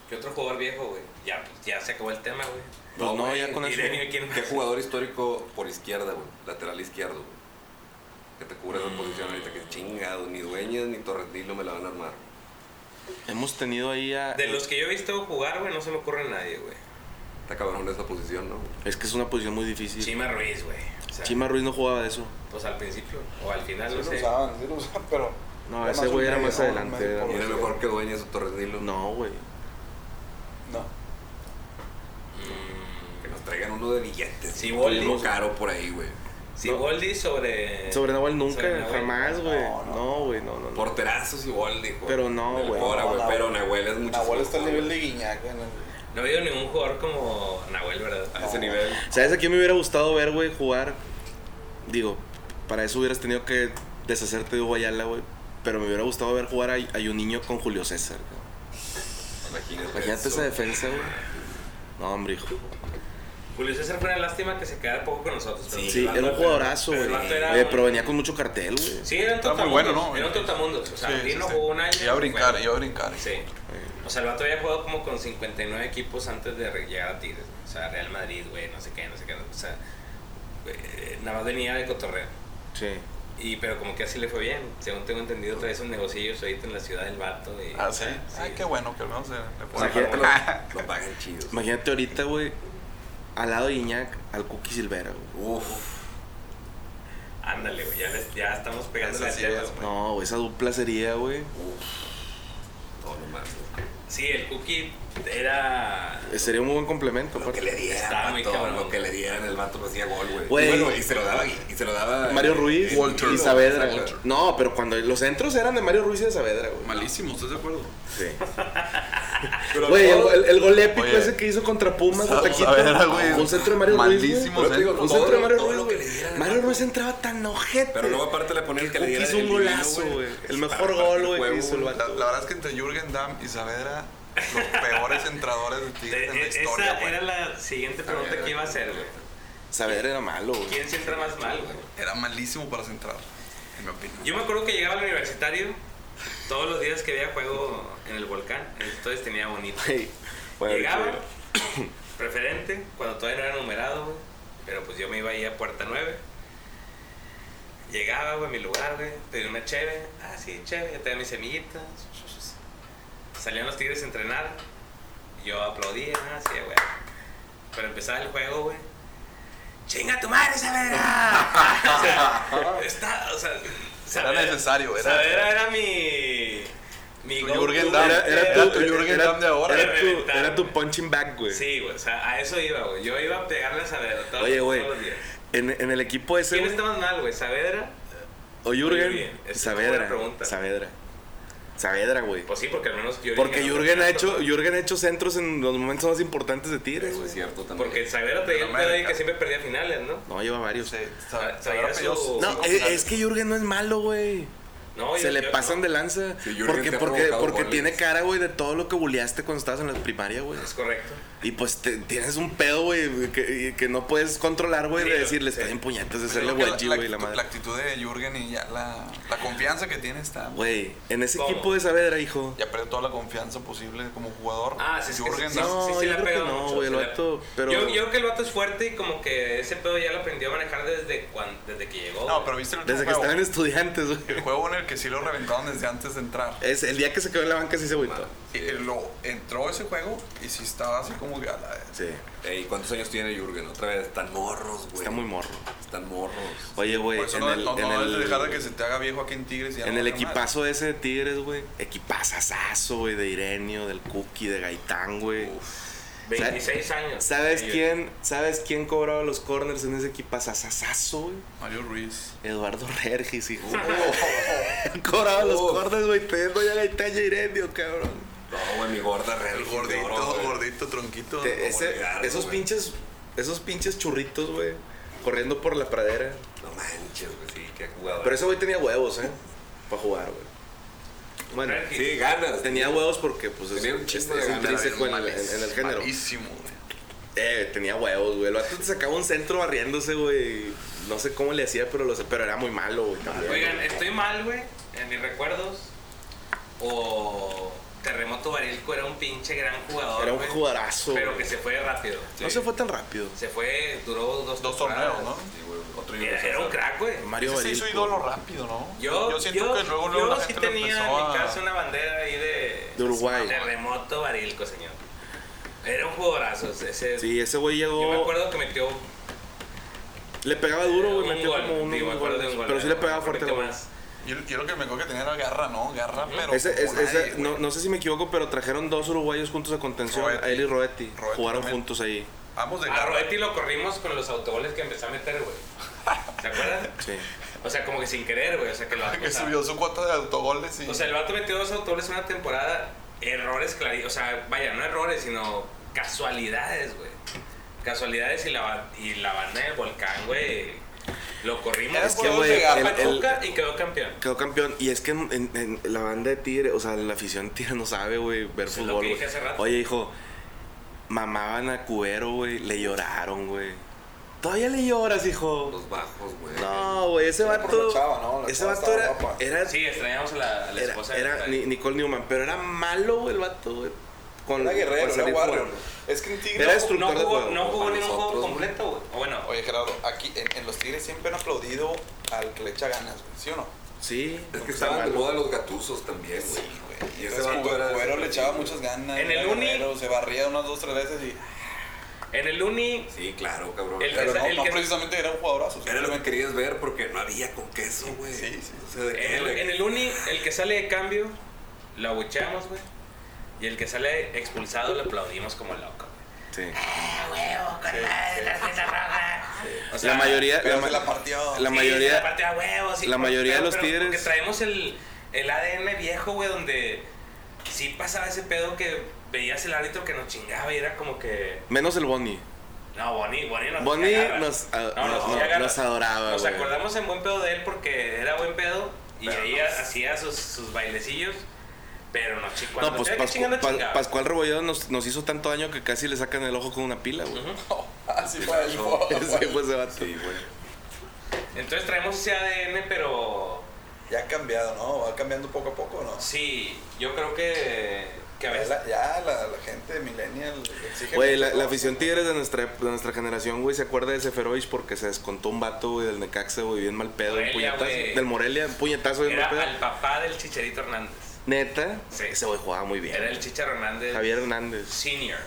B: ¿Qué otro jugador viejo, güey? Ya, pues, ya se acabó el tema, güey.
C: Pues no,
D: güey,
C: ya con
B: ¿Y
C: eso.
B: Denio quién?
D: ¿Qué jugador histórico por izquierda, güey? Lateral izquierdo, güey. Que te cubra esa posición ahorita que chingado. Ni dueñas ni Torrendilo me la van a armar.
C: Hemos tenido ahí a.
B: De los que yo he visto jugar, güey, no se me ocurre nadie, güey.
D: Está cabrón esa posición, ¿no?
C: Es que es una posición muy difícil.
B: Chima Ruiz, güey. O sea,
C: Chima Ruiz no jugaba de eso.
B: Pues al principio, o al final, no
E: Sí lo
B: sé.
E: usaban, sí lo usaban, pero.
C: No,
E: era
C: ese
E: más un
C: güey era
E: medio,
C: más
E: ¿no? Un
C: adelante,
E: medio
C: era
E: por
D: Y era
E: izquierda.
D: mejor que dueñas o Torrendilo.
C: No, güey.
E: No.
D: Que nos traigan uno de billetes.
B: Sí,
D: güey.
B: bolis.
D: Uno caro por ahí, güey.
B: Si
C: No.
B: Goldi sobre.
C: Sobre Nahuel nunca,
B: sobre Nahuel.
C: jamás, güey.
E: No, no.
C: No, güey, no, no. no.
D: Porterazos y gol, dijo.
C: Pero no,
D: Del
C: güey.
D: Cora,
E: No, Nahuel.
D: Pero Nahuel es mucho.
E: Nahuel está al nivel de Guiñac, güey. en el-
B: No ha habido ningún jugador como Nahuel, ¿verdad?
D: A ese nivel.
C: ¿Sabes a quién me hubiera gustado ver, güey, jugar? Digo, para eso hubieras tenido que deshacerte de Hugo Ayala, güey. Pero me hubiera gustado ver jugar a, a un niño con Julio César, güey.
D: Imagínate.
C: Imagínate
D: eso.
C: esa defensa, güey. No, hombre, hijo.
B: Julio César fue una lástima que se quedara poco con nosotros. pero-
C: Sí, era un jugadorazo,
B: Pero
C: güey.
B: el vato era
C: Oye,
B: un-
C: Pero venía con mucho cartel, güey.
B: Sí, era un
E: Estaba muy
B: totamundo.
E: bueno, ¿no?
B: Era un totamundo. O sea,
E: Sí, sí,
B: vino
E: sí.
B: jugó un año.
E: Iba a brincar,
B: güey.
E: iba a brincar.
B: Sí. O sea, el vato había jugado como con 59 equipos antes de llegar a Tigres. güey. O sea, Real Madrid, güey, no sé qué, no sé qué. O sea, güey, nada más venía de cotorreo.
C: Sí.
B: Y, pero como que así le fue bien. Según tengo entendido, trae esos negocios ahorita en la ciudad del vato. Y,
E: Ah, sí. Ay, qué bueno que al menos se le ponen
C: Imagínate-
E: algo.
D: Lo pagan chidos.
C: Imagínate ahorita, güey, al lado de Iñak, al Cookie Silvera, güey.
D: Uf.
B: Ándale, güey, ya, les- ya estamos pegando
E: Eso
B: las
E: sí
B: temas,
E: es,
B: güey.
C: No, güey, esa dupla sería, güey.
D: Todo lo más.
B: Sí, el cookie era.
C: Sería un buen complemento,
D: Lo que
C: aparte.
D: le dieran,
B: Estaba muy
D: vato,
B: cabrón.
D: lo que le dieran, el vato no hacía gol, güey.
C: Güey.
D: Y bueno, y se lo daba, y se lo daba...
C: Mario Ruiz
D: eh,
E: Walter.
C: y
D: Guido,
C: Saavedra.
D: o sea,
C: güey. No, pero cuando los centros eran de Mario Ruiz y de Saavedra, güey.
E: Malísimo, ¿estás de acuerdo?
C: Sí.
D: Pero
C: Güey, el,
D: todo-
C: el- el gol épico
E: Oye.
C: ese que hizo contra Pumas de taquito.
E: Saavedra, güey.
C: Un centro de Mario Ruiz.
E: Malísimo
C: güey.
E: centro.
C: Un centro de Mario
D: Todo
C: Ruiz,
D: lo que le
C: güey.
D: dieran,
C: Mario
D: ¿no?
C: Ruiz entraba tan ojete.
D: Pero luego aparte le ponía el que le
C: Cookie
D: diera
C: hizo un
D: el vino,
C: golazo, güey. El mejor
D: Para
C: gol,
D: partir
C: güey, que
D: huevo,
C: hizo el
D: güey.
E: La, la verdad es que entre Jürgen Damm y Saavedra, los peores entradores de
B: Eh,
E: Tigres en la
B: eh,
E: historia,
B: Esa
E: güey.
B: era la siguiente
D: A
B: pregunta
D: ver,
B: que iba a
D: a ver.
B: hacer, güey.
C: Saavedra era malo, güey.
B: ¿Quién se entra más mal, güey?
E: Era malísimo para centrar, en mi opinión.
B: Yo me acuerdo que llegaba al universitario todos los días que había juego en el volcán, entonces tenía bonito.
C: Güey, bueno,
B: Llegaba,
C: güey.
B: preferente, cuando todavía no era numerado, güey. Pero pues yo me iba ahí a puerta 9. Llegaba, güey, a mi lugar, güey, pedí una cheve. Ah, sí, cheve, ya tenía mis semillitas. Salían los tigres a entrenar. Yo aplaudía, ah, sí, güey. Pero empezaba el juego, güey. ¡Chinga tu madre, Savera! o sea, está, o sea, Saavedra-
E: necesario, era-
B: Saavedra era mi. Mi
E: Tu
B: go-to,
E: Jürgen Damm.
B: güey.
C: Era, era
E: Era
C: tu,
E: tu Jürgen Damm de ahora.
C: Era tu,
B: Reventar.
C: era tu punching bag, güey.
B: Sí, güey, o sea, a eso iba, güey. Yo iba a pegarle a Saavedra todos,
C: Oye, güey.
B: todos los días.
C: En, en el equipo ese,
B: ¿Quién
C: güey.
B: está más mal, güey? ¿Saavedra?
C: O
B: Jürgen.
C: Jürgen.
B: Es una
C: Saavedra.
B: buena pregunta.
C: Saavedra. Saavedra, güey.
B: Pues sí, porque al menos Jürgen.
C: Porque
B: ganó
C: Jürgen ha hecho,
B: campeonato,
C: Jürgen ha hecho centros en los momentos más importantes de Tigres,
D: Eso
C: güey.
D: es cierto también.
B: Porque Saavedra pedía el
E: América.
B: pedo ahí que siempre perdía finales, ¿no?
C: No, lleva varios.
E: Sí,
B: Sa-
E: sabrá
B: sabía
E: que
B: su-
E: ellos-
C: No,
E: sí,
C: es,
E: claro.
C: es que Jürgen no es malo, güey.
B: No,
C: Se
B: yo-
C: le
B: yo-
C: pasan
B: no.
C: de lanza.
D: Sí, Jürgen
C: porque
D: te ha
C: porque,
D: provocado
C: porque
D: goles.
C: tiene cara, güey, de todo lo que buleaste cuando estabas en la primaria, güey.
B: Es correcto.
C: Y pues te- tienes un pedo, güey, que, que no puedes controlar, güey,
B: Sí,
C: de decirle,
B: sí.
C: está bien puñetas, de
E: Pero
C: hacerle
E: creo que
C: guachi,
E: la,
C: güey, la
E: actitud-
C: madre.
E: la actitud de Jürgen y ya la, la confianza que tiene está.
C: Güey, en ese
B: ¿Cómo?
C: equipo de Saavedra, hijo.
E: Ya perdió toda la confianza posible como jugador.
B: Ah, sí, es que
E: Jürgen
B: sí,
E: da-
C: no,
B: sí, sí,
C: yo
B: le ha
C: creo que
B: pegado
C: no,
B: mucho,
C: güey, el
B: sí le ha-
C: vato, pero-
B: Yo, yo creo que el vato es fuerte y como que ese pedo ya lo aprendió a manejar desde, cuan- desde que llegó.
E: No,
B: güey.
E: pero viste el último
C: Desde que
E: juego.
C: estaban estudiantes, güey.
E: El juego en el que sí lo reventaron desde antes de entrar.
C: Es el día que se quedó en la banca sí se agüitó.
E: Y lo entró ese juego y sí estaba así como que a la
C: Sí,
D: Ey, ¿cuántos años tiene Jürgen? Otra vez, están morros, güey.
C: está muy morro.
D: Están morros.
C: Oye, güey,
E: Por eso
C: en
E: no,
C: el,
E: no-
C: en
E: no debes
C: el-
E: de dejar de que se te haga viejo aquí en Tigres. y ya
C: en
E: no
C: el
E: vale madre.
C: equipazo ese de Tigres, güey. Equipazazazo, güey, de Irenio, del Cookie, de Gaitán, güey.
E: Uf,
B: 26 años.
C: ¿Sabes
B: Sí,
C: quién? ¿Sabes quién cobraba los corners en ese equipazazazazo, güey?
E: Mario Ruiz.
C: Eduardo Regis, hijo. cobraba los
D: Uf.
C: corners, güey. Teniendo ya Gaitán y a Irenio, cabrón.
D: No, güey, mi gorda real.
E: El gordito, gordito, tronquito.
C: Te- ese-
D: olvidarlo,
C: esos
D: güey.
C: pinches, esos pinches churritos, güey. Corriendo por la pradera.
D: No manches, güey, sí, qué jugador.
C: Pero ese güey tenía huevos, ¿eh? Para jugar, güey. Bueno,
B: Regis.
D: Sí, ganas.
C: tenía huevos porque, pues, es,
D: Tenía un
C: un
D: chingo
C: chiste
D: de
C: es
D: ganas,
C: intrínseco en, el-
E: Malis-
C: en- en el género.
E: Malísimo, güey.
C: Eh, tenía huevos, güey. Lo antes te sacaba un centro barriéndose, güey. No sé cómo le hacía, pero lo sé, pero era muy malo, güey. también.
B: Oigan, ¿estoy mal, güey? En mis recuerdos. O Terremoto Barilco era un pinche gran jugador.
C: Era un
B: güey,
C: jugadorazo.
B: Pero
C: güey.
B: que se fue rápido.
C: No se fue tan rápido.
B: Se fue, duró dos,
E: Dos
B: temporadas.
E: torneos, ¿no?
D: Sí, güey, otro
B: Era, era un crack, güey.
C: Mario
E: Ese se hizo
C: Barilco.
E: ídolo rápido, ¿no?
B: Yo, yo,
E: siento que luego,
B: yo
E: luego la
B: sí
E: gente lo
B: tenía en
E: empezó
B: mi
E: a-
B: casa una bandera ahí de,
C: De Uruguay.
B: Terremoto Barilco, señor. Era un jugadorazo. Ese,
C: Sí, ese güey
B: Yo me
C: llegó.
B: acuerdo que metió.
C: Le pegaba duro, güey.
B: un
C: Metió
B: gol,
C: como uno.
B: digo, me acuerdo de un gol,
C: Pero sí
B: era
C: le pegaba
B: un
C: fuerte,
B: poquito
C: güey.
B: más.
E: Yo, yo lo que me acuerdo que tenía era garra, ¿no? Garra, pero.
C: Ese,
E: como
C: es- ese-
E: nadie, güey.
C: no, no sé si me equivoco, pero trajeron dos uruguayos juntos a contención,
E: Roetti.
C: a él y Roetti.
E: Roetti
C: Jugaron
E: también.
C: juntos ahí.
E: Ambos de
B: A
E: garra.
B: Roetti Ah, lo corrimos con los autogoles que empezó a meter, güey. ¿Se acuerdan?
C: Sí.
B: O sea, como que sin querer, güey. O sea, que lo
E: Que
B: o sea,
E: subió su cuota de autogoles y.
B: O sea, el vato metió dos autogoles en una temporada. Errores clarísimos. O sea, vaya, no errores, sino casualidades, güey. Casualidades y la, ba- y la banda del volcán, güey. Lo corrimos.
E: Es que,
B: Fue
E: güey,
B: a
E: el-
B: Pachuca y quedó campeón.
C: Quedó campeón. Y es que en, en- en la banda de Tigre, o sea, la afición de Tigre no sabe, güey, ver
B: Eso es lo
C: fútbol.
B: que dije
C: güey.
B: hace rato.
C: Oye, hijo, mamaban a Cubero, güey, le lloraron, güey. Todavía le lloras, hijo.
D: Los bajos, güey.
C: No, güey, ese
E: Era por la
C: vato.
E: chava, ¿no? La
C: Ese
E: chava
C: vato
E: estaba
C: era.
E: guapa.
C: Era,
B: Sí, extrañamos a la, a la
C: era,
B: esposa de
C: era
B: Rafael.
C: Ni- Nicole Newman, pero era malo, güey, el vato, güey. Con
E: Era guerrero,
C: con
E: era
C: salir
E: warrior.
C: jugando.
E: Es que en Tigres.
C: Era
E: no-
C: destructor
B: no
C: de
B: jugó,
C: juego.
B: no jugó
D: para
B: ningún juego
D: nosotros,
B: completo, güey. O bueno,
E: Oye, Gerardo, aquí en, en los Tigres siempre han aplaudido al que le echa ganas, güey. ¿Sí o no?
C: Sí.
D: Es que estaban de moda los gatusos también, güey. Y ese vato era.
E: Cuero le echaba muchas ganas.
B: En el
E: era
B: uni-
E: guerrero, Se barría unas dos, tres veces y.
B: en el Uni,
D: Sí, claro, cabrón.
B: El-
E: Pero
B: que-
E: no,
B: el
E: no
B: que-
E: precisamente era un jugadorazo.
D: Era lo que querías ver porque no había con queso, güey.
E: Sí, sí.
D: O sea, de
B: en
D: qué
B: el,
D: le-
B: en el Uni, el que sale de cambio, lo abucheamos, güey. Y el que sale expulsado, lo aplaudimos como loco.
C: Sí.
B: O
C: la mayoría.
E: Pero
C: la
E: se
C: ma-
E: la partió.
C: la
B: sí,
C: mayoría-
B: la parte a huevo, sí,
C: la
B: pero-
C: mayoría de
B: pero-
C: los
B: pero
C: tigres-
B: Porque traemos el, el ADN viejo, güey, donde sí pasaba ese pedo que veías el árbitro que nos chingaba y era como que.
C: Menos el Bonnie.
B: No, Bonnie, Bonnie nos
C: Bonnie
B: agarra.
C: nos, a-
B: No,
C: nos,
B: sí
C: nos-
B: agarra.
C: nos adoraba,
B: Nos
C: güey.
B: acordamos en buen pedo de él porque era buen pedo y
D: Pero
B: ahí
D: no.
B: hacía sus, sus bailecillos, pero no chico.
C: No, pues Pascu- Pa- Pascual Rebolledo nos, nos hizo tanto daño que casi le sacan el ojo con una pila, güey.
E: Así fue el juego.
C: Ese
B: pues,
C: fue ese vato.
D: Sí, güey.
B: Entonces traemos ese ADN, pero
E: Ya ha cambiado, ¿no? Va cambiando poco a poco, ¿no?
B: sí, yo creo que que a
E: Ya,
B: veces
E: la, ya la, la gente millennial exige.
C: Güey, la,
E: mucho,
C: la
E: ¿no?
C: afición Tigres de nuestra, de nuestra generación, güey, se acuerda de Seferovic porque se descontó un vato, güey, del Necaxa, güey, bien mal pedo, un
B: Morelia,
C: puñetazo.
B: güey.
C: Del Morelia, un puñetazo bien
B: era
C: mal pedo.
B: al papá del Chicharito Hernández.
C: Neta,
B: Sí.
C: ese güey jugaba muy bien.
B: Era el Chicharo Hernández
C: Javier Hernández.
B: Senior.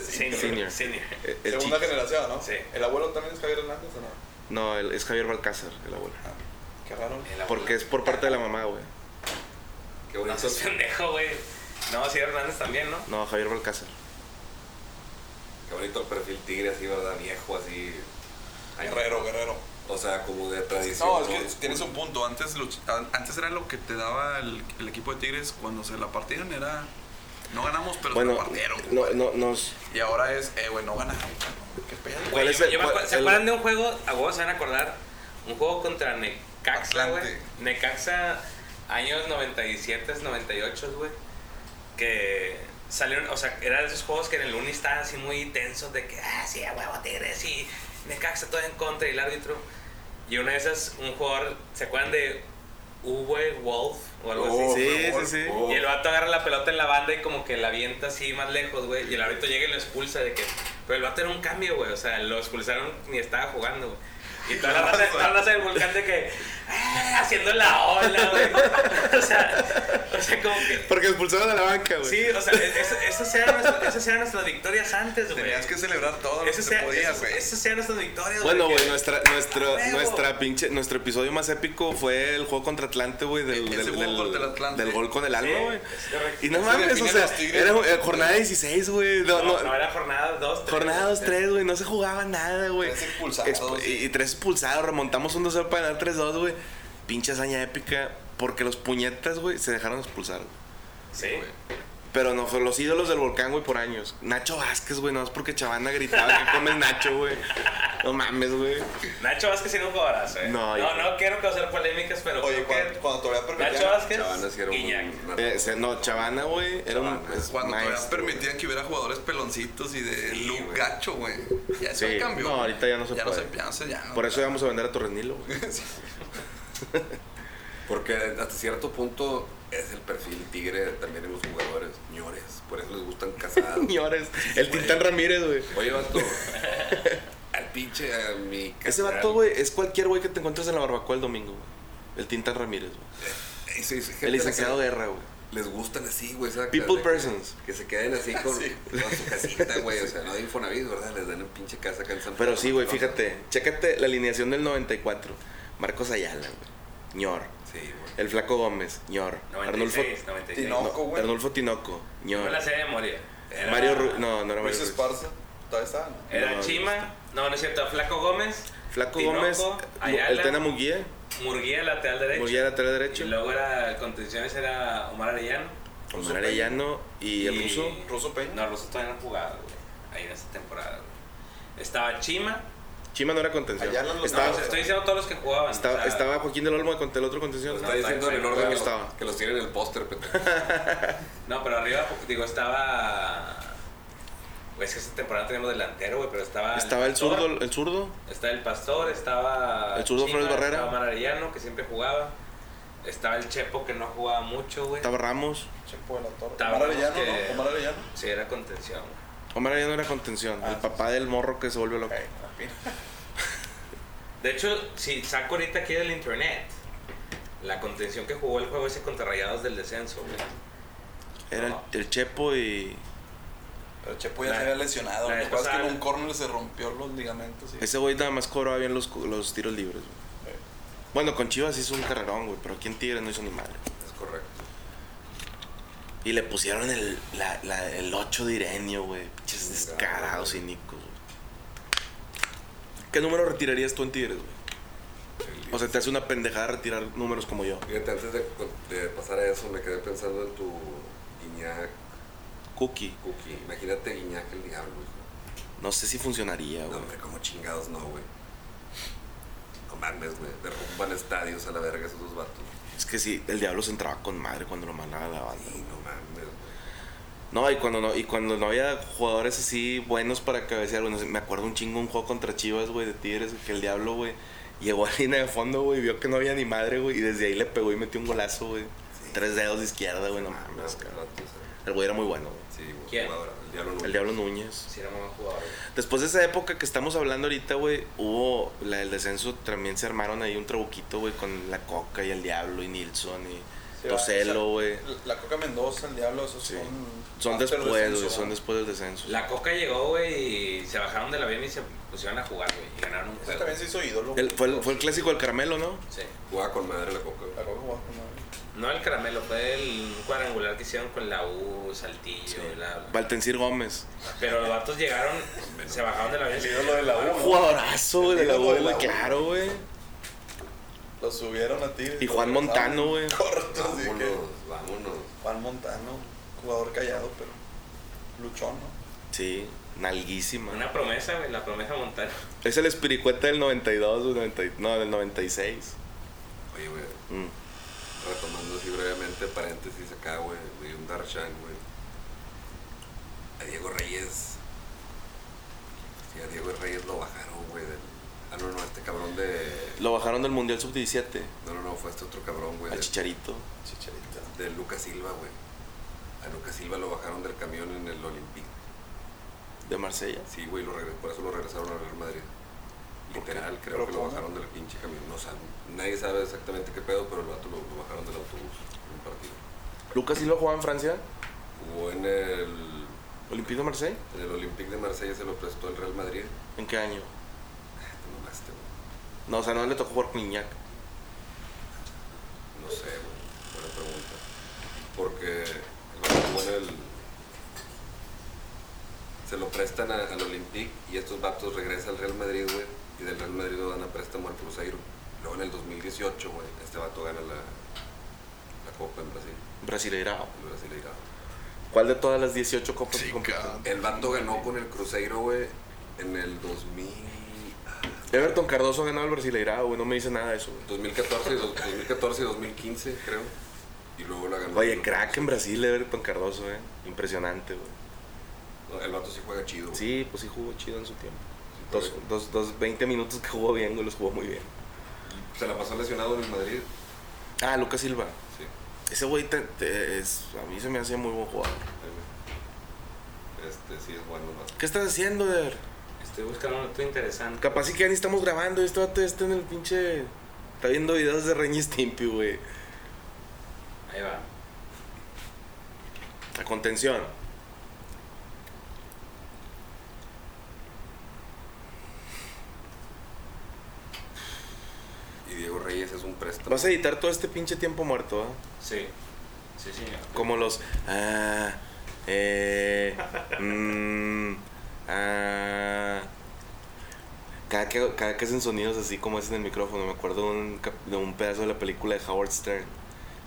B: Senior.
C: Senior.
B: Senior.
C: Eh, el
E: Segunda
C: Chichis.
E: generación, ¿no?
B: Sí.
E: ¿El abuelo también es Javier Hernández o no?
C: No, el- es Javier Balcázar, el abuelo.
B: Ah,
E: Qué raro.
B: El
C: Porque es por parte de la mamá, güey.
D: Qué
B: No
D: bonito.
B: sos pendejo, güey. No, sí, Hernández también, ¿no?
C: No, Javier Balcázar.
B: Pues
D: Qué bonito el perfil tigre así, ¿verdad? Viejo, así.
E: Guerrero, guerrero.
D: O sea, como de tradición.
E: No, es
D: old
E: que
D: school.
E: tienes un punto. Antes, luch- an- antes era lo que te daba el, el equipo de Tigres cuando se la partían. Era. No ganamos, pero se
C: Bueno,
E: la partieron.
C: no, no, nos.
E: Y ahora es, eh, güey, no ganamos. Qué pedo.
C: ¿Cuál
B: Güey,
C: es
B: yo-
C: el-
B: yo me
C: cuál-
B: acuerdo- ¿Se
C: el-
B: acuerdan de un juego? A huevos se van a acordar. Un juego contra Necaxa, güey.
E: Atlante.
B: Necaxa, años 97, 98, güey. Que salieron, o sea, eran esos juegos que en el uni estaban así muy tensos de que, ah, sí, a huevo, tigres, y Necaxa todo en contra y el árbitro. Y una de esas, un jugador, ¿se acuerdan de Uwe Wolf o algo así?
D: Oh,
C: Sí,
D: fue
C: sí,
D: gol.
C: sí.
D: Oh.
B: Y el vato agarra la pelota en la banda y como que la avienta así más lejos, güey. Y el árbitro llega y lo expulsa de que... Pero el vato era un cambio, güey. O sea, lo expulsaron ni estaba jugando, güey. Y toda la raza, toda la raza del volcán de que... "Ah", haciendo la ola, güey. O sea, o sea, como que...
C: Porque expulsaron a la banca, güey.
B: Sí, o sea, es- esas eran, nuestras- esas eran nuestras victorias antes, güey.
E: Tenías que celebrar todo lo que
B: Esas
E: se
B: eran-
E: podía,
B: esas-
E: güey.
B: esas eran nuestras victorias,
C: Bueno,
B: que-
C: güey, nuestra,
B: ¡A
C: nuestra,
B: huevo!
C: nuestra pinche, nuestro episodio más épico fue el juego contra Atlante, güey, del,
E: E-, Ese
C: del,
E: juego
C: del-
E: contra el Atlante.
C: del gol con el alma,
B: Sí,
C: güey.
B: es correcto.
C: Y no
E: Ese
C: mames, o
E: define
C: sea,
E: los Tigres.
C: era eh, jornada 16, güey. No,
B: No,
C: no,
B: no, era jornada 2, 3.
C: jornada 2-3, güey, no se jugaba nada, güey.
E: Tres expulsados,
C: Expu-
E: sí.
C: Y, y tres expulsados, remontamos un 2-0 para ganar 3-2, güey. Pinche hazaña épica, porque los puñetas, güey, se dejaron expulsar, güey.
B: Sí.
C: Pero no, fue los ídolos del volcán, güey, por años. Nacho Vázquez, güey, no es porque Chavana gritaba que comes Nacho, güey. No mames, güey.
B: Nacho Vázquez era un jugadorazo, eh. No,
C: No, yo-
B: no, quiero causar polémicas, pero
E: Oye,
B: creo que
E: cuando, cuando todavía permitían.
B: Nacho Vázquez,
D: Chavana sí era un-
B: Guiñac.
D: una-
C: Eh, se- no, Chavana, güey, era un es
E: Cuando todavía
C: maestro, güey.
E: permitían que hubiera jugadores peloncitos y de
D: Sí,
E: look
D: güey.
E: gacho, güey. Ya eso
C: Sí,
E: cambió.
C: no, ahorita ya no se
E: ya
C: puede.
E: No se, ya no se- ya no.
C: Por eso vamos a vender a Torres Nilo, güey.
D: Porque hasta cierto punto es el perfil tigre también de los jugadores, ñores. Por eso les gustan casados.
C: Señores, el Tintán Ramírez, güey.
D: Oye, vato. al pinche, a mi.
C: Ese vato, güey, es cualquier güey que te encuentres en la barbacoa el domingo, güey. El Tintán Ramírez, güey.
D: Ese- ese gente
C: El licenciado
D: que
C: Guerra, güey.
D: Les gustan así, güey. esa-
C: People
D: que-
C: persons.
D: Que se queden así con, con su casita, güey. O sea, no de Infonavit, ¿verdad? Les dan un pinche casa acá en San
C: Pero sí, güey,
D: Fernando.
C: fíjate. Chécate la alineación del 94. Marcos Ayala, güey. Ñor.
D: Sí, güey.
C: El Flaco Gómez, Ñor. Arnulfo,
B: 96, 96.
E: Tinoco, güey.
C: Arnulfo Tinoco,
B: Yo me
C: Ñor.
B: la sé de memoria. Era-
C: Mario Ru- No, no era Mario
E: Luis
C: Ruiz.
E: Esparza, todavía estaba. ¿no?
B: Era
C: No,
B: Chima. No, no es cierto. Flaco Gómez.
C: Flaco
B: Tinoco,
C: Gómez,
B: Ayala,
C: el Tena Muguía.
B: Murguía, lateral derecho.
C: Muguía lateral
B: Y
C: derecho.
B: luego era contenciones, era Omar Arellano.
C: Omar Arellano y el
B: Y-
C: ruso.
E: Ruso Peña.
B: No, Russo todavía no jugaba, güey. Ahí en esa temporada, güey. Estaba Chima.
C: Chima no era contención.
E: Ayala lo-
C: Estaba,
B: No, pues, estoy diciendo todos los que jugaban.
C: estaba-
B: o sea,
C: estaba Joaquín del Olmo contra el otro contención.
D: Está diciendo en el
C: Bueno,
D: orden que,
C: estaba.
D: los, que los tienen en el póster, pete.
B: No, pero arriba, digo, estaba. Güey, es que esta temporada teníamos delantero, güey, pero estaba.
C: Estaba el
B: Pastor,
C: zurdo, el zurdo.
B: Estaba el Pastor, estaba.
C: El zurdo
B: Chima,
C: Flores Barrera.
B: Estaba Mararellano, que siempre jugaba. Estaba el Chepo, que no jugaba mucho, güey.
C: Estaba Ramos.
E: Chepo de la Torre.
B: Estaba
E: Omar Arellano,
B: que-
E: ¿no? Omar Arellano.
B: Sí, era contención, güey.
C: Omar Arellano era contención.
D: Ah,
C: el papá del morro que se volvió loco.
E: Ey, la pina.
B: De hecho, si saco ahorita aquí del internet, la contención que jugó el juego ese contra Rayados del descenso, güey.
C: Era el,
B: No.
C: el Chepo y.
E: Pero Chepo ya
B: La-
E: se había lesionado.
B: la
E: Lo que pasa es que
B: desfasada.
E: en un córner se rompió los ligamentos. y-
C: Ese güey nada más cobraba bien los, los tiros libres. güey.
E: Sí.
C: Bueno, con Chivas hizo un carrerón, güey. Pero aquí en Tigres no hizo ni madre.
D: Es correcto.
C: Y le pusieron el, la, la- el 8 de Irenio, güey. Pinches descarados, cínicos, güey. ¿Qué número retirarías tú en Tigres, güey? O sea, te hace una pendejada retirar números como yo.
D: Fíjate, antes de, de pasar a eso, me quedé pensando en tu Guiñac
C: Cookie.
D: Cookie. Imagínate Guiñac el diablo, hijo.
C: No sé si funcionaría,
D: No,
C: Ah, güey.
D: hombre, como chingados no, güey. No mames, güey. Derrumban estadios a la verga esos dos vatos.
C: Es que sí, el diablo se entraba con madre cuando lo mandaba a la banda.
D: Y no mames, güey.
C: No, y cuando no, y cuando no había jugadores así buenos para cabecear, güey, no sé, me acuerdo un chingo un juego contra Chivas, güey, de Tigres, que el diablo, güey, llegó a la línea de fondo, güey, vio que no había ni madre, güey, y desde ahí le pegó y metió un golazo, güey. Tres dedos de izquierda, güey, no
D: No,
E: Ah,
C: mames,
D: los
C: cabrón.
D: vatos, eh.
C: El güey era muy bueno.
D: Sí, güey,
B: ¿Quién?
D: jugadora, El diablo
C: El Diablo Núñez.
B: Sí, era muy buen jugador. güey.
C: Después de esa época que estamos hablando ahorita, güey, hubo la del descenso, también se armaron ahí un trabuquito, güey, con la Coca y el Diablo y Nilsson y
E: Sí,
C: Tocelo, güey.
E: La Coca Mendoza, el Diablo, esos
C: Sí.
E: son.
C: Son
E: after
C: después, güey,
E: descenso,
C: son
E: ¿no?
C: después del descenso.
B: La Coca llegó, güey, y se bajaron de la BM y se pusieron a jugar, güey, y ganaron un
E: Ese
B: juego.
E: también se hizo ídolo.
C: El- fue, el, fue el clásico del caramelo, ¿no?
B: Sí.
D: Jugaba con madre la coca, güey.
E: La Coca jugaba con madre.
B: No el caramelo, fue el cuadrangular que hicieron con la U, Saltillo, bla, bla.
C: Valtencir Gómez.
B: Pero los vatos llegaron, se bajaron de la BM.
E: El ídolo de la U.
C: Jugadorazo, güey, de la U, güey, claro, güey.
E: Lo subieron a ti.
C: Y Juan Montano, güey. Ah,
E: Corto, así
D: Vámonos,
E: que.
D: vámonos.
E: Juan Montano, jugador callado, pero luchón, ¿no?
C: Sí, nalguísima.
B: Una promesa, güey, la promesa Montana.
C: Es el espiricueta del 92, güey, 90 y- no, del 96.
D: Oye, güey,
C: Mm.
D: retomando así brevemente, paréntesis acá, güey, de un Darshan, güey. A Diego Reyes. Sí, a Diego Reyes lo bajaron, güey. del- Ah, no, no, este cabrón de.
C: Lo bajaron del Mundial Sub-17
D: No, no, no, fue este otro cabrón, güey.
E: Ah,
C: al
D: De,
C: Chicharito.
E: Chicharito.
D: de Lucas Silva, güey. A Lucas Silva lo bajaron del camión en el Olympique.
C: de Marsella.
D: Sí, güey, lo regre- por eso lo regresaron al Real Madrid. Literal, creo
E: ¿Pero
D: que lo
E: cómo?
D: bajaron del pinche camión. No saben, nadie sabe exactamente qué pedo, pero el vato lo, lo bajaron del autobús en un partido.
C: Lucas Silva jugaba en Francia,
D: Jugó en el,
C: Olympique de Marsella.
D: en el Olympique de Marsella, se lo prestó el Real Madrid.
C: ¿En qué año?
D: Te mamaste, güey.
C: No, o sea, no le tocó jugar con Iñak.
D: No sé, güey. Buena pregunta. Porque el vato jugó en el. Se lo prestan a- al Olympique y estos vatos regresan al Real Madrid, güey. Y del Real Madrid lo dan a préstamo al Cruzeiro. Luego en el 2018, güey, este vato gana la, la Copa en Brasil.
C: Brasileirao.
D: El brasileirao.
C: ¿Cuál de todas las 18 copas que completó?
D: El vato ganó con el Cruzeiro, güey, en el 2000.
C: Everton Cardoso ha ganado el Brasileirao, güey. No me dice nada de eso, güey.
D: 2014, y dos- 2014 y 2015, creo. Y luego la ganó.
C: Oye, crack en Brasil, Everton Cardoso, eh. Impresionante, güey.
D: No, El vato sí juega chido. güey.
C: Sí, pues sí jugó chido en su tiempo.
D: Sí juega
C: Dos, dos, dos 20 minutos que jugó bien, güey, los jugó muy bien.
D: chido. Se la pasó lesionado en el Madrid.
C: Ah, Lucas Silva.
D: Sí.
C: Ese güey te- te- es, a mí se me hace muy buen jugador.
D: ahí va. Este sí es bueno más.
C: ¿Qué estás haciendo, Eder?
B: Estoy buscando un dato interesante.
C: Capaz sí que ya ni estamos grabando. Este vato ya está en el pinche. Está viendo videos de Reñi Stimpy, güey.
B: Ahí va.
C: La contención.
D: Y Diego Reyes es un préstamo.
C: Vas a editar todo este pinche tiempo muerto, ¿ah?
B: Sí. Sí, señor.
C: Como los. Ah. Eh. mm, ah. Cada que, cada que hacen sonidos así como es en el micrófono, me acuerdo de un, cap- de un pedazo de la película de Howard Stern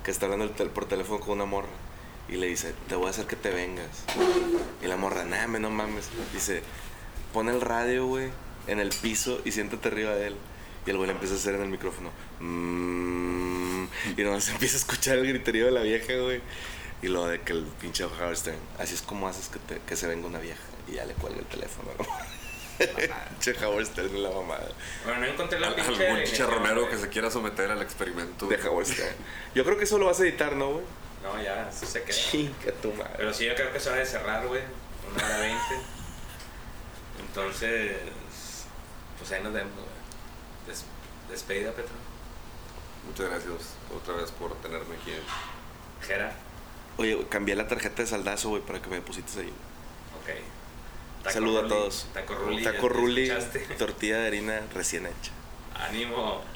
C: que está hablando el tel- por teléfono con una morra y le dice: Te voy a hacer que te vengas. Y la morra, nada, me no mames. Dice: Pon el radio, güey, en el piso y siéntate arriba de él. Y el güey le empieza a hacer en el micrófono: "Mm", Y nomás empieza a escuchar el griterío de la vieja, güey. Y lo de que el pinche Howard Stern, así es como haces que, te- que se venga una vieja. Y ya le cuelga el teléfono. ¿no? Pinche Howard Stern y la mamada.
B: Bueno, no encontré la
D: Al-
B: pinche
D: algún
B: alineación,
D: chicharronero
B: güey.
D: que se quiera someter al experimento.
C: De Howard Stern. Yo creo que eso lo vas a editar, ¿no, güey?
B: No, ya, eso se queda.
C: Chinga tu madre.
B: Pero sí, yo creo que se va a cerrar, güey. Una hora veinte. Entonces, pues ahí nos vemos, güey. Des- despedida, Petro.
D: Muchas gracias otra vez por tenerme aquí.
B: Jera.
C: Oye, güey, cambié la tarjeta de saldazo, güey, para que me deposites ahí.
B: Ok.
C: Saludo a
B: Ruli,
C: todos.
B: Taco Ruli. ya
C: Taco
B: te
C: Ruli,
B: escuchaste.
C: tortilla de harina recién hecha.
B: Ánimo.